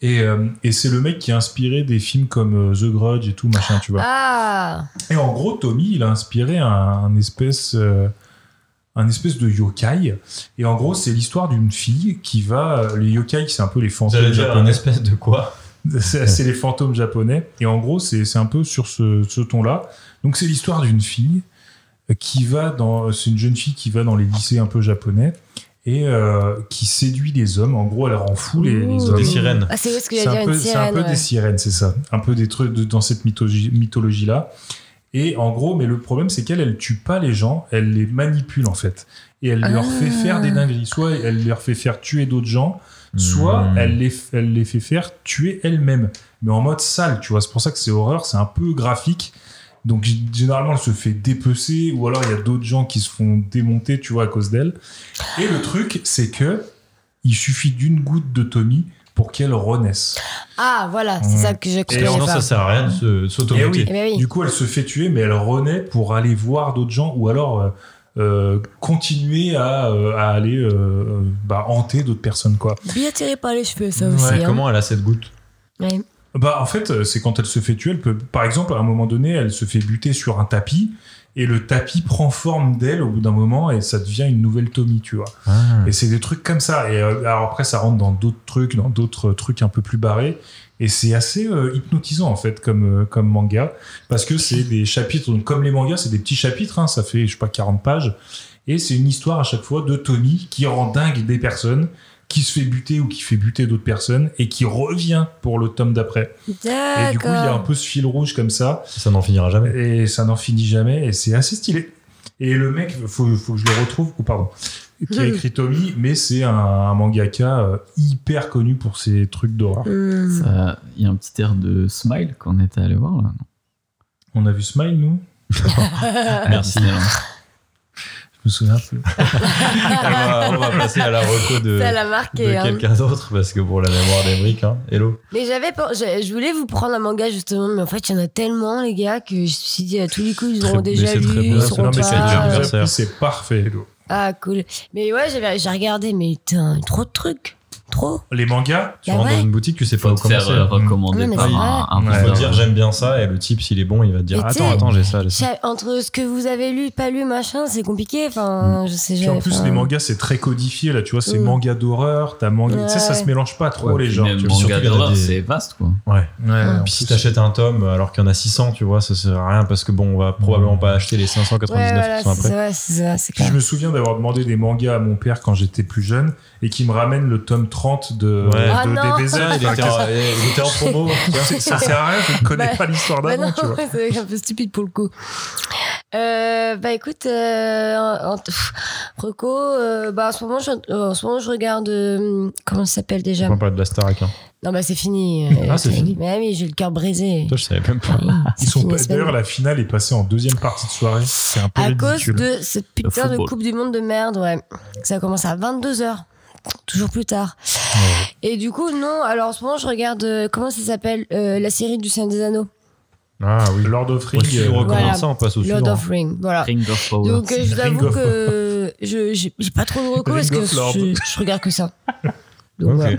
Speaker 7: Et, euh, et c'est le mec qui a inspiré des films comme euh, The Grudge et tout, machin, tu vois.
Speaker 8: Ah
Speaker 7: Et en gros, Tommy, il a inspiré un, un espèce, euh, un espèce de yokai. Et en gros, c'est l'histoire d'une fille qui va. euh, Les yokai, c'est un peu les fantômes
Speaker 4: J'allais dire un
Speaker 7: japonais.
Speaker 4: espèce de quoi
Speaker 7: C'est c'est les fantômes japonais. Et en gros, c'est c'est un peu sur ce, ce ton-là. Donc, c'est l'histoire d'une fille qui va dans. C'est une jeune fille qui va dans les lycées un peu japonais et euh, qui séduit les hommes. En gros, elle rend fou les, les
Speaker 8: Ouh.
Speaker 7: hommes.
Speaker 8: Des sirènes. Ah, c'est vrai ce que j'allais
Speaker 7: C'est un
Speaker 8: dire,
Speaker 7: peu-
Speaker 8: une
Speaker 7: C'est un
Speaker 8: sirène,
Speaker 7: peu
Speaker 8: ouais.
Speaker 7: des sirènes, c'est ça. Un peu des trucs de- dans cette mythologie- mythologie-là. et en gros, mais le problème, c'est qu'elle, elle tue pas les gens, elle les manipule en fait. Et elle leur
Speaker 4: Ah.
Speaker 7: fait faire des dingueries. Soit elle leur fait faire tuer d'autres gens, soit elle, les, elle les fait faire tuer elle-même. Mais en mode sale, tu vois. C'est pour ça que c'est horreur, c'est un peu graphique. Donc g- généralement, elle se fait dépecer, ou alors il y a d'autres gens qui se font démonter, tu vois, à cause d'elle. Et le truc, c'est que il suffit d'une goutte de Tommy pour qu'elle renaisse.
Speaker 8: Ah, voilà, c'est
Speaker 7: Ouais.
Speaker 8: ça que je comprenais pas.
Speaker 4: de
Speaker 7: s'automuter.
Speaker 8: Eh oui. Eh ben oui.
Speaker 7: Du coup, elle se fait tuer, mais elle renaît pour aller voir d'autres gens ou alors euh, euh, continuer à, euh, à aller euh, euh, bah, hanter d'autres personnes. quoi.
Speaker 8: Bien tiré par les cheveux, ça
Speaker 7: Ouais,
Speaker 8: aussi. hein.
Speaker 7: comment
Speaker 4: elle a cette goutte
Speaker 8: Ouais.
Speaker 7: Bah, en fait, euh, c'est quand elle se fait tuer, elle peut, par exemple, à un moment donné, elle se fait buter sur un tapis et le tapis prend forme d'elle au bout d'un moment et ça devient une nouvelle Tommy, tu vois. Et c'est des trucs comme ça. Et euh, alors après, ça rentre dans d'autres trucs, dans d'autres euh, trucs un peu plus barrés. Et c'est assez euh, hypnotisant en fait comme euh, comme manga parce que c'est des chapitres. Donc comme les mangas, c'est des petits chapitres. hein. ça fait je sais pas 40 pages. Et c'est une histoire à chaque fois de Tommy qui rend dingue des personnes, qui se fait buter ou qui fait buter d'autres personnes et qui revient pour le tome d'après. Et du coup, il y a un
Speaker 8: D'accord.
Speaker 7: peu ce fil rouge comme ça.
Speaker 4: Ça n'en finira jamais.
Speaker 7: Et ça n'en finit jamais. Et c'est assez stylé. Et le mec, faut, faut que je le retrouve, ou pardon, qui a écrit Tommy, mais c'est un, un mangaka euh, hyper connu pour ses trucs d'horreur.
Speaker 8: Hmm.
Speaker 6: Ça- Il y a un petit air de smile qu'on était allé voir là. non
Speaker 7: On a vu Smile, nous
Speaker 6: Merci.
Speaker 7: Je me souviens plus.
Speaker 4: on, va, on va passer à la reco de,
Speaker 8: Ah. Ça l'a marqué,
Speaker 4: de
Speaker 8: hein.
Speaker 4: quelqu'un d'autre parce que pour la mémoire d'Emeric, hein, hello.
Speaker 8: Mais j'avais pas- je, je voulais vous prendre un manga justement, mais en fait il y en a tellement les gars que je me suis dit à tous les coups ils
Speaker 4: Très-
Speaker 8: auront
Speaker 4: mais
Speaker 8: déjà
Speaker 4: c'est
Speaker 8: lu,
Speaker 4: très bien,
Speaker 8: ils
Speaker 4: c'est
Speaker 8: seront
Speaker 4: normal, c'est
Speaker 8: pas-
Speaker 4: déjà bien.
Speaker 7: Après, C'est parfait, Hello.
Speaker 8: Ah cool. Mais ouais j'avais- j'ai regardé mais putain trop de trucs, trop.
Speaker 7: Les mangas,
Speaker 4: tu
Speaker 8: Bah
Speaker 4: rentres
Speaker 8: ouais.
Speaker 4: dans une boutique, tu sais pas où
Speaker 6: te faire,
Speaker 4: commencer.
Speaker 6: euh, recommander
Speaker 8: Ah, mais par c'est un-
Speaker 6: vrai. un
Speaker 4: euh, faut
Speaker 6: vendeur.
Speaker 4: dire j'aime bien ça et le type s'il est bon, il va te dire
Speaker 8: Mais tu
Speaker 4: attends
Speaker 8: sais,
Speaker 4: attends j'ai ça, j'ai ça.
Speaker 8: j'ai- Entre ce que vous avez lu, pas lu, machin, c'est compliqué. Enfin,
Speaker 4: Mm.
Speaker 8: je sais
Speaker 7: Puis
Speaker 8: jamais.
Speaker 7: en plus,
Speaker 8: enfin.
Speaker 7: les mangas, c'est très codifié, là, tu vois, c'est
Speaker 8: Mm.
Speaker 7: manga d'horreur, t'as manga. Tu sais, ça
Speaker 8: Ouais.
Speaker 7: se mélange pas trop,
Speaker 4: Ouais,
Speaker 7: les
Speaker 4: puis
Speaker 7: genres.
Speaker 4: même
Speaker 7: tu vois.
Speaker 4: manga
Speaker 7: Surtout qu'il y en a
Speaker 4: d'horreur,
Speaker 7: des-
Speaker 4: c'est
Speaker 6: vaste quoi.
Speaker 4: Ouais.
Speaker 7: en
Speaker 4: Puis si t'achètes un tome alors qu'il y en a 600, tu vois, ça sert à rien parce que bon, on va probablement pas acheter les 599
Speaker 8: Ouais, voilà,
Speaker 4: qui sont
Speaker 8: c'est
Speaker 4: après.
Speaker 8: vrai, c'est ça, c'est
Speaker 7: Puis
Speaker 8: clair.
Speaker 7: je me souviens d'avoir demandé des mangas à mon père quand j'étais plus jeune et qui me ramène le tome 30 de,
Speaker 4: Ouais.
Speaker 7: de-
Speaker 4: Ah
Speaker 7: de
Speaker 4: non.
Speaker 7: DBZ.
Speaker 4: Ah, il était en-
Speaker 7: Enfin,
Speaker 4: il était en promo.
Speaker 7: Tu vois, c'est- ça sert à rien, je ne connais
Speaker 8: Bah,
Speaker 7: pas l'histoire
Speaker 8: bah
Speaker 7: d'avant,
Speaker 8: non,
Speaker 7: tu vois.
Speaker 8: C'est un peu stupide pour le coup. Euh, bah écoute, euh, en- en- pff, Reco, euh, bah en ce moment je, euh, en ce moment, je regarde. euh, comment ça s'appelle déjà
Speaker 4: On va parler de la Starac. hein.
Speaker 8: Non, bah c'est fini.
Speaker 4: Ah, c'est fini.
Speaker 8: Mais oui, j'ai le cœur brisé.
Speaker 4: Toi, je savais même pas.
Speaker 7: Ils sont
Speaker 8: fini,
Speaker 7: pas-
Speaker 8: c'est
Speaker 7: D'ailleurs,
Speaker 8: fini.
Speaker 7: la finale est passée en deuxième partie de soirée. C'est un peu
Speaker 8: À cause
Speaker 7: ridicule.
Speaker 8: de cette putain de
Speaker 7: football.
Speaker 8: Coupe du Monde de merde, ouais. Ça commence à 22h. Toujours plus tard. Et du coup, non, alors en ce moment, je regarde. euh, comment ça s'appelle euh, La série du Seigneur des Anneaux.
Speaker 4: Ah oui.
Speaker 7: Lord of Rings.
Speaker 4: Si tu
Speaker 7: euh,
Speaker 4: recommances
Speaker 8: Voilà.
Speaker 4: ça, on passe au
Speaker 8: Lord
Speaker 4: suivant.
Speaker 8: of Ring, voilà.
Speaker 6: Ring of Power.
Speaker 8: Donc, euh, je vous
Speaker 4: Ring
Speaker 8: avoue
Speaker 4: of-
Speaker 8: que je j'ai j'ai pas trop de recours
Speaker 4: Ring
Speaker 8: parce que
Speaker 4: of Lord.
Speaker 8: je, je regarde que ça.
Speaker 4: Ok.
Speaker 8: voilà.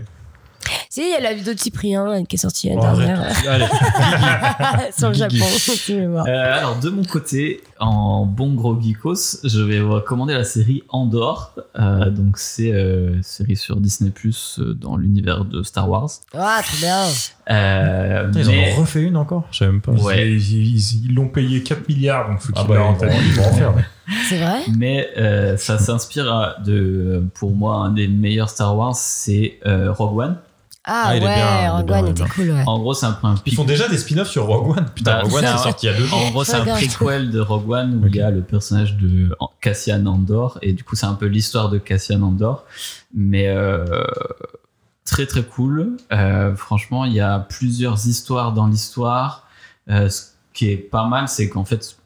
Speaker 8: Si, il y a la vidéo de Cyprien hein, qui est sortie
Speaker 6: Oh,
Speaker 8: l'année
Speaker 6: arrête.
Speaker 8: dernière.
Speaker 6: Allez.
Speaker 8: Sur le
Speaker 6: Guigui.
Speaker 8: Japon. tu vas voir.
Speaker 6: Euh, alors de mon côté, en bon gros geekos, je vais vous recommander la série Andorre. Euh, donc c'est euh, une série sur Disney Plus euh, dans l'univers de Star Wars.
Speaker 8: Ah, trop bien.
Speaker 6: Euh,
Speaker 4: Putain, Ils
Speaker 6: mais-
Speaker 4: en ont refait une encore Je sais même pas.
Speaker 6: Ouais.
Speaker 7: Ils ils- ils l'ont payé 4 milliards, donc faut
Speaker 4: Ah
Speaker 7: qu'ils
Speaker 4: bah,
Speaker 7: la
Speaker 4: ils vont-
Speaker 7: rentabilisent.
Speaker 4: ils vont en faire, ouais.
Speaker 8: C'est vrai
Speaker 6: Mais euh, ça s'inspire à- de, pour moi, un des meilleurs Star Wars, c'est euh, Rogue One.
Speaker 8: Ah,
Speaker 6: Ah,
Speaker 8: ouais,
Speaker 6: il est bien, il est
Speaker 8: Rogue
Speaker 6: bien,
Speaker 8: One
Speaker 6: il est
Speaker 8: était
Speaker 6: bien.
Speaker 8: cool, ouais.
Speaker 6: En gros, c'est un peu un
Speaker 4: Ils font déjà des spin-offs sur Rogue One. Putain,
Speaker 6: Bah,
Speaker 4: Rogue One,
Speaker 6: c'est
Speaker 4: c'est
Speaker 6: un-
Speaker 4: sorti il y a deux ans.
Speaker 6: En gros, c'est un
Speaker 8: Regarde.
Speaker 6: prequel de Rogue One où il y a le personnage de Cassian Andor et du coup, c'est un peu l'histoire de Cassian Andor, mais euh, très très cool. Euh, franchement, il y a plusieurs histoires dans l'histoire. Euh, ce qui est pas mal, c'est qu'en fait,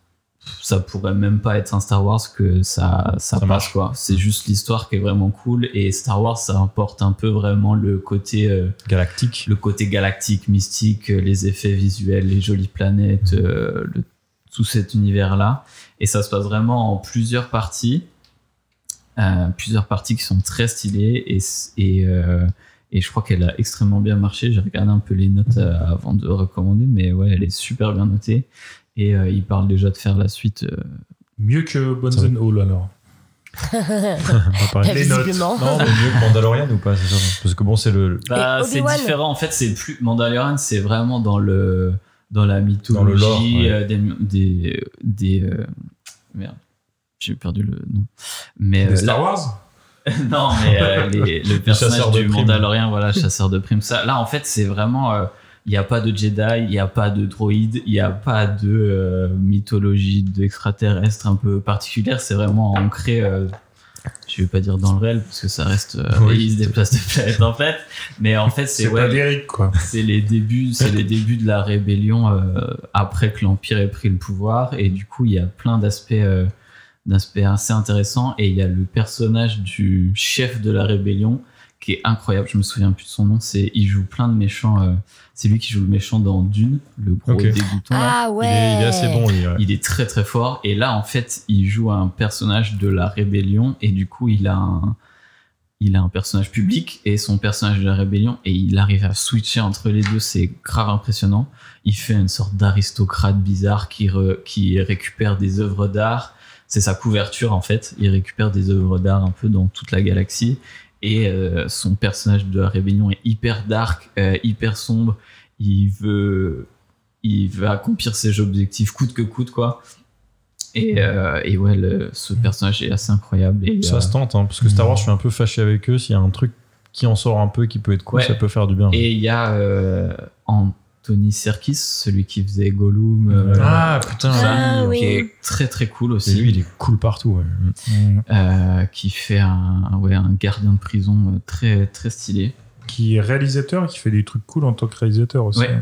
Speaker 6: ça pourrait même pas être un Star Wars que ça ça, passe quoi. C'est juste l'histoire qui est vraiment cool et Star Wars, ça apporte un peu vraiment le côté euh,
Speaker 4: galactique,
Speaker 6: le côté galactique, mystique, euh, les effets visuels, les jolies planètes, euh, le- tout cet univers là. Et ça se passe vraiment en plusieurs parties, Euh, plusieurs parties qui sont très stylées et s- et euh, et je crois qu'elle a extrêmement bien marché. J'ai regardé un peu les notes euh, avant de recommander, mais ouais, elle est super bien notée. Et euh, il parle déjà de faire la suite. euh,
Speaker 7: Mieux que Bonzen Hall, alors.
Speaker 4: pareil.
Speaker 7: Les notes. Visiblement.
Speaker 4: Non, mais mieux que Mandalorian ou pas c'est ça Parce que bon, c'est le.
Speaker 6: Bah, c'est différent. En fait, c'est plus Mandalorian, c'est vraiment dans le dans la mythologie
Speaker 4: Dans le lore, ouais.
Speaker 6: euh, des des, des, euh, merde, j'ai perdu le nom. Mais
Speaker 7: Des
Speaker 6: euh,
Speaker 7: Star
Speaker 6: là-
Speaker 7: Wars
Speaker 6: non, mais euh, les- le
Speaker 7: Le
Speaker 6: personnage
Speaker 7: chasseur de
Speaker 6: du
Speaker 7: primes.
Speaker 6: Mandalorian, voilà, chasseur de primes. Ça, là, en fait, c'est vraiment. euh, Il n'y a pas de Jedi, il n'y a pas de droïde, il n'y a pas de euh, mythologie d'extraterrestre un peu particulière. C'est vraiment ancré. euh, je ne vais pas dire dans le réel parce que ça reste. euh,
Speaker 7: Oui.
Speaker 6: Il se déplace de planète en fait. Mais en fait, c'est
Speaker 7: C'est pas
Speaker 6: ouais,
Speaker 7: lyrique, quoi.
Speaker 6: c'est les débuts, c'est les débuts de la rébellion euh, après que l'empire ait pris le pouvoir et du coup il y a plein d'aspects euh, d'aspects assez intéressants et il y a le personnage du chef de la rébellion qui est incroyable. Je me souviens plus de son nom. C'est il joue plein de méchants. euh, c'est lui qui joue le méchant dans Dune, le gros
Speaker 4: Ok.
Speaker 6: dégoûtant. là.
Speaker 8: Ah ouais. Il est- il est assez bon, lui, ouais.
Speaker 6: Il est très très fort et là en fait il joue un personnage de la rébellion et du coup il a un il a un personnage public et son personnage de la rébellion et il arrive à switcher entre les deux, c'est grave impressionnant. Il fait une sorte d'aristocrate bizarre qui, re- qui récupère des œuvres d'art. C'est sa couverture en fait. Il récupère des œuvres d'art un peu dans toute la galaxie et euh, son personnage de la rébellion est hyper dark, euh, hyper sombre. Il veut, il veut accomplir ses objectifs coûte que coûte quoi. Et, euh, et ouais, le- ce personnage est assez incroyable. Et,
Speaker 4: Ça
Speaker 6: euh,
Speaker 4: se tente, hein, parce que Mm. Star Wars, je suis un peu fâché avec eux. S'il y a un truc qui en sort un peu, qui peut être cool,
Speaker 6: Ouais.
Speaker 4: ça peut faire du bien.
Speaker 6: Et il y a euh, Anthony Serkis, celui qui faisait Gollum. euh,
Speaker 4: Ah, putain,
Speaker 6: tout ça,
Speaker 4: Ah, oui.
Speaker 6: Qui est très très cool aussi.
Speaker 4: Et lui, il est cool partout. ouais.
Speaker 6: Euh, qui fait un, ouais, un gardien de prison euh, très très stylé.
Speaker 7: Qui est réalisateur, qui fait des trucs cool en tant que réalisateur aussi.
Speaker 6: Ouais.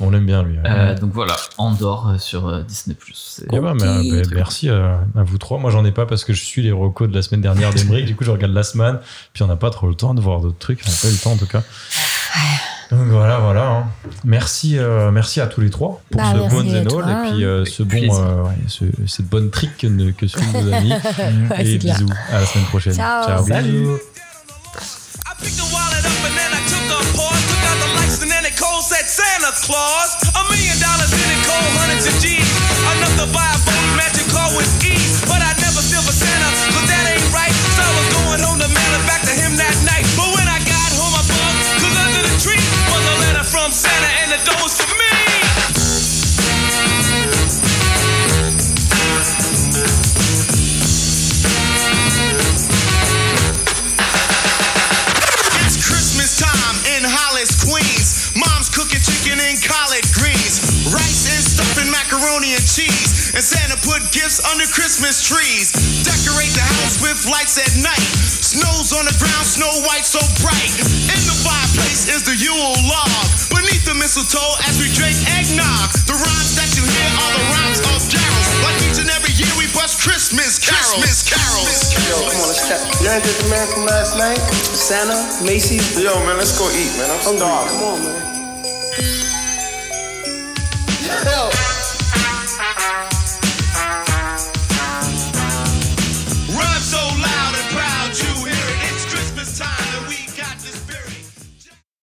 Speaker 4: On l'aime bien, lui. ouais.
Speaker 6: Euh, donc voilà, Andorre euh, sur euh, Disney+. C'est
Speaker 4: Eh ben, mais,
Speaker 6: très,
Speaker 4: ben,
Speaker 6: très cool.
Speaker 4: merci euh, à vous trois. Moi, j'en ai pas parce que je suis les recos de la semaine dernière d'Emeric. du coup, je regarde la semaine. Puis, on n'a pas trop le temps de voir d'autres trucs. On n'a pas eu le temps, en tout cas. Donc, voilà, voilà. hein. Merci, euh, merci à tous les trois pour
Speaker 8: Bah,
Speaker 4: ce
Speaker 8: merci
Speaker 4: bon
Speaker 8: à
Speaker 4: Zenol
Speaker 8: toi,
Speaker 4: et puis euh, ce bon,
Speaker 6: plaisir.
Speaker 4: euh, ouais, ce- cette bonne trick que, ne- que ce film nous a mis.
Speaker 6: Mm.
Speaker 8: Ouais,
Speaker 4: et
Speaker 8: c'est clair.
Speaker 4: bisous. À la semaine prochaine.
Speaker 8: Ciao. Salut.
Speaker 4: Bisous.
Speaker 9: lights and then it cold said Santa Claus. A million dollars in it, cold hundreds of G's. Enough to buy a boat, magic car with ease. But I never feel for Santa, cause that ain't right. So I was going home to mail it back to him that night. But when I got home, I bugged, cause under the tree was a letter from Santa and the door was for me. It's Christmas time in Hollis, Queens. Mom's cooking chicken and collard greens. Rice and stuffing macaroni and cheese. And Santa put gifts under Christmas trees. Decorate the house with lights at night. Snow's on the ground, snow white so bright. In the fireplace is the Yule log. Beneath the mistletoe as we drink eggnog. The rhymes that you hear are the rhymes of carols. Like each and every year we bust Christmas carols. Christmas carols.
Speaker 12: Come on, let's cut. You ain't get the man from last night? Santa, Macy's. Yo, man, let's go eat, man. I'm starving. Come on, man.